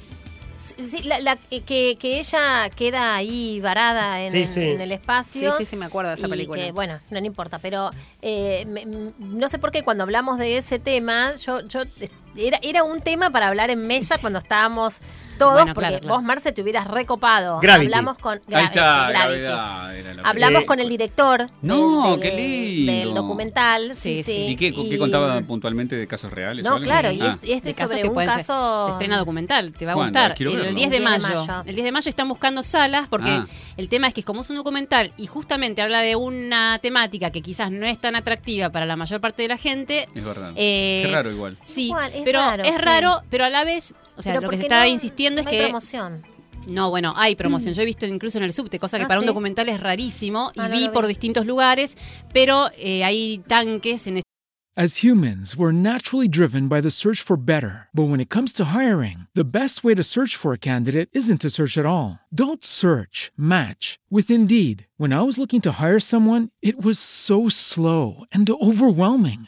B: Sí, la, la- eh, que, que ella queda ahí varada en,
C: Sí,
B: en-
C: sí.
B: en el espacio.
F: Sí, sí, sí, me acuerdo de esa
B: y
F: película.
B: que, bueno, no, no importa, pero eh, me- m- no sé por qué cuando hablamos de ese tema, yo, yo eh, era, era un tema para hablar en mesa cuando estábamos todos,
D: Bueno,
B: porque
D: claro, claro.
B: vos, Marce, te hubieras recopado.
C: Gravity.
B: Hablamos con Gra-
E: Ahí está,
B: sí, Gravity.
E: gravedad. Ah, era la
B: Hablamos
C: Eh,
B: con el director
E: No,
B: del,
E: qué
B: del-
E: lindo.
B: del documental. Sí,
D: Sí,
B: sí.
D: sí.
E: ¿Y qué, qué contaba puntualmente de casos reales? o
B: No,
E: algo?
B: claro,
E: Sí.
B: y
E: Ah.
B: es, y es de
D: de casos
B: sobre
D: que
B: un
D: pueden ser-
B: caso...
D: Se estrena documental, te va a
E: ¿Cuándo?
D: gustar.
E: Quiero
D: el,
E: verlo.
D: 10 de
B: El 10 de
D: mayo.
B: mayo.
D: El 10 de mayo están buscando salas porque
E: Ah.
D: el tema es que como es un documental y justamente habla de una temática que quizás no es tan atractiva para la mayor parte de la gente.
E: Es verdad.
D: eh,
E: Qué raro igual.
D: Sí,
B: Igual, es
D: pero
B: raro,
D: es
B: sí.
D: raro, pero a la vez, o sea,
B: Pero
D: lo que se
B: porque
D: está
B: no-
D: insistiendo
B: no
D: es
B: hay
D: que
B: promoción.
D: no, bueno, hay promoción. Yo he visto incluso en el subte, cosa que
B: Ah,
D: para un
B: ¿sí?
D: documental es rarísimo. Y
B: Ah, no
D: vi
B: lo vi.
D: por distintos lugares, pero eh, hay tanques en
H: As humans, we're naturally driven by the search for better. But when it comes to hiring, the best way to search for a candidate isn't to search at all. Don't search, match with Indeed. When I was looking to hire someone, it was so slow and overwhelming.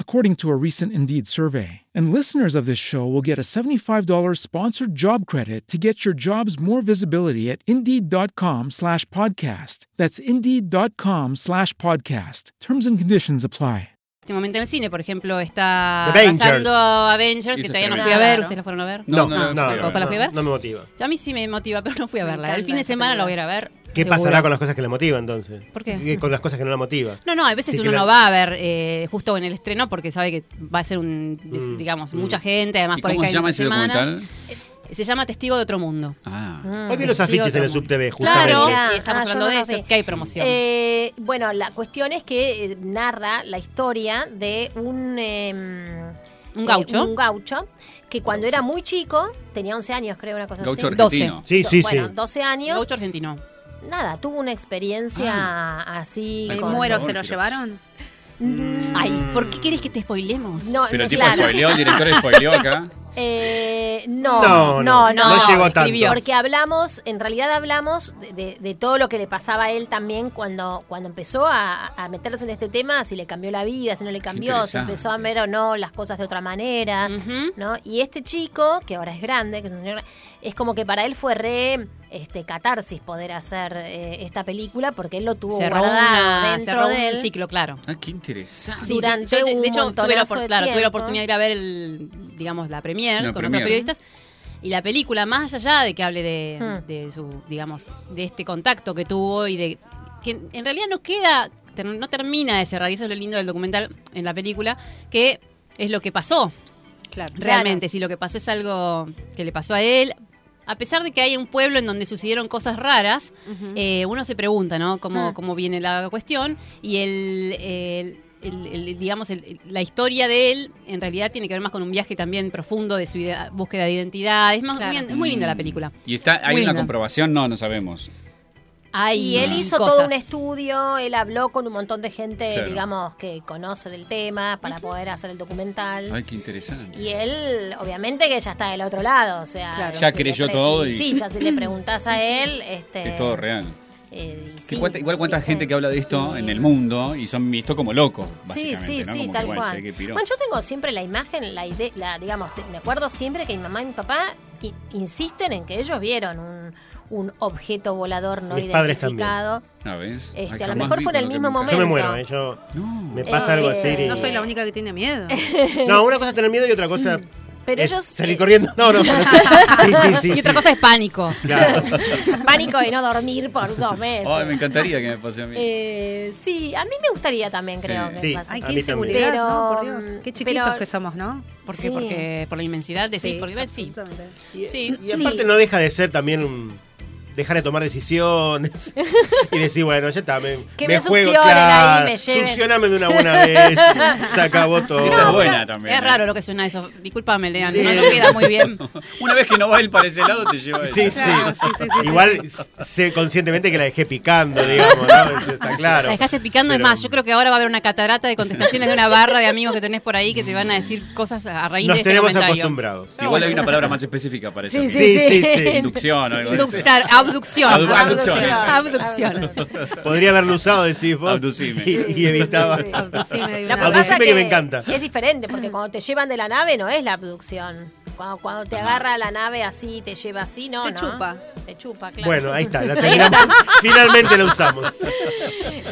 H: according to a recent Indeed survey. And listeners of this show will get a $75 sponsored job credit to get your jobs more visibility at Indeed.com slash podcast. That's Indeed.com slash podcast. Terms and conditions apply.
D: este momento en el cine, por ejemplo, está
C: Avengers.
D: pasando Avengers,
E: Eso
D: que
E: es
D: todavía no
E: tremendo.
D: fui a ver,
F: Claro.
D: ¿ustedes la fueron a ver?
E: No,
C: no, no,
D: ¿tampoco la fui a ver?
C: no me motiva.
D: A mí sí me motiva, pero no fui a
F: Me
D: verla. El
F: encantan
D: fin de
F: esas
D: semana la voy a ir a
F: películas.
D: ver.
C: ¿Qué
D: seguro.
C: pasará con las cosas que le motivan entonces?
D: ¿Por qué?
C: Con las cosas que no la motiva.
D: No, no, a veces
C: Sí, que
D: uno
C: la-
D: no va a ver eh, justo en el estreno porque sabe que va a ser un, es-
C: Mm,
D: digamos,
C: mm.
D: mucha gente, además
E: ¿Y
D: por ahí
E: cómo se
D: cae
E: llama
D: en
E: ese
D: semana. Eh,
E: documental?
D: Se llama Testigo de Otro Mundo.
E: Ah.
C: Hoy vi los
D: Testigo
C: afiches
D: de
C: en el
D: Otro Mundo.
C: subtv, justamente.
D: Claro,
B: Mirá.
D: y estamos
B: Ah, yo
D: hablando
B: no
D: de
B: la
D: eso,
B: vi.
D: que hay promoción.
B: Eh, bueno, la cuestión es que eh, narra la historia de un... eh,
D: ¿Un gaucho?
B: un gaucho que cuando era muy chico, tenía 11 años, creo, una cosa
E: Gaucho
B: así.
E: argentino.
B: 12.
E: Sí,
B: Do-
E: sí,
B: bueno,
E: sí.
B: 12 años.
D: Gaucho argentino.
B: Nada, tuvo una experiencia así.
E: Ah. Me
B: con- Mm.
E: muero, ¿se lo Pero-
F: llevaron?
D: Ay, ¿por qué querés que te spoilemos?
B: No,
E: Pero
B: no,
E: el tipo
B: claro.
E: spoileó, el director spoileó acá.
B: Eh, no,
E: No,
B: no,
E: no,
B: no,
E: no llegó tanto.
B: escribió. Porque hablamos, en realidad hablamos de, de- de todo lo que le pasaba a él también cuando, cuando empezó a, a meterse en este tema, si le cambió la vida, si no le cambió, si
O: interesante.
B: empezó a ver o no las cosas de otra manera, ¿no? Y este chico, que ahora es grande, que es un señor, es como que para él fue re este catarsis poder hacer eh, esta película porque él lo tuvo
D: Cerró,
B: guardado
D: una-
B: dentro
D: cerró
B: de él.
D: un ciclo, claro.
E: Ah, qué interesante.
B: Sí, durante
D: yo, de-
B: un
D: de hecho, tuve la,
B: montonazo
D: opor-
B: de
D: claro, tuve la
B: tiempo.
D: oportunidad de ir a ver, el, digamos, la premier
E: La
D: con
E: premier.
D: otros periodistas. Y la película, más allá de que hable de,
B: Hmm.
D: de su, digamos, de este contacto que tuvo y de que en- en realidad no queda, ter- no termina de cerrar, y eso es lo lindo del documental en la película, que es lo que pasó.
F: Claro.
D: Realmente, si lo que pasó es algo que le pasó a él, a pesar de que hay un pueblo en donde sucedieron cosas raras,
F: Ujú.
D: eh, uno se pregunta, ¿no? Cómo,
B: Hmm.
F: Ah.
D: cómo viene la cuestión y el, el- el- el- digamos, el- el- la historia de él en realidad tiene que ver más con un viaje también profundo de su idea- búsqueda de identidad. Es más, muy, muy linda la película.
E: ¿Y está, hay
D: Muy
E: una
D: linda.
E: comprobación? No, no sabemos.
D: Hay
B: Y
C: Mm.
B: él hizo
D: cosas.
B: todo un estudio, él habló con un montón de gente,
E: Claro.
B: digamos, que conoce del tema para poder hacer el documental.
E: Ay, qué interesante.
B: Y él, obviamente, que ya está del otro lado, o sea...
E: Claro. Ya
B: le
E: creyó
B: pre-
E: todo y-
B: Sí, ya si le preguntás a él, este...
E: Es todo real.
B: eh, y
E: Que
B: sí. eh.
E: cuánta- igual cuánta gente que habla de esto en el mundo y son vistos como locos,
B: Sí,
E: básicamente.
B: sí,
E: ¿no?
B: sí,
E: Como que,
B: tal
E: bueno,
B: cual.
E: se ve que piró.
B: Bueno, yo tengo siempre la imagen, la idea, la, digamos, te- me acuerdo siempre que mi mamá y mi papá i- insisten en que ellos vieron un, un objeto volador no
C: Mis padres también.
B: identificado.
E: Ah, ¿ves?
B: Este,
E: Ay,
B: a lo
E: jamás
B: mejor
E: vi
B: fue en el
E: con lo que
B: mismo
E: me-
C: Yo me
B: momento. Eh,
C: muero, ¿eh? Yo- me pasa algo así. y-
F: Eh, No soy la única que tiene miedo.
C: No, una cosa es tener miedo y otra cosa
B: Mm, Pero
C: es
B: ellos-
C: salir corriendo. No, no. pero- Sí, sí, sí,
D: y otra
C: sí.
D: cosa es pánico.
C: Claro.
B: Pánico de no dormir por dos meses.
E: Ay, me encantaría que me pase a mí.
B: Eh, sí, a mí me gustaría también, creo.
E: Sí.
B: que
E: Sí,
B: pase.
E: Ay,
F: qué
E: mí también.
F: inseguridad,
B: Pero,
F: ¿no? Por Dios. mm, Qué chiquitos
B: pero-
F: que somos, ¿no?
D: ¿Por qué?
B: Sí.
D: Porque por la inmensidad de
F: Sí,
D: sí, porque sí. Sí.
C: Y aparte no deja de ser también un- dejar de tomar decisiones y decir, bueno, ya está, me,
B: Que
C: me
B: me
C: juego,
B: succionen
C: claro,
B: ahí, me lleven.
C: succioname de una buena vez, se acabó todo.
E: Esa es buena también.
D: Es
E: ¿eh?
D: raro lo que suena eso. Discúlpame, Lean.
E: Sí.
D: No, no queda muy bien.
E: Una vez que no va él para ese lado, te lleva a
C: Sí,
E: ella.
C: sí. Igual sé conscientemente que la dejé picando, digamos, ¿no? Eso está claro.
D: La dejaste picando,
C: Pero
D: es más, yo creo que ahora va a haber una catarata de contestaciones de una barra de amigos que tenés por ahí que te van a decir cosas a raíz
E: Nos
D: de este
E: tenemos
D: comentario.
E: acostumbrados. Igual hay una palabra más específica para eso.
D: Sí, sí, Sí, sí. sí, sí.
E: Inducción o algo de eso.
D: Inducción, abducción.
E: Abdu-
D: Abducción.
E: Abducción.
C: Podría haberlo usado, decís vos. Y, y evitaba.
B: Lo que pasa
C: Abducime que,
B: que
C: me encanta.
B: Es diferente, porque cuando te llevan de la nave no es la abducción. Cuando, cuando te agarra la nave así, te lleva así, no,
F: Te
B: no.
F: chupa.
B: Te chupa, claro.
C: Bueno, ahí está, la
B: Ahí
C: terminamos.
B: está.
C: Finalmente la usamos.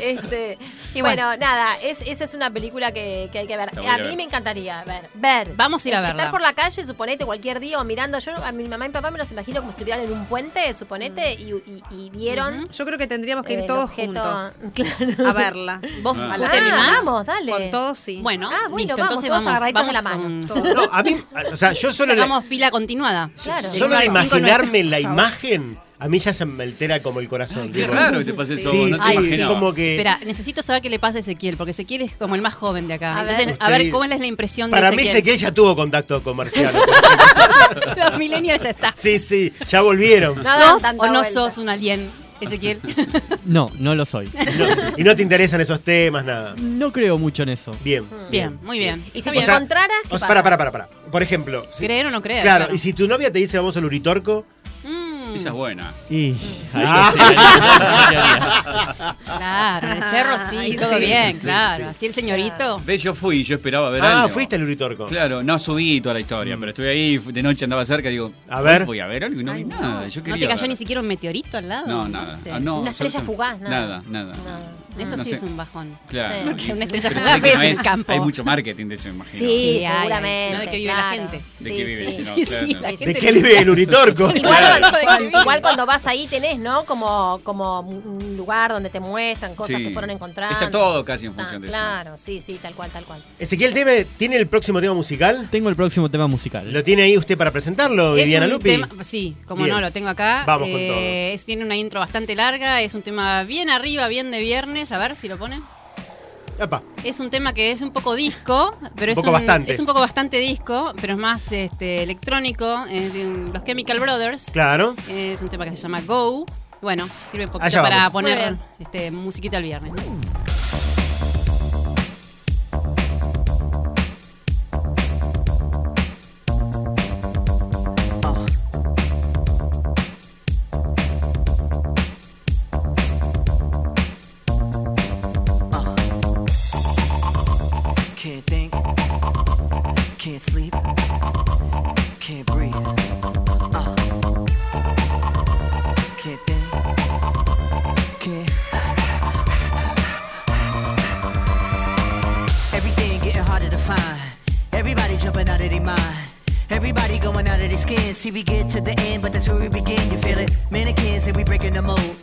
B: Este, y
D: bueno.
B: bueno, nada, es, esa es una película que, que hay que ver.
D: La voy a
B: A
D: ir a ver.
B: mí me encantaría ver. ver.
D: Vamos a ir a
B: Es que
D: verla.
B: Estar por la calle, suponete, cualquier día o mirando. Yo a mi mamá y papá me los imagino como si estuvieran en un puente, suponete, y, y- y vieron. eh,
F: Ujú. Yo creo que tendríamos que ir
B: el
F: todos
B: objeto-
F: juntos
B: Claro.
F: a verla.
D: ¿Vos,
F: Ah.
D: vos te animás?
B: Vamos, dale.
F: Con todos sí.
D: Oh, Bueno,
B: Ah, bueno,
D: listo,
B: vamos,
D: entonces
B: todos
D: vamos,
B: agarraditos
D: vamos
B: de la mano.
D: con-
C: No, a mí, o sea, yo solo, la-
D: Sacamos fila continuada. Del
C: solo
D: uno
C: de
D: al cinco,
C: imaginarme
D: no
C: la
D: es-
C: imagen, a mí ya se me altera como el corazón.
E: qué
C: tipo.
E: raro que te pase eso,
C: Sí,
E: no
C: sí,
E: te
C: sí,
E: imaginaba.
C: como que...
D: Espera, necesito saber qué le pasa a Ezequiel, porque Ezequiel es como el más joven de acá.
B: A ver.
D: Entonces, a ver
C: Usted-
D: cómo es la impresión
C: Para
D: de
C: mí
D: Ezequiel.
C: Ezequiel ya tuvo contacto comercial.
D: Los millennials ya está.
C: Sí, sí, ya volvieron.
D: ¿Sos
B: tanta
D: o no
B: vuelta.
D: sos un alien, Ezequiel?
P: No, no lo soy.
C: No, y no te interesan esos temas, nada.
P: No creo mucho en eso.
C: Bien.
D: Bien, muy bien.
B: Y
D: Está
B: si te
D: bien.
B: encontraras. ¿qué
C: O sea, para,
B: pasa?
C: para, para, para. Por ejemplo. si-
D: Creer o no creer,
C: Claro,
D: claro.
C: y si tu novia te dice vamos al Uritorco.
D: Mm.
E: Esa es buena.
P: Y ahí
C: Ah.
P: no sé, ahí no sé qué haría.
D: Claro, en el cerro sí,
P: Ay,
D: todo
P: sí.
D: bien,
P: Sí,
D: claro. Así el señorito.
E: Ve, yo fui, yo esperaba ver
C: Ah,
E: algo.
C: fuiste al Uritorco. Mm.
E: Claro, no subí toda la historia, pero estuve ahí, fu- de noche andaba cerca, digo, a
C: ver.
E: voy a ver algo y no vi nada. Yo
D: ¿No
E: quería
D: te cayó
E: ver.
D: ni siquiera un meteorito al lado?
E: No, nada.
D: sé.
E: Ah, no,
B: Una estrella
E: absolutamente.
B: fugaz, nada.
E: Nada, nada.
D: Eso
E: Ah, No
D: sí
E: sé.
D: es un bajón.
E: Claro.
D: Sí. Porque una estrella
E: Pero
D: fugaz
E: sé que
D: ves
E: no
D: en
E: es-
D: el campo.
E: Hay mucho marketing de eso, me imagino.
B: Sí,
D: Sí, hay,
B: seguramente.
D: ¿no? ¿De qué vive la gente?
E: ¿De qué
B: Sí,
E: vive? Si no,
B: sí,
E: claro.
B: sí, la gente
C: ¿De qué vive el Uritorco?
B: Igual,
C: Claro.
B: cuando, igual cuando vas ahí tenés, ¿no? Como, como un lugar donde te muestran cosas
E: Sí.
B: que fueron Ah, encontradas.
E: Está todo casi en función de eso.
B: Claro, sí, sí, tal cual, tal cual.
C: Ezequiel, ¿tiene, ¿tiene el próximo tema musical?
P: Tengo el próximo tema musical.
C: ¿Lo tiene ahí usted para presentarlo,
D: Es
C: Viviana
D: un
C: Lupi?
D: tema- sí, como
C: Bien.
D: no, lo tengo acá.
C: Vamos con
D: Eh,
C: todo.
D: es- tiene una intro bastante larga, es un tema bien arriba, bien de viernes. A ver si lo ponen. Es un tema que es un poco disco, pero
C: Un
D: es,
C: poco bastante.
D: es un poco bastante disco, pero es más este, electrónico. es de un- los Chemical Brothers.
C: Claro.
D: Es un tema que se llama Go. Bueno, sirve un poquito
C: Allá
D: para
C: vamos. Muy
D: poner
C: bien.
D: este, musiquita el viernes. ¿no?
J: Can't think, can't sleep, can't breathe. Uh. Can't think, can't. Everything getting harder to find. Everybody jumping out of their mind. Everybody going out of their skin. See, we get to the end, but that's where we begin. You feel it? Mannequins, and we breaking the mold.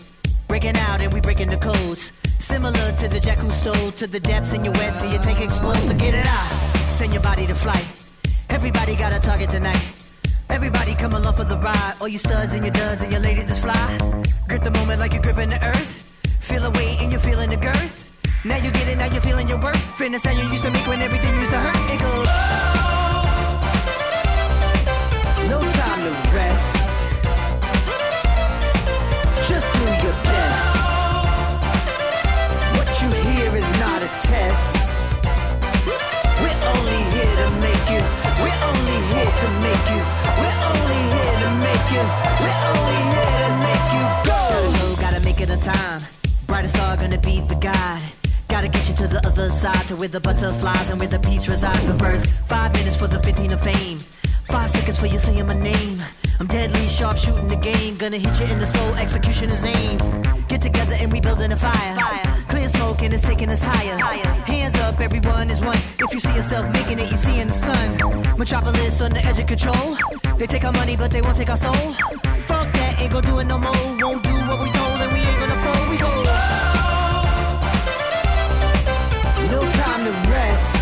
J: Breaking out and we breaking the codes. Similar to the jack who stole to the depths in your web, so you take explosive, so get it out. Send your body to flight. Everybody got a target tonight. Everybody come along for the ride. All you studs and your duds and your ladies is fly. Grip the moment like you're gripping the earth. Feel the weight and you're feeling the girth. Now you get it, now you're feeling your worth. Feeling the sound you used to make when everything used to hurt. It goes. "Oh." No time to rest. Just do your best. What you hear is not a test. We're only here to make you. We're only here to make you. We're only here to make you. We're only here to make you go. Hello, gotta make it on time. Brightest star gonna be the guide. Gotta get you to the other side, to where the butterflies and where the peace resides. But first, five minutes for the 15 of fame. Five seconds for you saying my name. I'm deadly sharp shooting the game. Gonna hit you in the soul, executioner's aim. Get together and we building a fire. Clear smoke and it's taking us higher. Hands up, everyone is one. If you see yourself making it, you see in the sun. Metropolis on the edge of control. They take our money, but they won't take our soul. Fuck that, ain't gonna do it no more. Won't do what we told, and we ain't gonna fold. We go. No time to rest.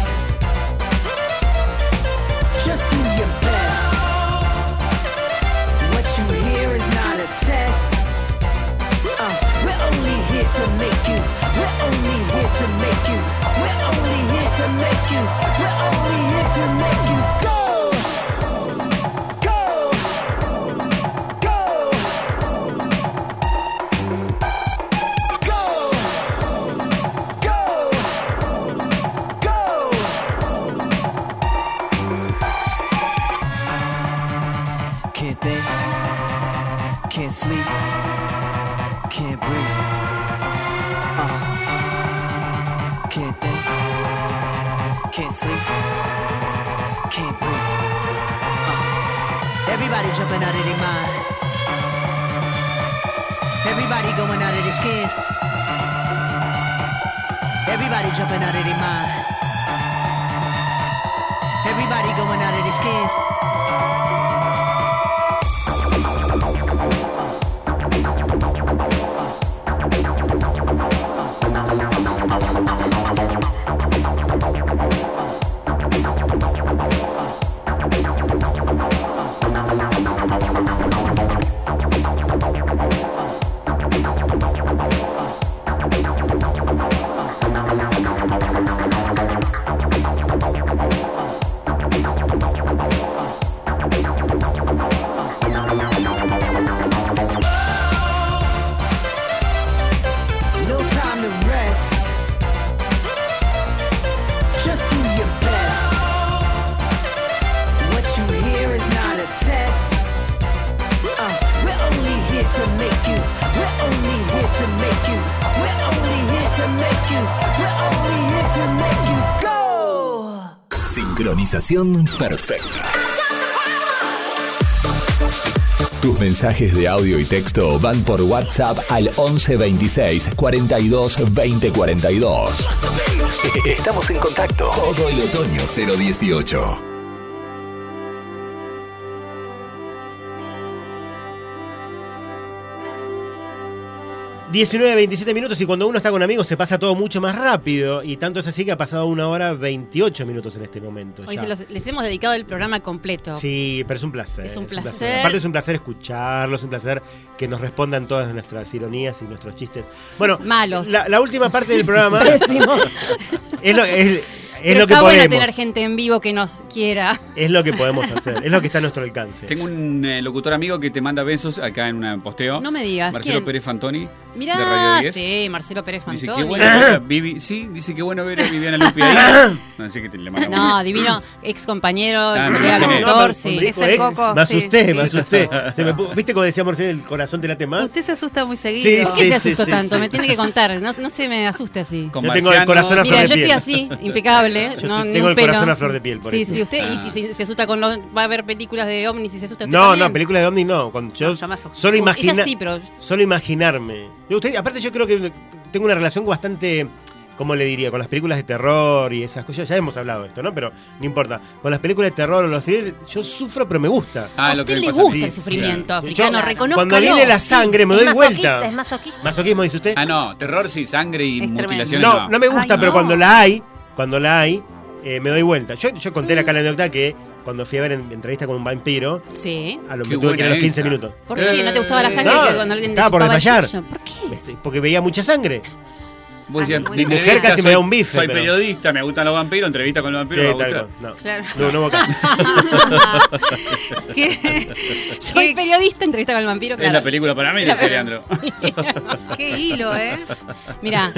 J: Just do your best. What you hear is not a test. Uh, we're only here to make you. We're only here to make you. We're only here to make you. We're only here to make you go. Go. Go. Go. Go. Go. Can't think, can't sleep, can't breathe. Uh, can't think, can't sleep, can't breathe. Uh, everybody jumping out of their mind. Everybody going out of their skins. Everybody jumping out of their mind. Everybody going out of their skins. No time to rest. Just do your best. What you hear is not a test. Uh, we're only here to make you. We're only here to make you. We're only here to make you. We're only here to make you go.
G: Sincronización perfecta. Tus mensajes de audio y texto van por WhatsApp al 11 26 42 20 42. Estamos en contacto. Todo el otoño 018.
C: 19, 27 minutos y cuando uno está con amigos se pasa todo mucho más rápido y tanto es así que ha pasado una hora 28 minutos en este momento.
D: Hoy
C: ya.
D: se los- les hemos dedicado el programa completo.
C: Sí, pero es un placer.
D: Es un placer.
C: Aparte es un placer escucharlos, es un placer que nos respondan todas nuestras ironías y nuestros chistes. Bueno,
D: Malos.
C: La, la última parte del programa
D: Pésimos.
C: es lo, es- es
D: Pero
C: lo que
D: está
C: podemos.
D: bueno tener gente en vivo que nos quiera.
C: Es lo que podemos hacer, es lo que está a nuestro alcance.
E: Tengo un eh, locutor amigo que te manda besos acá en un posteo.
D: No me digas,
E: Marcelo
D: ¿quién?
E: Pérez Fantoni. de Radio
D: Mirá,
E: 10.
D: sí, Marcelo Pérez
E: Dice
D: Fantoni.
E: que bueno ver a Vivi. Sí, dice que bueno ver a Viviana Lupi ahí. No, así que te le mando
D: No, divino, ex compañero,
E: Ah, no,
D: colega
E: no, no,
D: locutor,
C: pero
D: sí.
C: cuando dijo ex, Me asusté, me asusté. Se me pu- ¿Viste como decíamos el corazón te late más?
F: Usted se asusta muy seguido.
C: ¿Ah? Sí,
D: ¿Por qué se asustó
C: sí,
D: tanto?
C: sí.
D: Me tiene que contar, no, no se me asuste así.
C: Yo tengo el corazón a flor
D: Mira,
C: de
D: yo
C: piel.
D: estoy así, impecable.
C: Yo
D: no,
C: te-
D: ni
C: tengo
D: un
C: el corazón
D: pelo.
C: a flor de piel, por
D: Sí,
C: eso.
D: sí, usted,
C: Ah.
D: y si se, se asusta con los. Va a ver películas de ovnis y se asusta. usted
C: No,
D: también.
C: no, películas de Omni no. Cuando yo, solo
D: Ella
C: imagina,
D: sí, pero-
C: Solo imaginarme. Yo, usted- aparte yo creo que tengo una relación bastante, ¿cómo le diría? Con las películas de terror y esas cosas. Ya hemos hablado de esto, ¿no? Pero no importa. Con las películas de terror o los thrillers, yo sufro pero me gusta.
D: Ah, A lo usted que le le pasa, gusta sí, el sí. sufrimiento,
C: Yo-
D: africano, reconózcalo.
C: Cuando viene la
D: Sí,
C: sangre me
D: es
C: doy
D: masoquista,
C: vuelta.
D: es masoquista.
C: Masoquismo dice usted.
E: Ah, no, terror sí, sangre y mutilaciones.
C: No, no me gusta,
E: Ay,
C: pero
E: no.
C: cuando la hay, cuando la hay, eh, me doy vuelta. Yo, yo conté
D: Mm.
C: acá la anécdota que cuando fui a ver en- entrevista con un vampiro,
D: Sí.
C: a lo
E: Qué
C: que tuve que ir a
E: buena
C: los 15
E: esa.
C: minutos.
D: ¿Por qué? ¿No te gustaba la sangre?
C: Eh, No,
D: que cuando alguien te
C: estaba por
D: chupaba el
C: desmayar.
D: cuello? ¿Por qué?
C: Me- Porque veía mucha sangre.
E: Vos decías,
C: muy
E: de
C: bueno.
E: entrevista
C: Mujer casi me
E: soy-
C: da un bife,
E: Soy
C: pero-
E: periodista, me gustan los vampiros, entrevista con los vampiros.
C: Sí,
E: me va a
C: tal
E: gustar.
C: cual, no.
F: Claro.
C: No, no, boca.
D: Soy periodista, entrevista con el vampiro.
E: Es
D: Claro.
E: la película para mí,
D: La
E: dice
D: película.
E: Leandro.
D: Qué hilo, ¿eh? Mira.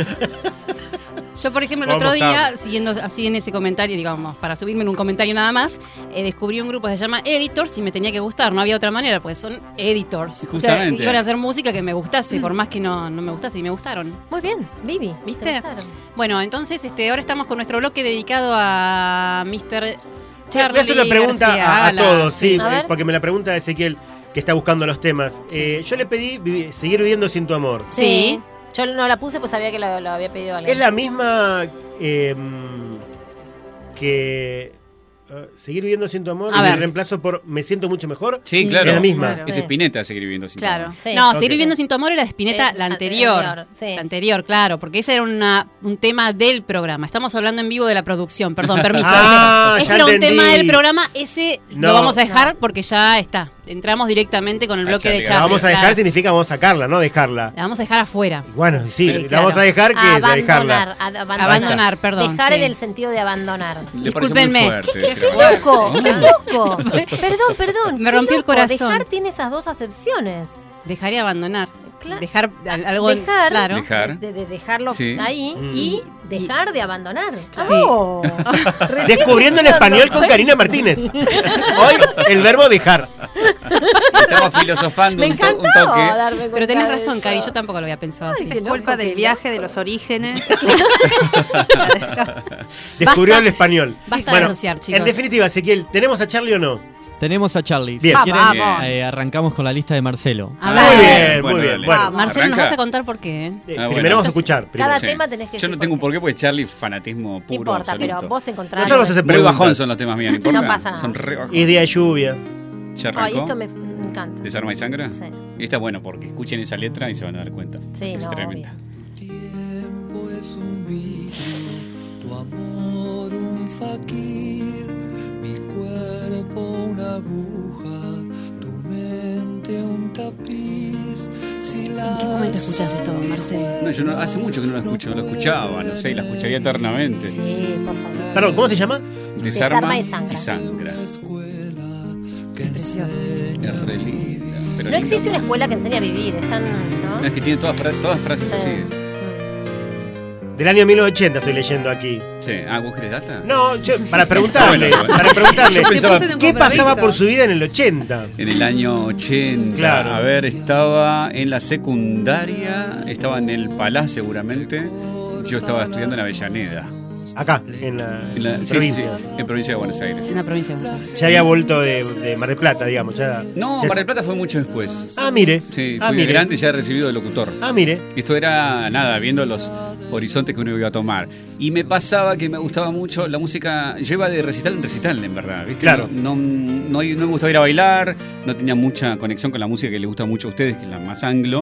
D: Yo, por ejemplo, el
E: Vamos,
D: otro día,
E: estamos.
D: siguiendo así en ese comentario, digamos, para subirme en un comentario nada más, eh, descubrí un grupo que se llama Editors y me tenía que gustar, no había otra manera, pues son Editors. O sea,
E: Justamente.
D: iban a hacer música que me gustase, por más que no, no me gustase, y me gustaron.
B: Muy bien, Vivi.
D: ¿Viste? Bueno, entonces este, ahora estamos con nuestro bloque dedicado a Mr.
C: Voy
D: Charlie.
C: a hacer una pregunta
D: García
C: a, a
D: Gala.
C: todos, sí,
D: A
C: eh,
D: ver.
C: porque me la pregunta Ezequiel, que está buscando los temas. Eh, yo le pedí vivi- seguir viviendo sin tu amor.
B: Sí. Yo no la puse, pues sabía que lo, lo había pedido alguien.
C: Es la misma eh, que eh, seguir viviendo sin tu amor
D: A
C: y el
D: ver.
C: reemplazo por me siento mucho mejor.
E: Sí, claro.
C: Es la misma.
E: Es Spinetta seguir viviendo sin
D: Claro.
E: tu amor.
D: No,
C: Ok.
D: Seguir viviendo sin tu amor era de Spinetta,
B: Eh,
D: la anterior.
B: anterior, sí.
D: La anterior, claro, porque ese era una- un tema del programa. Estamos hablando en vivo de la producción, perdón, permiso.
C: Ah,
D: ese
C: ya
D: era
C: entendí.
D: un tema del programa, ese
C: No.
D: lo vamos a dejar porque ya está. Entramos directamente con el bloque de Charlie.
C: La vamos a dejar
D: claro.
C: significa vamos a sacarla, no dejarla.
D: La vamos a dejar afuera.
C: Bueno, sí,
D: Sí,
C: la
D: claro.
C: vamos a dejar que es a
B: Abandonar,
C: dejarla.
B: ad- abandonar.
D: Abandonar, perdón,
B: Dejar
D: sí.
B: en el sentido de abandonar.
E: Le parece muy
D: Discúlpenme.
E: fuerte
D: ¿Qué- qué-
E: decir
D: qué
E: ahora.
B: loco?
E: ¿No?
B: Qué loco. Perdón, perdón.
D: Me
B: qué
D: rompió el
B: loco.
D: corazón.
B: Dejar tiene esas dos acepciones.
D: Dejar y abandonar.
B: Cla-
D: Dejar al- algo
B: dejar,
D: claro.
E: Dejar.
B: De, de dejarlo
E: Sí.
B: ahí
E: Mm.
B: y dejar de abandonar.
D: Sí.
B: Oh. Recién
C: Descubriendo el
B: me estoy
C: español
B: dando
C: con Karina Martínez. Hoy el verbo dejar.
E: Estamos filosofando
B: Me
E: un, to- un
B: encantó
E: toque.
B: darme cuenta
D: Pero tenés
B: de
D: razón,
B: eso.
D: Cari, yo tampoco lo había pensado así.
F: Es culpa del viaje, de los orígenes.
C: Descubrió el español.
D: basta de asociar, chicos.
C: En definitiva, Ezequiel, ¿tenemos a Charlie o no?
P: Tenemos a Charlie.
C: Bien.
P: Si quieren,
C: Vamos.
P: eh, arrancamos con la lista de Marcelo.
D: Ah, A
C: Muy bien, muy
E: Ah, Bueno,
C: bien.
E: dale.
C: Bueno,
E: Vamos.
D: Marcelo, nos
E: Arranca.
D: vas a contar por qué. ¿eh?
C: eh,
E: Ah,
C: primero
E: bueno.
C: vamos a escuchar. primero.
B: Cada tema tenés que
E: Yo no
B: decir
E: tengo un porqué porque Charlie fanatismo
B: No
E: puro.
B: importa,
E: absoluto.
B: pero vos encontrás.
C: Nosotros vamos a
B: algo.
C: hacer
E: Muy
C: preguntas.
E: bajón son los temas míos, ¿no importa?
B: No pasa nada.
E: Son re bajón.
C: Y día de lluvia.
E: Ya
B: Ay,
E: arrancó.
B: esto me me encanta.
E: ¿Desarma y sangra?
B: Sí.
E: Y está bueno porque escuchen esa letra y se van a dar cuenta.
B: Sí,
E: es
B: no,
E: tremenda.
A: tiempo es un vino, tu amor un faquir, mi cuerpo una aguja, tu mente un tapiz. Si la
D: ¿En qué momento escuchás esto, Marcelo?
E: No, yo no- hace mucho que no la escucho, no la escuchaba, no sé, y la escucharía eternamente.
B: Sí, por favor.
C: Perdón, ¿cómo se llama?
B: Desarma y sangra.
E: Es re linda, pero
B: No
E: linda
B: existe una
E: mal.
B: escuela que enseñe a vivir. Están, ¿no?
E: No, es que tiene todas, fra- todas frases
B: Sí.
E: así. es.
C: Mm. Del año 1980 estoy leyendo aquí.
E: Sí. Ah, ¿vos querés data?
C: No, yo, para preguntarle,
E: Bueno, bueno.
C: para preguntarle,
E: Yo pensaba- Te puse en
F: un
C: ¿qué pasaba
F: compromiso.
C: por su vida en el 80?
E: En el año 80.
C: Claro.
E: A ver, estaba en la secundaria, estaba en el Palaz seguramente. Yo estaba estudiando en Avellaneda.
C: Acá, en la,
E: En la- sí, sí,
C: provincia.
E: sí, en provincia de Buenos Aires.
D: Es una provincia. de Buenos Aires.
C: Ya había vuelto de, de Mar del Plata, digamos. Ya,
E: No,
C: ya-
E: Mar del Plata fue mucho después.
C: Ah, mire.
E: Sí, fui
C: ah, mire.
E: grande y ya he recibido de locutor.
C: Ah, mire.
E: Esto era nada, viendo los horizontes que uno iba a tomar. Y me pasaba que me gustaba mucho la música. Yo iba de recital en recital, en verdad. ¿viste?
C: Claro.
E: No, no, no- no me gustaba ir a bailar, no tenía mucha conexión con la música que le gusta mucho a ustedes, que es la más anglo.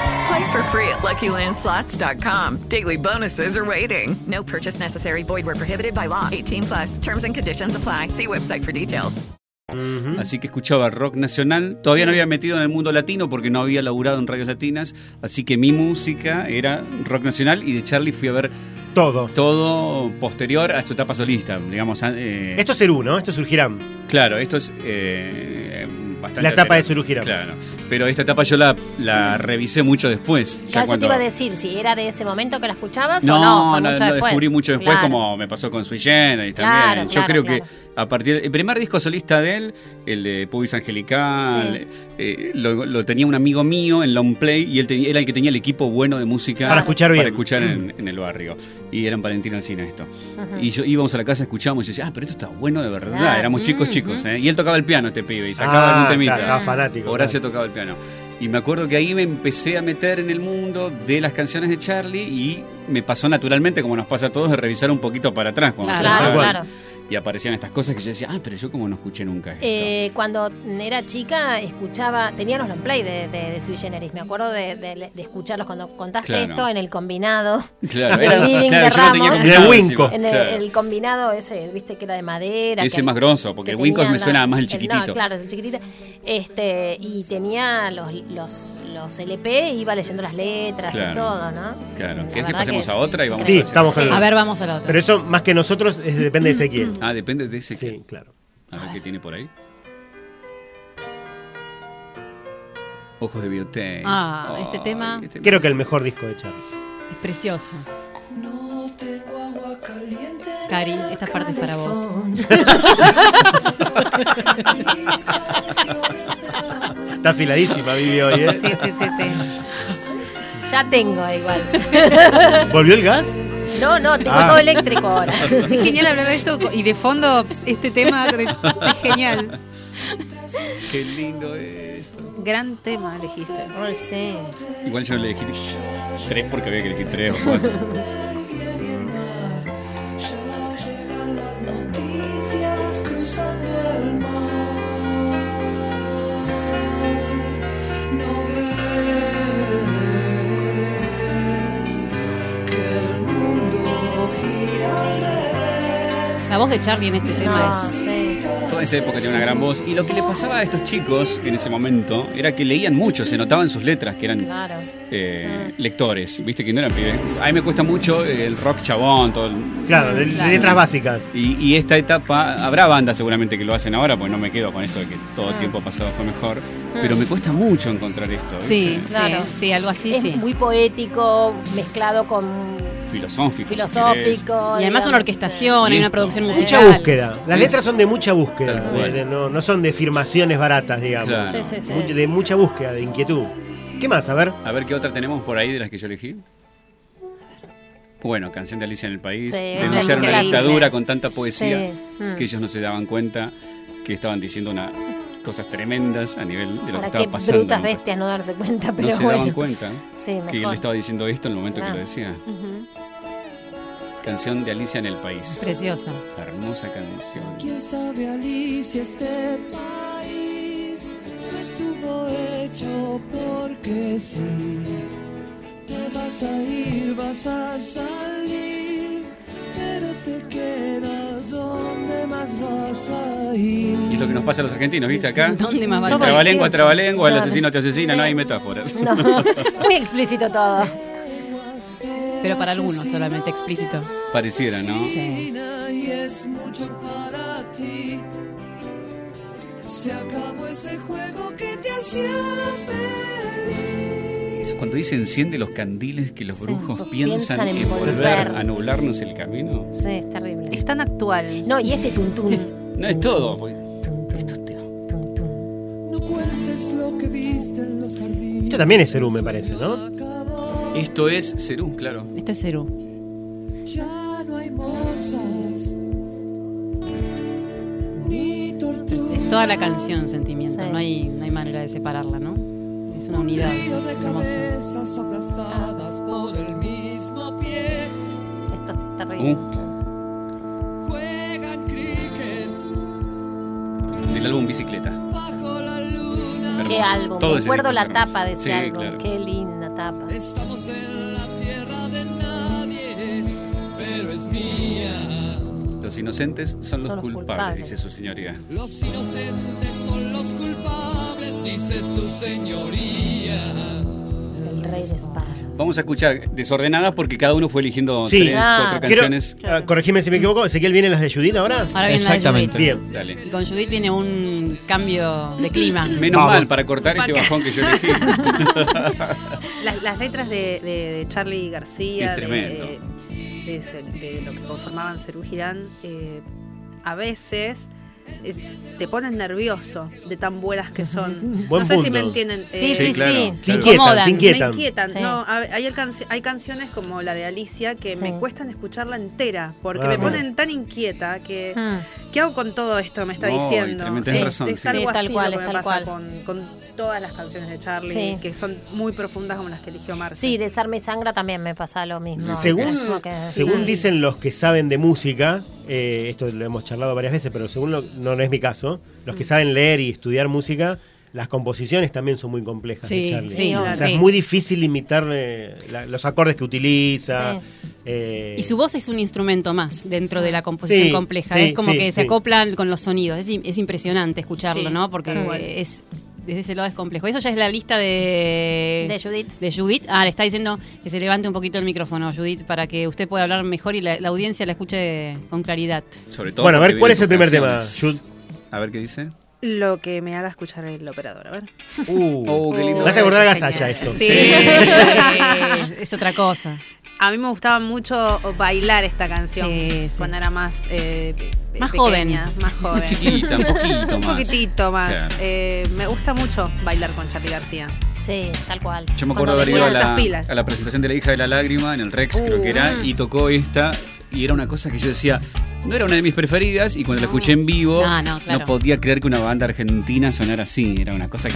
Q: Play for free at LuckyLandSlots.com. Daily bonuses are waiting. No purchase necessary. Void were prohibited by law. 18 plus. Terms and conditions apply. See website for details.
E: Así que escuchaba rock nacional. Todavía no había metido en el mundo latino porque no había laburado en radios latinas. Así que mi música era rock nacional y de Charlie fui a ver
C: todo.
E: Todo posterior a su etapa solista. Digamos, eh,
C: Esto es Cerú, ¿no? Esto es Urgirán.
E: Claro, esto es eh, bastante.
C: La etapa de
E: anterior. Claro. Pero esta etapa yo la, la revisé mucho después. ya
B: Claro, yo te
E: cuando-
B: iba a decir si era de ese momento que la escuchabas o no. fue
E: No, no,
B: mucho
E: lo
B: después.
E: descubrí mucho después,
B: Claro.
E: como me pasó con Sui Generis
B: Claro,
E: también. Yo
B: claro,
E: creo
B: claro.
E: que a partir del primer disco solista de él, el de Pubis Angelical, eh, lo, lo tenía un amigo mío en Long Play y él tenía- era el que tenía el equipo bueno de música
C: Para escuchar bien.
E: para escuchar
B: Mm.
E: en, en el barrio. Y eran Valentino Alcina esto.
C: Ajá.
E: Y yo íbamos a la casa, escuchábamos y decía, ah, pero esto está bueno de verdad.
C: Claro.
E: Éramos chicos,
C: Mm,
E: chicos.
C: ujú.
E: ¿eh? Y él tocaba el piano, este pibe, y sacaba
C: Ah,
E: algún temita.
C: claro, estaba fanático,
E: Horacio tocaba el piano. Y me acuerdo que ahí me empecé a meter en el mundo de las canciones de Charlie y me pasó naturalmente, como nos pasa a todos, de revisar un poquito para atrás. Cuando
B: Claro,
E: escuchaba.
B: claro.
E: Y aparecían estas cosas que yo decía, ah, pero yo como no escuché nunca. esto".
B: Eh, cuando era chica, escuchaba, tenía los long play de, de, de Sui Generis. Me acuerdo de, de- de escucharlos cuando contaste
E: Claro.
B: esto en el combinado.
E: Claro,
B: del
E: era-
B: living
E: claro,
B: de
E: yo lo tenía
B: Ramos.
E: combinado De encima, Winco.
B: En el,
E: claro.
B: el combinado ese, viste que era de madera.
E: Ese
B: que-
E: más grosso, porque
B: que
E: el Winco
B: tenía
E: me
B: la-
E: suena más el
B: no,
E: chiquitito.
B: claro, es el chiquitito. Este, y tenía los, los, los LP, iba leyendo las letras
C: Claro.
B: y todo, ¿no?
C: La
E: Claro, ¿querés que
C: verdad
E: pasemos
C: que
E: a
C: es
E: otra y vamos
C: increíble.
E: a
C: Sí, estamos con-
E: con
C: Sí. A ver, vamos
D: a la otra.
C: Pero eso, más que nosotros, es- depende de Ezequiel.
E: Ah, depende de ese.
C: Sí, claro.
E: A ver qué tiene por ahí. Ojos de Biotape.
D: Ah, este tema-
C: Creo que el mejor disco de Charlie.
D: Es precioso. Cari, esta parte es para vos.
C: Está afiladísima, Vivi, hoy, ¿eh?
F: Sí, sí, sí, sí.
B: Ya tengo igual.
C: ¿Volvió el gas?
B: No, no, tengo
C: Ah.
B: todo eléctrico ahora.
F: Es genial hablar de esto y de fondo este tema es genial.
E: Qué lindo es.
F: Gran tema elegiste.
B: sí.
E: Igual yo le elegí tres porque había que elegir tres o cuatro.
I: Noticias cruzando el mar. No ves que el mundo gira al revés.
D: La voz de Charlie en este
B: Ah,
D: tema
I: No,
D: es.
E: Toda esa época tenía una gran voz. Y lo que le pasaba a estos chicos en ese momento era que leían mucho, se notaban sus letras, que eran
B: Claro.
E: eh, lectores, viste que no eran pibes. A mí me cuesta mucho eh, el rock chabón, todo. el-
C: Claro, de- de Claro. letras básicas.
E: Y, y esta etapa, habrá bandas seguramente que lo hacen ahora, porque no me quedo con esto de que todo
B: Mm.
E: tiempo pasado fue mejor. Pero me cuesta mucho encontrar esto.
D: Sí,
E: ¿viste?
B: Claro.
D: sí, sí, algo así,
B: es
D: sí.
B: muy poético, mezclado con
E: Filosófico. si querés.
B: filosófico. este,
D: Y además una orquestación, hay una
E: Listo.
D: producción
C: Mucha
D: musical.
C: búsqueda. Las
E: Es-
C: letras son de mucha búsqueda.
E: Tal cual.
C: de- de- no, no son de firmaciones baratas, digamos.
E: Claro. Sí, sí, sí.
C: Much- De mucha búsqueda, de inquietud. ¿Qué más? A ver.
E: A ver qué otra tenemos por ahí de las que yo elegí. Bueno, canción de Alicia en el País,
C: Sí,
E: denunciar
C: está
E: una
C: increíble.
E: dictadura con tanta poesía
B: Sí, mm.
E: que ellos no se daban cuenta que estaban diciendo una, cosas tremendas a nivel de lo que
B: Para
E: estaba
B: qué
E: pasando.
B: brutas
E: ¿no?
B: bestias no darse cuenta, pero
E: no se
B: bueno.
E: daban cuenta
B: Sí, mejor.
E: que él estaba diciendo esto en el momento
B: Ah.
E: que lo decía.
B: Ujú.
E: Canción de Alicia en el País.
D: Preciosa.
E: Hermosa canción.
I: ¿Quién sabe, Alicia, este país?
O: decir. Te vas a ir, vas a salir, pero te quedas donde más vas a ir.
E: Y lo que nos pasa a los argentinos, ¿viste acá?
D: ¿Dónde más vale?
E: Trabalengua, trabalengua, el asesino te asesina,
B: Sí.
E: no hay metáforas.
B: No, muy explícito todo.
D: Pero para algunos solamente explícito.
E: Pareciera, ¿no?
D: Sí.
O: Y es mucho para ti. Se acabó ese juego que te hacía feliz.
E: Es cuando dice enciende los candiles que los brujos piensan,
B: piensan en
E: en volver,
B: volver.
E: a nublarnos el camino.
B: Sí, es terrible.
F: Es tan actual.
B: No, y este tuntún.
E: No es todo. pues, porque-
O: No cuentes lo que viste en los jardines.
C: Esto también es Cerú, me parece, ¿no?
E: Esto es Cerú, claro.
D: Esto es Cerú.
O: Ya no hay mozas. Ni tortugas.
D: Es toda la canción sentimiento. No, hay, no hay manera de separarla, ¿no? Es una unidad.
O: Río de
D: Hermoso.
O: cabezas aplastadas por el mismo pie. Esto es
E: terrible.
O: Juegan cricket
E: Del álbum Bicicleta.
O: bajo la luna.
B: Qué álbum.
E: Todo ese
B: Recuerdo
E: disco
B: la
E: es hermoso.
B: tapa de ese
E: Sí,
B: álbum.
E: claro.
B: Qué linda tapa.
O: Estamos en la tierra de nadie, pero es mía.
E: Los inocentes son los,
O: Son los
E: culpables,
O: culpables.
E: dice su señoría.
O: Los inocentes son los culpables, dice su señoría.
B: El rey de España.
E: Vamos a escuchar desordenadas porque cada uno fue eligiendo
C: Sí.
E: tres, cuatro
C: Quiero-
E: canciones.
C: ah, corregime si me equivoco. Ezequiel viene las de Judith ahora.
D: Ahora viene la de Exactamente. Judith.
C: Bien.
E: Dale.
D: Y con Judith viene un cambio de clima.
E: Menos mal para cortar este bajón que yo elegí.
F: Las, las letras de, de- de Charlie García,
E: Es
F: de,
E: tremendo.
F: de ese- de lo que conformaban Cerú Girán, eh, a veces eh, te ponen nervioso de tan buenas que son.
C: Buen
F: no sé si
C: punto.
F: me entienden. eh,
C: Sí, sí, Sí, claro, sí.
F: Me
C: claro. Te inquietan, te inquietan.
F: Me inquietan.
B: Sí.
F: No, a- hay, alcanci- hay canciones como la de Alicia que me cuestan escucharla entera porque me
E: Vamos.
F: ponen tan inquieta que...
B: Mm.
F: ¿Qué hago con todo esto? Me está
E: No, y
F: diciendo.
E: tremendo,
F: Sí,
E: tenés razón,
F: Es
E: sí.
F: algo
B: Sí, tal
F: así
B: cual,
F: lo que
B: es
F: me
B: tal
F: pasa
B: cual.
F: Con, con todas las canciones de Charlie,
B: Sí.
F: que son muy profundas como las que eligió Marce.
B: Sí, Desarme y Sangra también me pasa lo mismo.
C: Según,
B: Es como que-
C: según dicen los que saben de música, eh, esto lo hemos charlado varias veces, pero según lo- no, no es mi caso, los
D: Mm.
C: que saben leer y estudiar música, las composiciones también son muy complejas. de
D: Sí,
C: Charlie.
D: sí,
C: O sea,
D: sí.
C: Es muy difícil imitar eh, la- los acordes que utiliza.
D: Sí.
C: eh,
D: Y su voz es un instrumento más dentro de la composición
C: Sí,
D: compleja.
C: sí,
D: es como
C: sí,
D: que se
C: sí.
D: acoplan con los sonidos. Es, im- es impresionante escucharlo,
B: Sí,
D: ¿no? Porque
B: tal cual.
D: es desde ese lado es complejo. Eso ya es la lista de,
B: De Judith.
D: de Judith. Ah, le está diciendo que se levante un poquito el micrófono, Judith, para que usted pueda hablar mejor y la, la audiencia la escuche con claridad.
E: Sobre todo
C: Bueno, a ver,
E: porque
C: ¿cuál es
E: vienen
C: el
E: con
C: primer tema,
E: canciones. A ver qué dice.
F: Lo que me haga escuchar el operador, a ver.
C: Uh,
E: Oh, qué lindo.
C: Vas a acordar a
F: Genial.
C: Gasalla esto.
F: Sí.
D: es otra cosa.
F: A mí me gustaba mucho bailar esta canción cuando era más eh, pe-
D: Más
F: pequeña,
D: joven.
F: más joven.
E: chiquita, un poquito
F: Un
E: más.
F: poquitito más.
E: Claro.
F: Eh, me gusta mucho bailar con Charlie García.
B: Sí, tal cual.
E: Yo me
F: Cuando
E: acuerdo haber
F: le
E: ido a
F: ponen
E: la,
F: muchas pilas.
E: a la presentación de la hija de la lágrima en el Rex, creo que era,
B: Uh.
E: y tocó esta, y era una cosa que yo decía, no era una de mis preferidas, y cuando la escuché en vivo,
D: No, no, claro.
E: podía creer que una banda argentina sonara así, era una cosa que...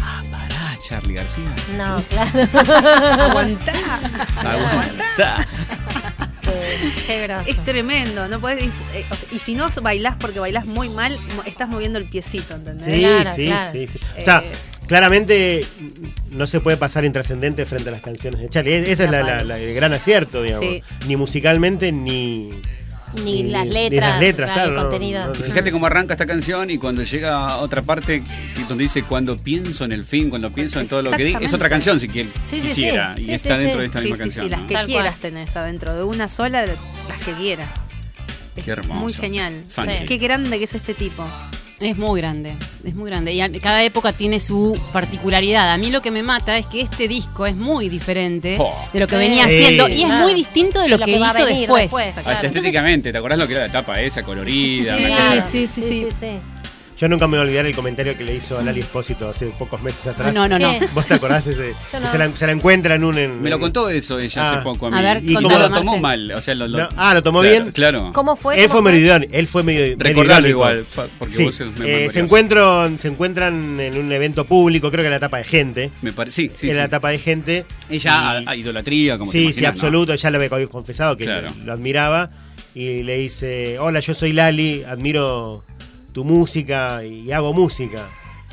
E: Ah, pará, Charlie García.
B: No, claro.
F: Aguantá.
E: Ah, Aguantá.
B: Sí, qué groso.
F: Es tremendo, no podés, eh, o sea, y si no bailás porque bailás muy mal, mo- estás moviendo el piecito,
C: Sí,
F: ¿entendés?
C: sí, sí, sí. O sea,
F: Eh,
C: claramente no se puede pasar intrascendente frente a las canciones de Charlie. E- Ese es la- la- la- el gran acierto, digamos.
B: Sí.
C: Ni musicalmente, ni...
B: Ni
E: Eh,
B: las letras, claro, el
C: no,
B: contenido.
C: no, no.
E: Fíjate cómo arranca esta canción y cuando llega a otra parte que- donde dice cuando pienso en el fin, cuando pienso en todo lo que di, es otra canción si quien
F: Sí, sí, sí.
E: quisiera
F: Sí,
E: y
F: sí,
E: está
F: sí.
E: dentro de esta
F: Sí,
E: misma
F: sí,
E: canción.
F: Sí, las
E: ¿no?
F: que quieras tenés adentro, de una sola, de- las que quieras.
E: Qué hermoso.
F: Muy genial.
E: Funky.
F: Qué grande que es este tipo.
D: Es muy grande, es muy grande. Y a- cada época tiene su particularidad. A mí lo que me mata es que este disco es muy diferente
E: Oh.
D: de lo que
E: Sí.
D: venía
E: Sí.
D: haciendo y es
E: Claro.
D: muy distinto de lo, que,
B: va a
D: hizo
B: venir
D: después.
B: después,
E: Hasta estéticamente, ¿te acordás lo que era la tapa esa colorida? una cosa-
D: sí, sí, sí.
C: Yo nunca me voy a olvidar el comentario que le hizo a Lali Espósito hace pocos meses atrás.
D: No, no, no. ¿Qué?
C: ¿Vos te acordás? Ese,
D: Yo
C: que
D: no.
C: se, la, se la encuentra en un... en-
E: Me lo contó eso ella hace
C: Ah.
E: poco a mí.
C: A ver,
E: y como
C: contalo,
E: lo tomó
C: Marce.
E: mal. O sea, lo, lo-
C: No, ah, ¿lo tomó
E: Claro,
C: bien?
E: Claro.
B: ¿Cómo fue?
C: Él
B: ¿Cómo
C: fue
B: fue?
C: meridional, él fue medio
E: Recordalo
C: meridional.
E: igual, pa- porque
C: Sí,
E: vos sos medio
C: eh,
E: memorioso.
C: se, encuentran, se encuentran en un evento público, creo que era la etapa de gente.
E: Me pare- sí, sí,
C: Era la
E: sí.
C: etapa de gente.
E: Ella a, a idolatría, como te
C: Sí, sí,
E: imaginas, ¿no?
C: absoluto, ya lo había confesado que
E: Claro.
C: lo admiraba y le dice, hola, yo soy Lali, admiro tu música y hago música.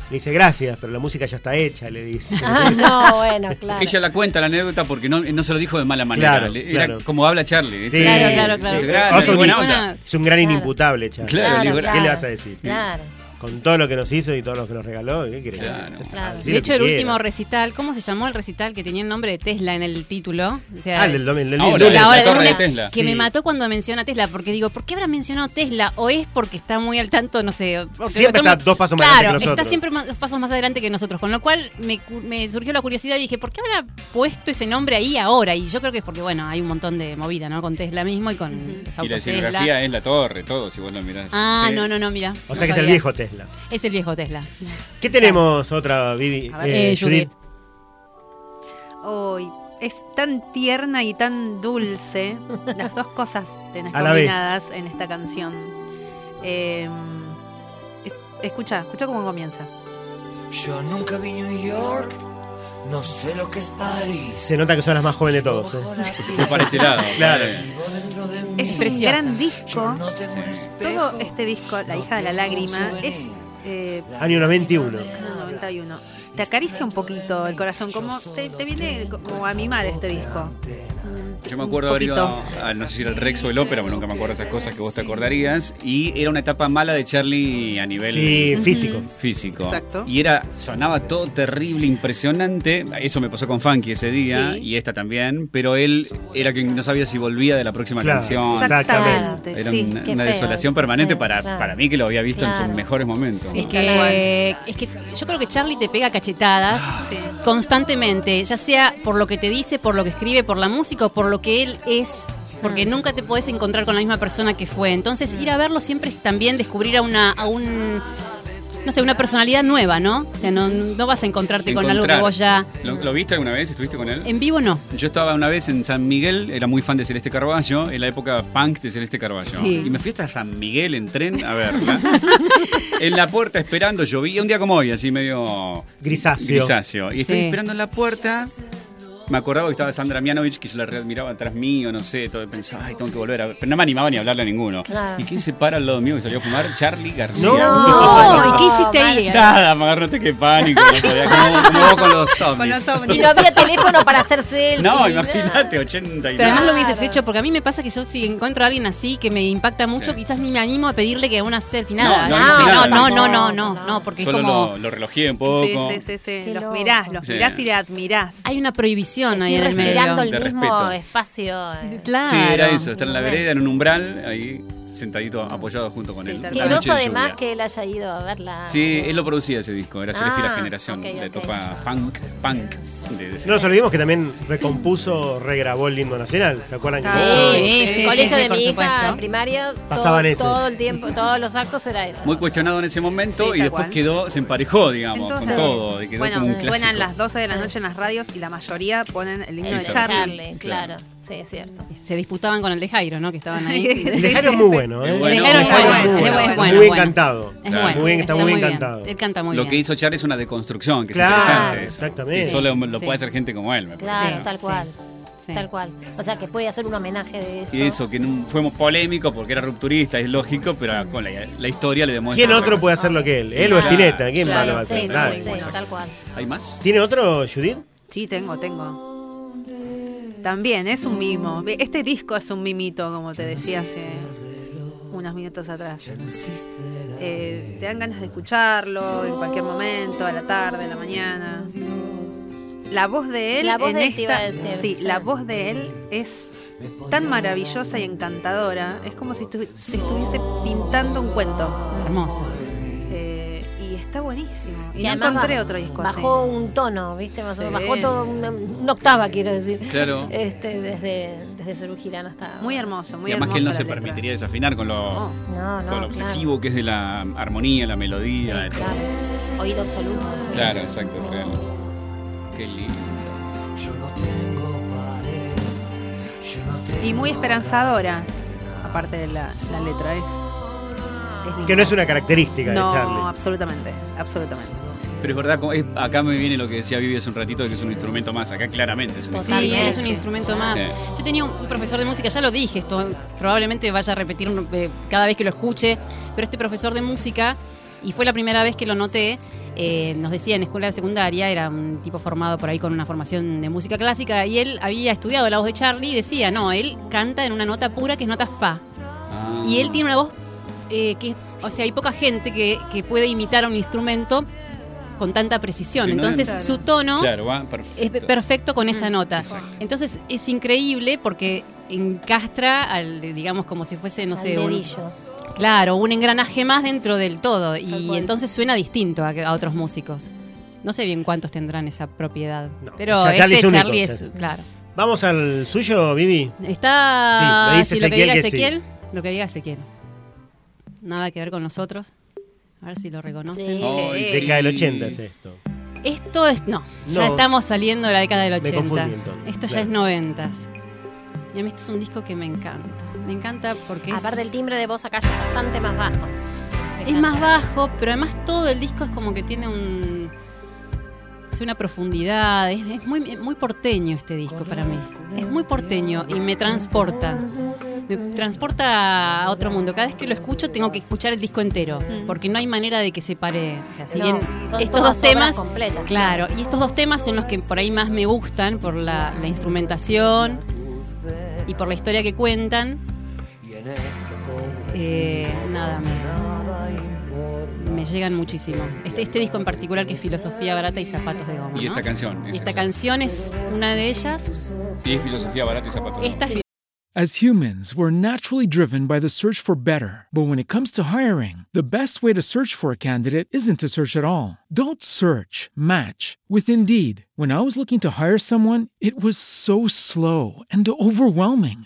C: Le dice, gracias, pero la música ya está hecha, le dice.
B: Ah, no, bueno, claro.
E: Ella la cuenta la anécdota porque no, no se lo dijo de mala manera.
C: Claro,
E: Le- Era
C: claro.
E: como habla Charlie. ¿viste?
C: Sí.
B: Claro, claro, claro.
E: Dice, "Gracias,
C: Es un-
E: buena onda".
C: Es un gran inimputable, Charlie.
E: Claro, Claro, libera-
C: ¿Qué le
E: claro.
C: vas a decir?
B: Claro.
C: Con todo lo que nos hizo y todo lo que nos regaló, ¿qué querés?
D: Claro.
C: Decí lo
D: De hecho,
C: que
D: el
C: quiera.
D: último recital, ¿cómo se llamó el recital que tenía el nombre de Tesla en el título? O sea,
C: Ah, el del domingo. el del
E: Ahora,
C: lunes.
E: la hora La del torre lunes, de Tesla.
D: Que
C: Sí.
D: me mató cuando menciona Tesla, porque digo, ¿por qué habrá mencionado Tesla? ¿O es porque está muy al tanto, no sé? porque
C: Siempre
D: estamos-
C: está dos pasos más
D: claro,
C: adelante que nosotros.
D: está siempre más- dos pasos más adelante que nosotros, con lo cual me, cu- me surgió la curiosidad y dije, ¿por qué habrá puesto ese nombre ahí ahora? Y yo creo que es porque, bueno, hay un montón de movida, ¿no? Con Tesla mismo y con los
E: Y la
D: autos
E: escenografía
D: Tesla.
E: es la torre, todo, si vos lo mirás.
D: Ah,
E: Sí.
D: no, no, no, mira.
C: O sea que es el viejo Tesla.
D: Es el viejo Tesla.
C: ¿Qué tenemos otra, Vivi?
D: A ver, eh, Judith.
F: Hoy es tan tierna y tan dulce. Las dos cosas tenés
C: A la vez.
F: combinadas en esta canción. Eh, es- escucha, escucha cómo comienza.
A: Yo nunca vi New York, no sé lo que es París.
C: Se nota que son las más jóvenes de todos. ¿eh?
E: Fue para este lado.
C: Claro.
F: Es un
A: Preciosa.
F: gran disco. Todo este disco, La hija de la lágrima, es eh,
C: Año 91.
F: 91. Te acaricia un poquito el corazón, como te, te viene como a mimar este disco.
E: Yo me acuerdo haber ido,
F: poquito.
E: a- no sé si era el Rex o el Ópera, pero nunca me acuerdo esas cosas que vos te acordarías. Y era una etapa mala de Charlie a nivel
C: Sí, físico. Ujú.
E: físico.
C: Exacto.
E: Y era, sonaba todo terrible, impresionante. Eso me pasó con Funky ese día
F: Sí.
E: y esta también. Pero él era quien no sabía si volvía de la próxima
C: Claro,
E: canción.
F: exactamente.
E: Era
F: Sí,
E: una,
F: qué
E: una
F: feo
E: desolación
F: eso,
E: permanente
F: sí,
E: para,
F: claro.
E: para mí que lo había visto en
D: Claro.
E: sus mejores momentos.
D: Es que, es que yo creo que Charlie te pega cachetadas constantemente, ya sea por lo que te dice, por lo que escribe, por la música o por lo que él es, porque
E: Mm.
D: nunca te podés encontrar con la misma persona que fue. Entonces, ir a verlo siempre es también descubrir a una a un no sé, una personalidad nueva, ¿no? O sea, no, no vas a encontrarte con algo que
E: Encontrar.
D: vos ya
E: ¿Lo, lo viste alguna vez? ¿Estuviste con él?
D: en vivo no.
E: Yo estaba una vez en San Miguel, era muy fan de Celeste Carballo, en la época punk de Celeste Carballo.
D: Sí.
E: Y me fui hasta San Miguel en tren a verla. en la puerta esperando, llovía un día como hoy, así medio
C: Grisáceo.
E: grisáceo. Y estoy
C: Sí.
E: esperando en la puerta. Me acordaba que estaba Sandra Mianovich, que yo la admiraba atrás mío, no sé, todo pensaba, ay, tengo que volver a ver. Pero no me animaba ni a hablarle a ninguno.
D: Claro.
E: ¿Y quién se para al lado mío que salió a fumar? Charlie García.
D: No, ¿y qué hiciste ahí?
E: Nada, me agarraste que pánico. no podía, como, como vos con los ovnis.
B: Y no había teléfono para hacerse el.
E: No, imagínate, 80 y
D: Pero además
E: nada.
D: lo hubieses hecho, porque a mí me pasa que yo si encuentro a alguien así que me impacta mucho,
E: Sí.
D: quizás ni me animo a pedirle que haga una selfie,
E: No,
D: nada.
E: no, no hice nada.
D: Ah, no, no, no, no, no, porque
E: Solo
D: es como...
E: lo, lo relojé un poco.
F: Sí, sí, sí, sí. Los mirás, los
E: Sí.
F: mirás y le admirás.
D: Hay una prohibición ahí en el medio.
B: Respirando el
E: De
B: mismo
E: respeto.
B: espacio. eh.
D: Claro.
E: Sí, era eso, estar en la vereda, en un umbral, ahí sentadito, apoyado junto con él.
B: Qué
E: La noche
B: groso
E: de
B: además
E: lluvia.
B: que él haya ido a verla.
E: Sí, él lo producía ese disco, era Celeste y
B: Ah,
E: la Generación,
B: ok,
E: la
B: ok.
E: etapa funk, punk. de- de ese-
C: No nos olvidemos que también recompuso, regrabó el himno nacional. ¿Se acuerdan? que
B: Sí,
D: Ah, sí,
B: el
D: sí,
B: colegio
D: sí,
B: de
D: por
B: mi hija
D: supuesto.
B: en primaria.
E: Pasaban
B: todo,
E: ese.
B: todo el tiempo, todos los actos era eso.
E: Muy cuestionado en ese momento y
F: tal
E: después
F: cual.
E: quedó, se emparejó, digamos,
F: Entonces,
E: con todo. y quedó
F: bueno,
E: como un clásico.
F: suenan las 12 de la noche en las radios y la mayoría ponen el himno de
E: Eso.
F: Charlie.
E: Charlie,
B: claro. Sí, es cierto.
D: Se disputaban con el de Jairo, ¿no? Que estaban ahí.
C: El de Jairo es muy bueno, ¿eh?
E: Es bueno,
C: El
E: es
C: Jairo muy
E: bueno, es
C: bueno.
E: bueno, es
C: Muy
E: bueno.
C: encantado.
E: Es bueno,
C: Muy bien, está, muy
D: bien.
C: encantado.
D: Él canta muy
E: Lo
D: bien.
E: que hizo Char es una deconstrucción, que
C: Claro,
E: es interesante. eso.
C: exactamente.
E: Que solo lo
B: Sí.
E: puede hacer gente como él, me parece.
B: Claro,
E: ¿no?
B: tal cual. Tal cual. O sea, que puede hacer un homenaje de eso.
E: Y eso, que no- fue polémico porque era rupturista, es lógico, pero con la, la historia le demuestra.
C: ¿Quién otro puede hacer lo que él? Él o
E: Claro.
C: Spinetta. ¿Quién más
B: Claro,
C: lo va a hacer?
B: sí,
C: Nadie.
B: sí, sí, tal cual.
E: ¿Hay más?
C: ¿Tiene otro, Judith?
F: Sí, tengo, tengo. También es un mimo. Este disco es un mimito, como te decía hace unos minutos atrás. Eh, te dan ganas de escucharlo en cualquier momento, a la tarde, a la mañana. La voz de él
B: La voz
F: en
B: de él te
F: esta,
B: iba a decir,
F: sí,
B: sí.
F: la voz de él es tan maravillosa y encantadora. Es como si estu- se estuviese pintando un cuento.
D: Hermoso.
F: Eh, y está buenísimo. Y,
B: Y
F: no
B: además
F: encontré
B: ba-
F: otro disco así.
B: Bajó un tono, ¿viste? Más o menos.
F: Sí.
B: Bajó todo una, una octava, quiero decir.
E: Claro.
B: Este, desde, desde Serú Girán hasta.
F: Muy hermoso, muy
E: y además
F: hermoso.
E: que él no
F: la
E: se
F: letra.
E: permitiría desafinar con lo,
F: No,
B: no,
E: con lo
B: no,
E: obsesivo que es de la armonía, la melodía. de todo.
B: Claro. Oído absoluto. sí.
E: Claro, exacto, real. Qué lindo.
F: Y muy esperanzadora, aparte de la, la letra, es. es
C: Que no es una característica
F: No,
C: de Charlie.
F: absolutamente, absolutamente.
E: Pero es verdad, como es- acá me viene lo que decía Vivi hace un ratito, de que es un instrumento más. Acá claramente es un
D: Sí,
E: instrumento
D: él es
E: más.
D: un instrumento más.
E: Sí.
D: Yo tenía un un profesor de música, ya lo dije, esto probablemente vaya a repetir un- eh, cada vez que lo escuche, pero este profesor de música, y fue la primera vez que lo noté, eh, nos decía en escuela secundaria, era un tipo formado por ahí con una formación de música clásica, y él había estudiado la voz de Charlie y decía, no, él canta en una nota pura que es nota fa. Y él tiene una voz eh, que, o sea, hay poca gente que, que puede imitar a un instrumento con tanta precisión.
E: Que no
D: Entonces
E: es-
D: su tono
E: Ah. Claro, va, perfecto.
D: es pe- perfecto con
B: Mm,
D: esa nota. Entonces es increíble porque encastra al, digamos, como si fuese, no
B: Al
D: sé, un,
B: dedillo.
D: claro, un engranaje más dentro del todo.
B: Tal
D: Y
B: cual.
D: entonces suena distinto a, que- a otros músicos. No sé bien cuántos tendrán esa propiedad. pero
C: Cha- Charlie
D: este
C: es único,
D: Charlie es,
C: Charlie.
D: claro.
C: Vamos al suyo, Vivi.
D: Está.
C: Sí, me dice
D: si Ah, lo que
C: Ezequiel que
D: diga
C: sí.
D: Ezequiel, lo que diga Ezequiel. Nada que ver con nosotros. A ver si lo reconocen.
C: Ay, Década del 80 es esto.
D: Esto es. No, ya
C: No.
D: estamos saliendo de la década del
C: Me
D: 80.
C: confundí entonces,
D: Esto ya
C: claro.
D: es noventas. Y a mí este es un disco que me encanta. Me encanta porque es-
B: Aparte, el timbre de voz acá ya es bastante más bajo.
D: es más bajo, pero además todo el disco es como que tiene un. o sea, una profundidad. Es, es muy, muy porteño este disco para mí. Es muy porteño y me transporta. Me transporta a otro mundo. Cada vez que lo escucho tengo que escuchar el disco entero. Porque no hay manera de que se pare. O sea, si
B: Mm. No,
D: bien
B: son
D: estos
B: todas
D: dos temas.
B: obras completas.
D: Claro, y estos dos temas son los que por ahí más me gustan por la, la instrumentación y por la historia que cuentan. Eh, nada, me, me llegan muchísimo. Este, este disco en particular que es Filosofía Barata y Zapatos de Goma.
E: Y esta
D: ¿no?
E: canción, es
D: Y esta
E: esa.
D: canción es una de ellas.
E: Y es filosofía barata y zapatos.
D: Esta es
H: As humans, we're naturally driven by the search for better. But when it comes to hiring, the best way to search for a candidate isn't to search at all. Don't search, match with Indeed. When I was looking to hire someone, it was so slow and overwhelming.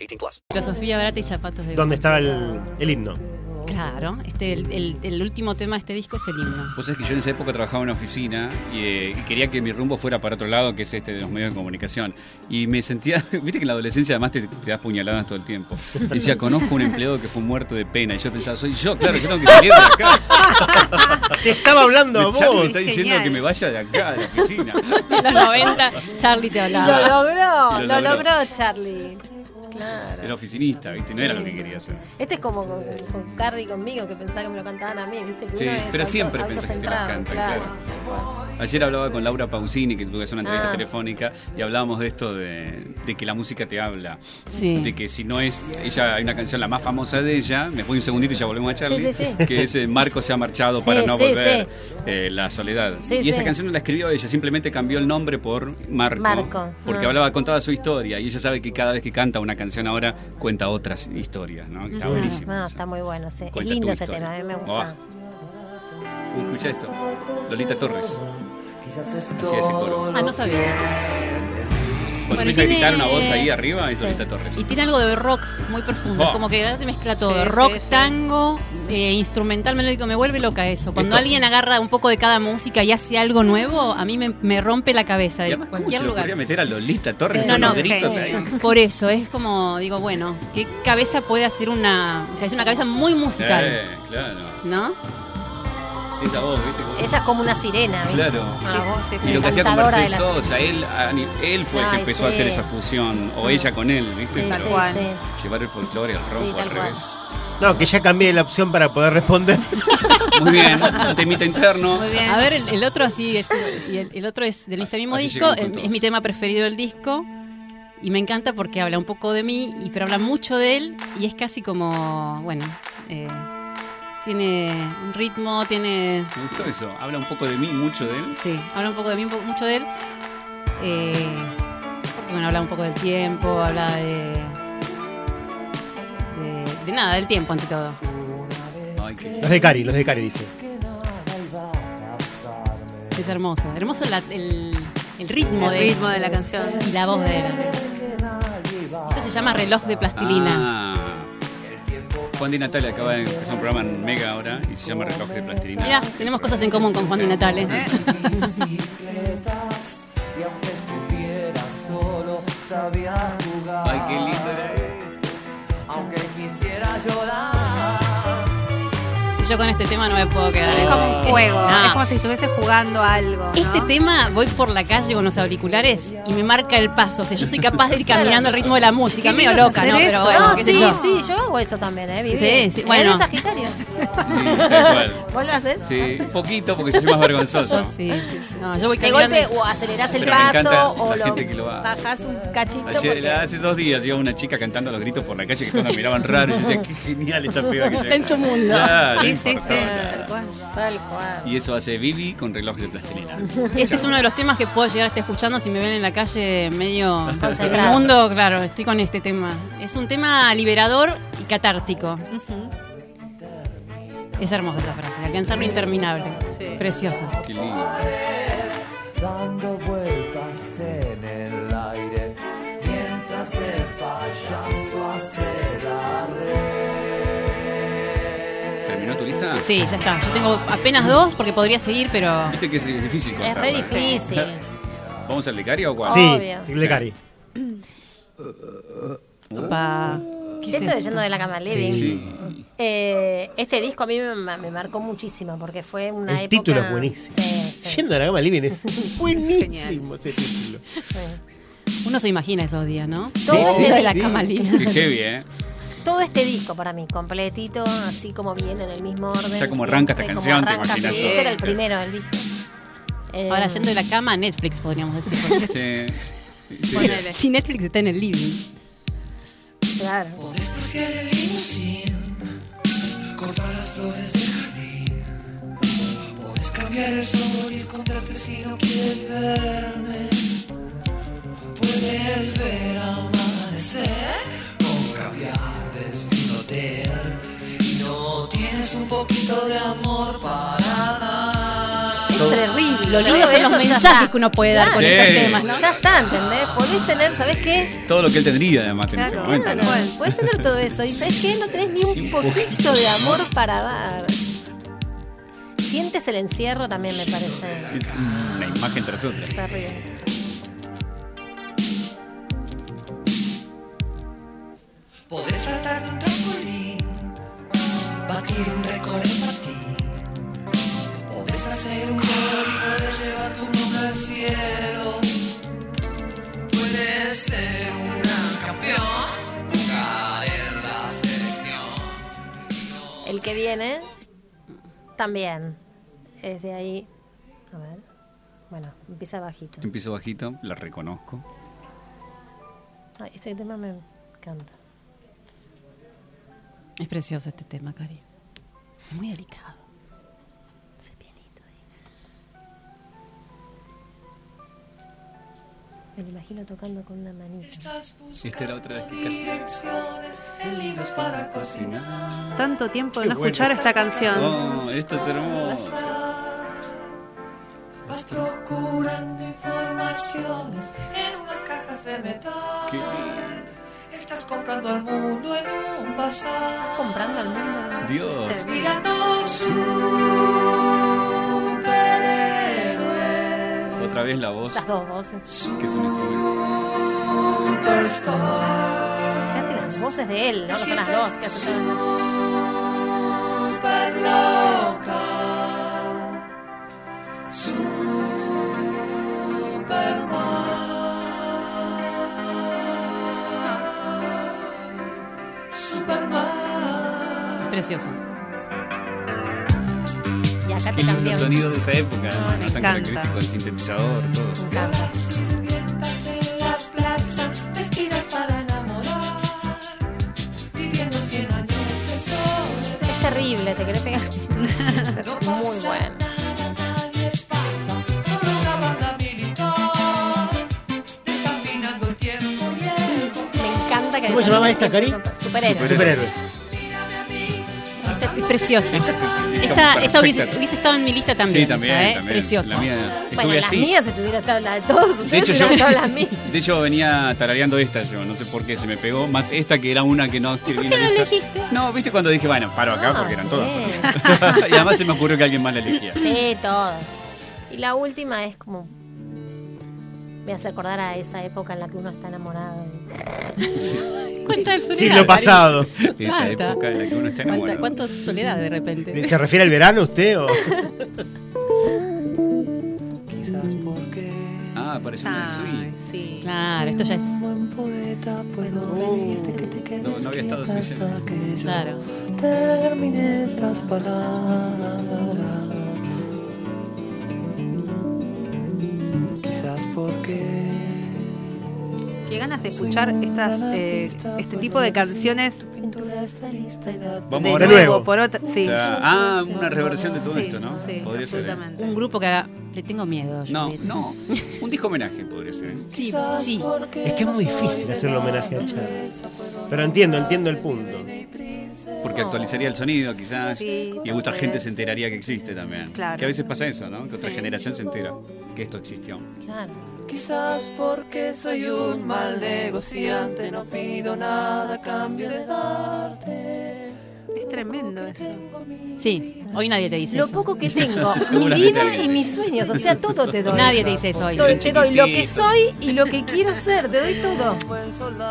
L: 18 plus.
D: Filosofía Barata y Zapatos de Goma.
C: Donde estaba el, el himno.
D: Claro, este, el, el- el último tema de este disco es el himno.
E: Vos sabés que yo en esa época trabajaba en una oficina y, eh, y quería que mi rumbo fuera para otro lado, que es este de los medios de comunicación. Y me sentía, viste que en la adolescencia además te, te das puñaladas todo el tiempo. Y decía, conozco un empleado que fue muerto de pena. Y yo pensaba, soy yo, claro, yo tengo que salir de acá.
C: Te estaba hablando a
E: Me- Charlie
C: vos.
E: Me está diciendo
C: Genial.
E: que me vaya de acá, de la oficina.
D: En los 90, Charlie te hablaba.
B: Lo logró,
E: Y
B: lo,
E: lo logró.
B: logró, Charlie. Claro.
E: Era oficinista, viste, no era lo que quería hacer.
B: Este es como con, con Carrie y conmigo, que pensaba que me lo cantaban a mí, ¿viste? Que
E: Sí,
B: uno es
E: pero
B: auto-
E: siempre pensás que te los
B: autocentrado,
E: cantan, Ayer hablaba con Laura Pausini, que tuve que hacer una entrevista
B: Ah.
E: telefónica, y hablábamos de esto de, de que la música te habla.
D: Sí.
E: De que si no es, ella, hay una canción la más famosa de ella, me voy un segundito y ya volvemos a Charlie,
D: Sí, sí, sí.
E: que es eh, Marco se ha marchado
D: Sí,
E: para no
D: sí,
E: volver,
D: sí.
E: eh, La soledad.
D: Sí,
E: y esa
D: sí.
E: canción no la escribió ella, simplemente cambió el nombre por Marco.
B: Marco,
E: Porque
B: ah.
E: hablaba, contaba su historia, y ella sabe que cada vez que canta una canción ahora, cuenta otras historias, ¿no?
D: Mm.
E: Que Está
B: Ujú.
E: buenísimo.
B: No, está muy bueno, sí. Es
E: Cuenta tu
B: lindo ese
E: historia.
B: tema, a mí me gusta.
E: Uh, escucha esto, Lolita Torres.
B: Quizás
E: Hacía ese coro.
D: Ah, no sabía.
E: Cuando
D: Bueno,
E: empieza a gritar
D: tiene-
E: una voz ahí arriba, es Lolita Torres.
D: Y tiene algo de rock muy profundo,
E: Oh.
D: como que te mezcla todo.
E: Sí,
D: rock,
E: sí, sí.
D: tango, eh, instrumental, melódico, me vuelve loca eso. Cuando
E: Esto-
D: alguien agarra un poco de cada música y hace algo nuevo, a mí me, me rompe la cabeza
E: Y
D: de
E: además, ¿cómo se
D: cualquier
E: le ocurría
D: lugar.
E: meter a Lolita Torres
D: Sí,
E: en
D: no,
E: los
D: no,
E: gritos
D: sí,
E: ahí?
D: sí. Por eso, es como, digo, bueno, ¿qué cabeza puede hacer una...? O sea, es una cabeza muy musical,
E: Eh, claro.
D: ¿no?
E: Esa voz, ¿viste? Como-
B: Ella es como una sirena, ¿viste? Ah,
E: Claro.
B: Una voz
E: y lo que hacía con
B: encantadora de
E: Mercedes
B: la-
E: Sosa, él, Ani- él fue el que
B: Ay,
E: empezó
B: sí. Mm.
E: a hacer esa fusión, o ella con él, ¿viste?
B: Sí,
E: Pero
B: tal cual.
E: Llevar el folclore al rock
B: Sí,
E: al
B: tal cual.
E: revés.
C: No, que ya cambié la opción para poder responder.
E: Muy bien, un temita interno.
D: A ver, el, el otro así, es- y el, el otro es del este mismo
E: Así
D: disco,
E: llegamos con
D: em, es
E: todos.
D: mi tema preferido del disco y me encanta porque habla un poco de mí, y, pero habla mucho de él y es casi como, bueno, eh, tiene un ritmo, tiene,
E: Me gustó eso. Habla un poco de mí, mucho de él.
D: sí, habla un poco de mí, un poco- mucho de él, eh, porque, bueno, habla un poco del tiempo, habla de, de, de nada, del tiempo ante todo.
C: Los de Cari, los de Cari, dice.
D: Es hermoso, hermoso la- el, el ritmo,
F: El
D: de,
F: ritmo de la canción.
D: y la voz de él. Esto se llama reloj de plastilina.
E: Ah. Juan Di Natale acaba de empezar un programa en Mega ahora y se llama Reloj de Plastilina.
D: Mira, tenemos cosas en común con Juan Di Natale.
F: ¿Eh?
I: Y aunque estuviera solo, sabía jugar.
E: Ay, qué lindo
I: Aunque quisiera llorar.
D: Si yo con este tema no me puedo quedar.
F: Es como un juego,
D: No.
F: es como si estuviese jugando algo. ¿no?
D: Este tema, voy por la calle con los auriculares y me marca el paso. O sea, yo soy capaz de ir caminando al ritmo de la música.
B: Qué
D: Medio
B: lindo
D: loca,
B: hacer
D: ¿no?
B: eso.
D: Pero bueno,
B: No,
D: qué sé
F: Ah,
B: sí,
D: yo.
B: sí, yo hago eso también, ¿eh? Vivi?
D: Sí, sí,
B: ¿Eres
D: bueno.
B: Sagitario?
E: tal cual.
B: ¿Vos lo haces?
E: Sí, un poquito porque soy más vergonzoso.
D: Yo sí. No, yo voy
B: De
D: caminando.
B: golpe o acelerás el
E: Pero me encanta
B: paso o
E: la
B: lo
E: gente que lo hace.
B: bajás un cachito.
E: Ayer-
B: porque-
E: hace dos días iba una chica cantando a los gritos por la calle que todos la miraban raro y decía, qué genial esta piba que se
D: Está en su mundo.
E: Claro,
D: Sí,
E: no
D: sí,
E: importaba
D: sí,
E: nada.
D: tal cual.
E: Y eso hace Vivi con reloj de plastilina.
D: Este es uno de los temas que puedo llegar a estar escuchando si me ven en la calle medio
E: Concentrado.
D: el mundo, claro, estoy con este tema. Es un tema liberador y catártico. Es hermosa esa frase, alcanzar lo interminable. Preciosa.
E: Qué lindo.
I: Dando vueltas en el aire. Mientras el payaso hace la red.
E: ¿Terminó tu lista?
D: Sí, ya está. Yo tengo apenas dos porque podría seguir, pero
E: Viste que es difícil
D: Es
E: contarla.
D: re difícil.
E: ¿Vamos al de Cari o cuál?
C: Sí, Obvio. el de Cari.
D: Opa. ¿Qué es
B: Esto
D: esto?
B: leyendo de la cama living.
E: Sí.
B: Eh, este disco a mí me, ma- me marcó muchísimo porque fue una
C: El
B: época.
C: título es buenísimo. Yendo a la gama living es buenísimo ese título.
D: uno se imagina esos días, ¿no?
B: Todo
D: Todo
B: este
D: de la
B: sí.
D: cama
E: Qué
D: linda.
E: heavy, ¿eh?
B: Todo este disco para mí, completito, así como viene en el mismo orden.
E: Ya como arranca
B: siempre,
E: esta
B: como
E: canción, te
B: arranca,
E: imaginas
B: sí,
E: todo.
B: Este era el primero del disco. Eh,
D: Ahora yendo de la cama a Netflix, podríamos decir.
E: Sí. Sí.
D: Ponele. Si Netflix está en el living.
B: Claro.
I: Podés pasear el limusín, cortar las flores del jardín. Podés cambiar el sol y esconderte si no quieres verme. Puedes ver amanecer con caviar vestido de él. Y no tienes un poquito de amor para dar.
B: Es terrible.
D: Lo lindo
B: Todo
D: son los
B: eso ya
D: mensajes
B: está.
D: que uno puede dar con
E: Sí.
D: estos temas, ¿no?
B: Ya está, ¿entendés? Podés tener, ¿sabés qué?
E: Todo lo que él tendría, además, en ese momento.
B: Claro,
E: ¿no?
B: podés tener todo eso. ¿Y sabés qué? No tenés ni un poquito de amor para dar. Sientes el encierro también, me parece.
E: Una imagen tras otra.
B: Terrible.
I: Podés saltar de un trampolín, batir un récord en patín. Podés hacer un gol y podés llevar tu mundo al cielo. Puedes ser un gran campeón, jugar en la selección.
B: El que viene también. Es de ahí. A ver. Bueno, empieza bajito.
E: Empiezo bajito, la reconozco.
B: Ay, ese tema me encanta.
D: Es precioso este tema, Cari. Muy delicado.
B: Me lo imagino tocando con una manita.
E: Esta era otra de las que casi.
I: Direcciones en libros para cocinar.
F: Tanto tiempo de
E: Qué
F: no
E: bueno.
F: escuchar esta canción.
E: Oh, esto es hermoso.
I: Vas procurando informaciones en unas cajas de metal.
E: Qué
I: Estás comprando al mundo en un bazar.
B: Comprando al mundo.
E: Dios.
I: Mirando superhéroes.
E: Otra vez la voz,
B: Las dos voces.
E: que es un instrumento.
I: Superstar.
B: Fíjate las voces de él, ¿no? Que son las dos que hace todo el-
I: Superloca.
D: preciosa.
B: Y acá te
E: Qué lindo
B: cambiaron.
E: sonido de esa época.
B: Ah, me
E: tan
B: encanta.
E: característico, el sintetizador, todo.
O: la plaza, vestidas para enamorar, viviendo 100 años de soledad.
B: Es terrible, te querés pegar. Pero es Muy bueno.
O: Solo una banda militar, desafinando el tiempo viejo.
B: Me encanta que
C: ¿Cómo se llamaba esta, Cari?
B: Superhéroe.
C: Superhéroe.
D: Este Es preciosa. Esta,
E: perfecta.
D: esta hubiese, hubiese estado en mi lista también.
E: Sí, también,
D: ¿eh?
E: también.
D: Preciosa.
E: La mía
B: Bueno,
E: estuve
B: las
E: así.
B: mías estuvieron todas, la de todos ustedes
E: De hecho, yo,
B: estuvieron todas las mías.
E: de hecho, venía tarareando esta, yo no sé por qué se me pegó, más esta que era una que no escribí en la
B: ¿Qué no
E: lista.
B: elegiste?
E: No, viste cuando dije, bueno, paro acá
B: Ah,
E: porque eran
B: sí.
E: todas. y además se me ocurrió que alguien más la elegía.
B: Sí, todos. Y la última es como. Me hace acordar a esa época en la que uno está enamorado.
D: Cuenta el
C: Siglo pasado.
E: Esa época en la que uno está
D: ¿Cuánta,
E: enamorado.
D: ¿Cuánto soledad de repente?
C: ¿Se refiere al verano usted o.?
O: Quizás porque
E: Ah, parece una de Sui.
F: Sí.
D: Claro, esto ya es. Oh.
O: soy un buen poeta, puedo decirte que te quedes
E: No, no había estado
O: quieta
E: Sui
O: hasta
E: Generis.
O: que yo
D: Claro.
O: termine estas palabras. Quizás porque
F: Qué ganas de escuchar estas, eh, este tipo de canciones
O: pintura está lista y da
E: Vamos
F: de
E: ahora.
F: nuevo, por otra. Sí.
E: Ya. Ah, una reversión de todo
F: Sí,
E: esto, ¿no?
F: sí,
E: podría ser. ¿eh?
F: absolutamente.
D: Un grupo que ahora le tengo miedo. yo
E: No,
D: diría.
E: no. Un disco homenaje podría ser. ¿eh?
D: Sí, sí.
C: Es que es muy difícil hacerle homenaje a Char. Pero entiendo, entiendo el punto.
E: Porque actualizaría el sonido, quizás.
F: Sí,
E: y otra
F: tal
E: gente
F: vez.
E: se enteraría que existe también.
F: Claro.
E: Que a veces pasa eso, ¿no? Que otra
F: Sí.
E: generación se entera que esto existió.
B: Claro.
O: Quizás porque soy un mal negociante, no pido nada a cambio de darte.
F: Es tremendo eso.
D: Sí, hoy nadie te dice
B: Lo
D: eso.
B: poco que tengo, mi
E: Seguramente
B: vida
E: alguien.
B: y mis sueños, o sea, todo te doy.
D: Nadie te dice eso hoy.
B: Todo-
E: Eran
B: te doy lo que
E: chiquititos.
B: soy y lo que quiero ser, te doy todo.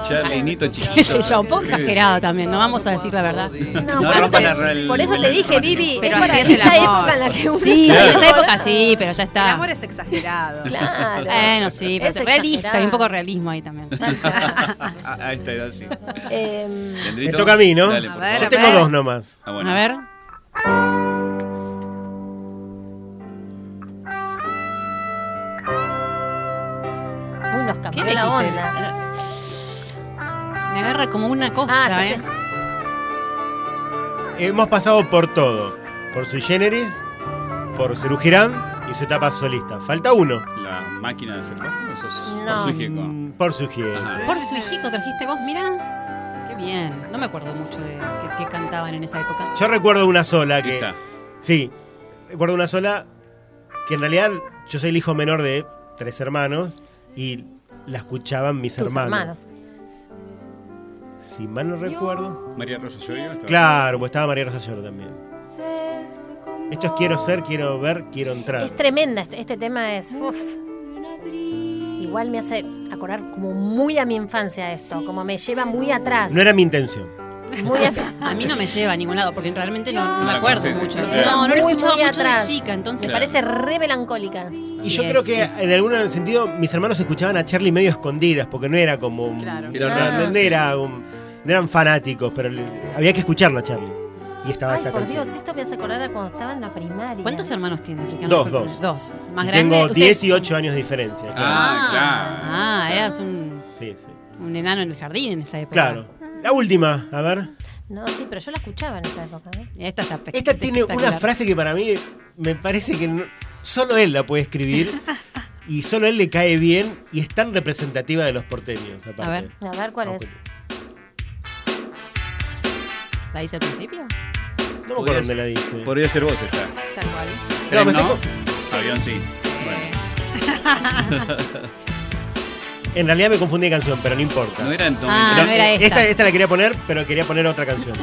E: Charlie, Nito, chiquito.
D: Qué sé Ah, yo, un poco exagerado también, no vamos a decir la verdad.
B: No,
E: No
B: por,
E: rompan
B: eso,
E: la- el-
B: por eso te dije,
E: el-
B: Vivi,
F: Pero
B: es para
F: así es el
B: esa
F: amor.
B: época en la que uno
D: Sí, sí,
E: Claro.
D: en esa época sí, pero ya
F: El
D: está.
F: amor es exagerado.
B: Claro.
D: Bueno, sí, pero
B: Es
D: es realista,
B: exagerado.
D: hay un poco de realismo ahí también.
E: a a esta edad sí.
B: Em,
C: Me toca a mí, ¿no?
E: Dale, por
F: A ver,
E: favor.
C: Yo tengo
F: ver.
C: dos nomás.
E: Ah, bueno.
D: A ver,
B: unos
D: ¿qué
B: cambió
D: me
B: la
D: dijiste?
B: onda.
D: Me agarra como una cosa,
B: Ah, ya
D: ¿eh?
B: sé.
C: Hemos pasado por todo. Por Sui Generis, por Serú Girán y su etapa solista. Falta uno. Mm,
E: La máquina de hacer rock, eso es
B: No.
E: por su hijo.
C: Por Sui Generis.
E: Ajá.
D: Por su hijico trajiste vos, mirá. Qué bien. No me acuerdo mucho de qué qué cantaban en esa época.
C: Yo recuerdo una sola
E: Ahí
C: que.
E: está.
C: Sí, recuerdo una sola que en realidad yo soy el hijo menor de tres hermanos y la escuchaban mis
B: Tus hermanos.
C: Si mal no recuerdo.
E: María Rosa Llorio. estaba-
C: Claro, pues estaba María Rosa Lloro también. Esto es quiero ser, quiero ver, quiero entrar.
B: Es tremenda, este, este tema es. uf. Igual me hace acordar como muy a mi infancia esto, como me lleva muy atrás.
C: No era mi intención.
B: Muy a-
D: A mí no me lleva a ningún lado porque realmente no, no
E: No
D: me
E: la
D: acuerdo
E: conoces,
D: mucho.
E: sí,
D: No,
E: claro.
D: no lo he
B: Muy,
D: escuchado
B: muy
D: mucho de
B: atrás.
D: chica, entonces.
B: me parece re melancólica.
C: Y
D: Sí,
C: yo
D: es,
C: creo que
D: es.
C: en algún sentido mis hermanos escuchaban a Charlie medio escondidas porque no era como. un-
F: Claro.
C: no,
E: Era raro,
C: no
E: sí.
C: era un- no eran fanáticos, pero le- había que escucharlo a Charlie. Y estaba
B: Ay,
C: esta
B: por
C: canción.
B: Dios, esto me hace acordar a cuando estaba en la primaria.
D: ¿Cuántos hermanos tiene Ricardo?
C: Dos, dos.
D: Dos. Más
C: Y
D: grande.
C: Tengo
D: ustedes son-
C: 18 años de diferencia. claro.
E: Ah, claro.
D: Ah, eras un,
C: Sí, sí.
D: un enano en el jardín en esa época.
C: Claro. La última, a ver.
B: No, sí, pero yo la escuchaba en esa época. ¿eh?
D: Esta está pe-
C: Esta tiene una
D: espectacular.
C: frase que para mí me parece que no- solo él la puede escribir y solo él le cae bien y es tan representativa de los porteños. Aparte.
D: A ver.
B: A ver cuál es.
D: ¿La dice al principio?
C: No me acuerdo dónde la dice.
E: Podría ser vos esta.
D: Tal cual.
E: Tres,
C: me
E: ¿no?
C: estoy
E: Fabián sí. Bueno.
C: En realidad me confundí de canción, pero no importa.
E: No era entonces.
D: Ah, no era esta.
C: esta. la quería poner, pero quería poner otra canción.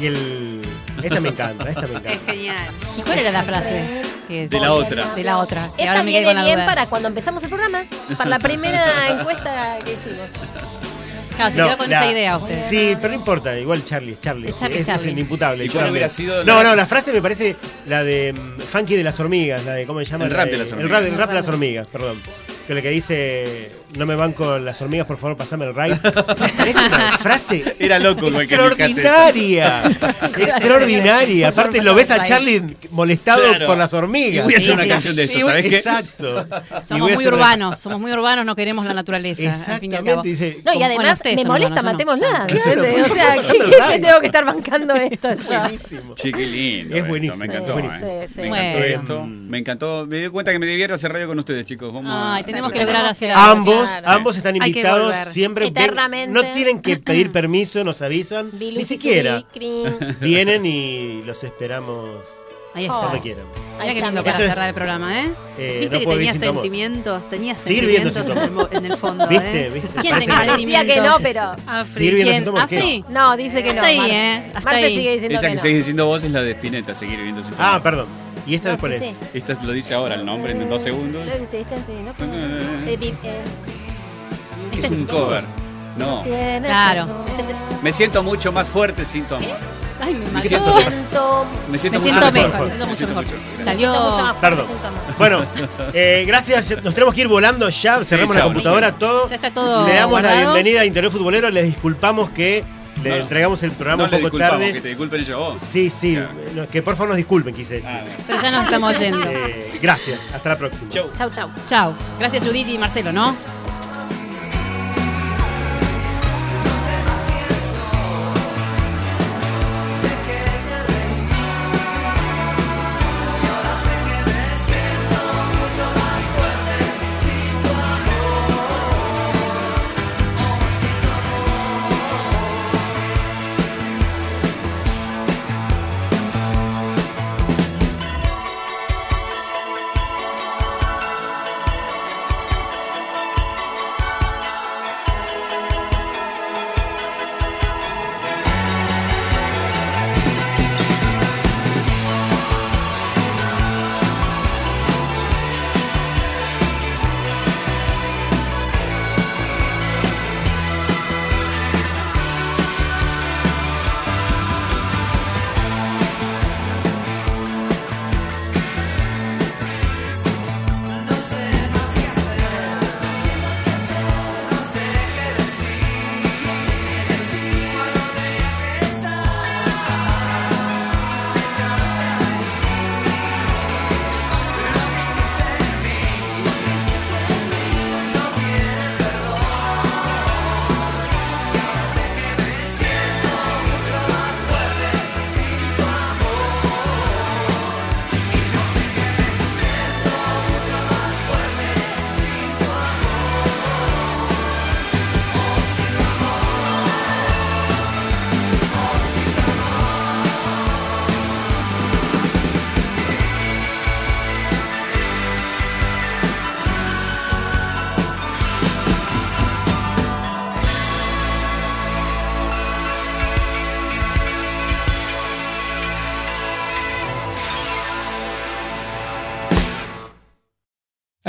C: Y el. Esta me encanta, esta me
F: Es
C: encanta.
F: genial.
D: ¿Y cuál era la frase? Que es-
E: De la otra.
D: De la otra. Y
B: Esta
D: ahora me quedé
B: viene
D: con la
B: bien
D: duda.
B: para cuando empezamos el programa, para la primera encuesta que hicimos.
D: Claro, se
C: No,
D: quedó con
C: la-
D: esa idea usted.
C: Sí, pero no importa, igual Charlie, Charlie.
D: Es Charlie,
C: es, es
D: Charlie.
C: inimputable.
E: ¿Y cuál
C: Charlie.
E: hubiera sido la-
C: No, no, la frase me parece la de mm, Funky de las hormigas, la de, ¿cómo se llama?
E: El rap
C: La
E: de las
C: El rap,
E: hormigas.
C: el rap de las hormigas, perdón. que lo que dice, no me banco las hormigas, por favor, pasame el raid. es una frase
E: Era loco igual que Nick hace eso.
C: extraordinaria. extraordinaria. Aparte lo ves a Charlie molestado
E: Claro.
C: por las hormigas.
E: Y voy a hacer Sí, una sí. canción de esto,
C: Y voy-
E: ¿sabés qué?
C: Exacto. Y voy
D: Somos
C: a
D: muy
C: hacer una-
D: urbanos, somos muy urbanos, no queremos la naturaleza. al fin y al cabo.
C: Exactamente, dice,
B: No, y
D: Como-
B: además
D: bueno, ustedes
B: me
D: son
B: molesta,
D: urbanos, yo no.
B: matémosla.
D: Claro,
B: ¿entendés?
D: por
B: o sea,
D: favor,
B: ¿qué,
D: pasame el
B: qué
D: rayo.
B: tengo que estar bancando esto yo?
E: Che, qué lindo.
C: Es
E: esto,
C: buenísimo,
E: Me encantó.
C: es buenísimo.
E: ¿eh?
B: Sí, sí.
E: Me
B: Bueno.
E: encantó esto. Me encantó. Me di cuenta que me divierto hacer radio con ustedes, chicos. Vamos a-
D: Ay, tenemos que lograr hacer
C: Ambos,
D: algo. Claro.
C: ambos están
D: Hay que
C: invitados
D: volver.
C: siempre. ven-
B: Eternamente.
C: no tienen que pedir permiso, nos avisan.
B: Bilu,
C: Ni
B: Sisu,
C: siquiera.
B: Crin.
C: Vienen y los esperamos
D: Ahí está.
C: cuando quieran.
D: Mira qué lindo
C: Esto
D: para
C: es-
D: cerrar el programa, ¿eh?
C: Eh,
F: Viste
C: no
F: que
C: puedo vivir
F: tenía
C: sin tu amor.
F: sentimientos, tenía
C: Seguir viviendo
F: sentimientos
C: sin
F: en
C: tu amor.
F: el, mo- en el fondo.
C: ¿Viste?
F: ¿eh?
C: ¿Viste?
D: ¿Quién
C: Parece
D: tenía
C: que-
B: Decía que no, pero.
C: Seguir viendo sin tu amor, ¿qué?
D: ¿Afri?
B: No, dice que no.
D: Hasta ahí,
B: Marce.
D: ¿eh? Hasta
B: Marce
D: ahí.
B: sigue diciendo
E: Esa
B: que
E: que
B: no.
E: seguís diciendo vos es la de Spinetta, seguir viviendo sin
C: Ah, perdón. ¿Y esta
B: No,
C: cuál
B: sí,
C: es?
B: sí.
E: Esta lo dice ahora el nombre en dos segundos.
B: Lo dice, está así, no puedo.
E: Eh.
B: Eh, vi- eh,
E: Es un cover. No.
B: tiene
D: Claro.
B: razón. Este es-
E: Me siento mucho más fuerte sin tu amor.
D: Ay, me mató.
E: siento-
B: Siento-
E: Me siento,
D: Me
E: mucho
D: siento
E: mejor.
D: mejor, me siento mucho mejor.
B: siento mucho más
D: Salió.
B: fuerte,
C: Perdón.
B: siento amor.
C: Bueno, eh, gracias. Nos tenemos que ir volando ya. Cerramos la
E: chao,
C: computadora,
E: nos
C: todo.
D: Ya está todo
C: Le damos la
D: guardado.
C: bienvenida a Interior Futbolero. Les disculpamos que le
E: No, no.
C: entregamos el
E: No
C: programa
E: le
C: un poco
E: disculpamos,
C: tarde.
E: que te disculpen ellos Oh, a vos.
C: Sí, sí.
E: Claro.
C: no, que por favor nos disculpen, quise decir.
E: Ah, bueno.
D: Pero ya nos estamos yendo.
C: Eh, gracias. Hasta la próxima.
E: Chau.
B: Chau, chau.
D: Chao. Gracias Judith y Marcelo, ¿no?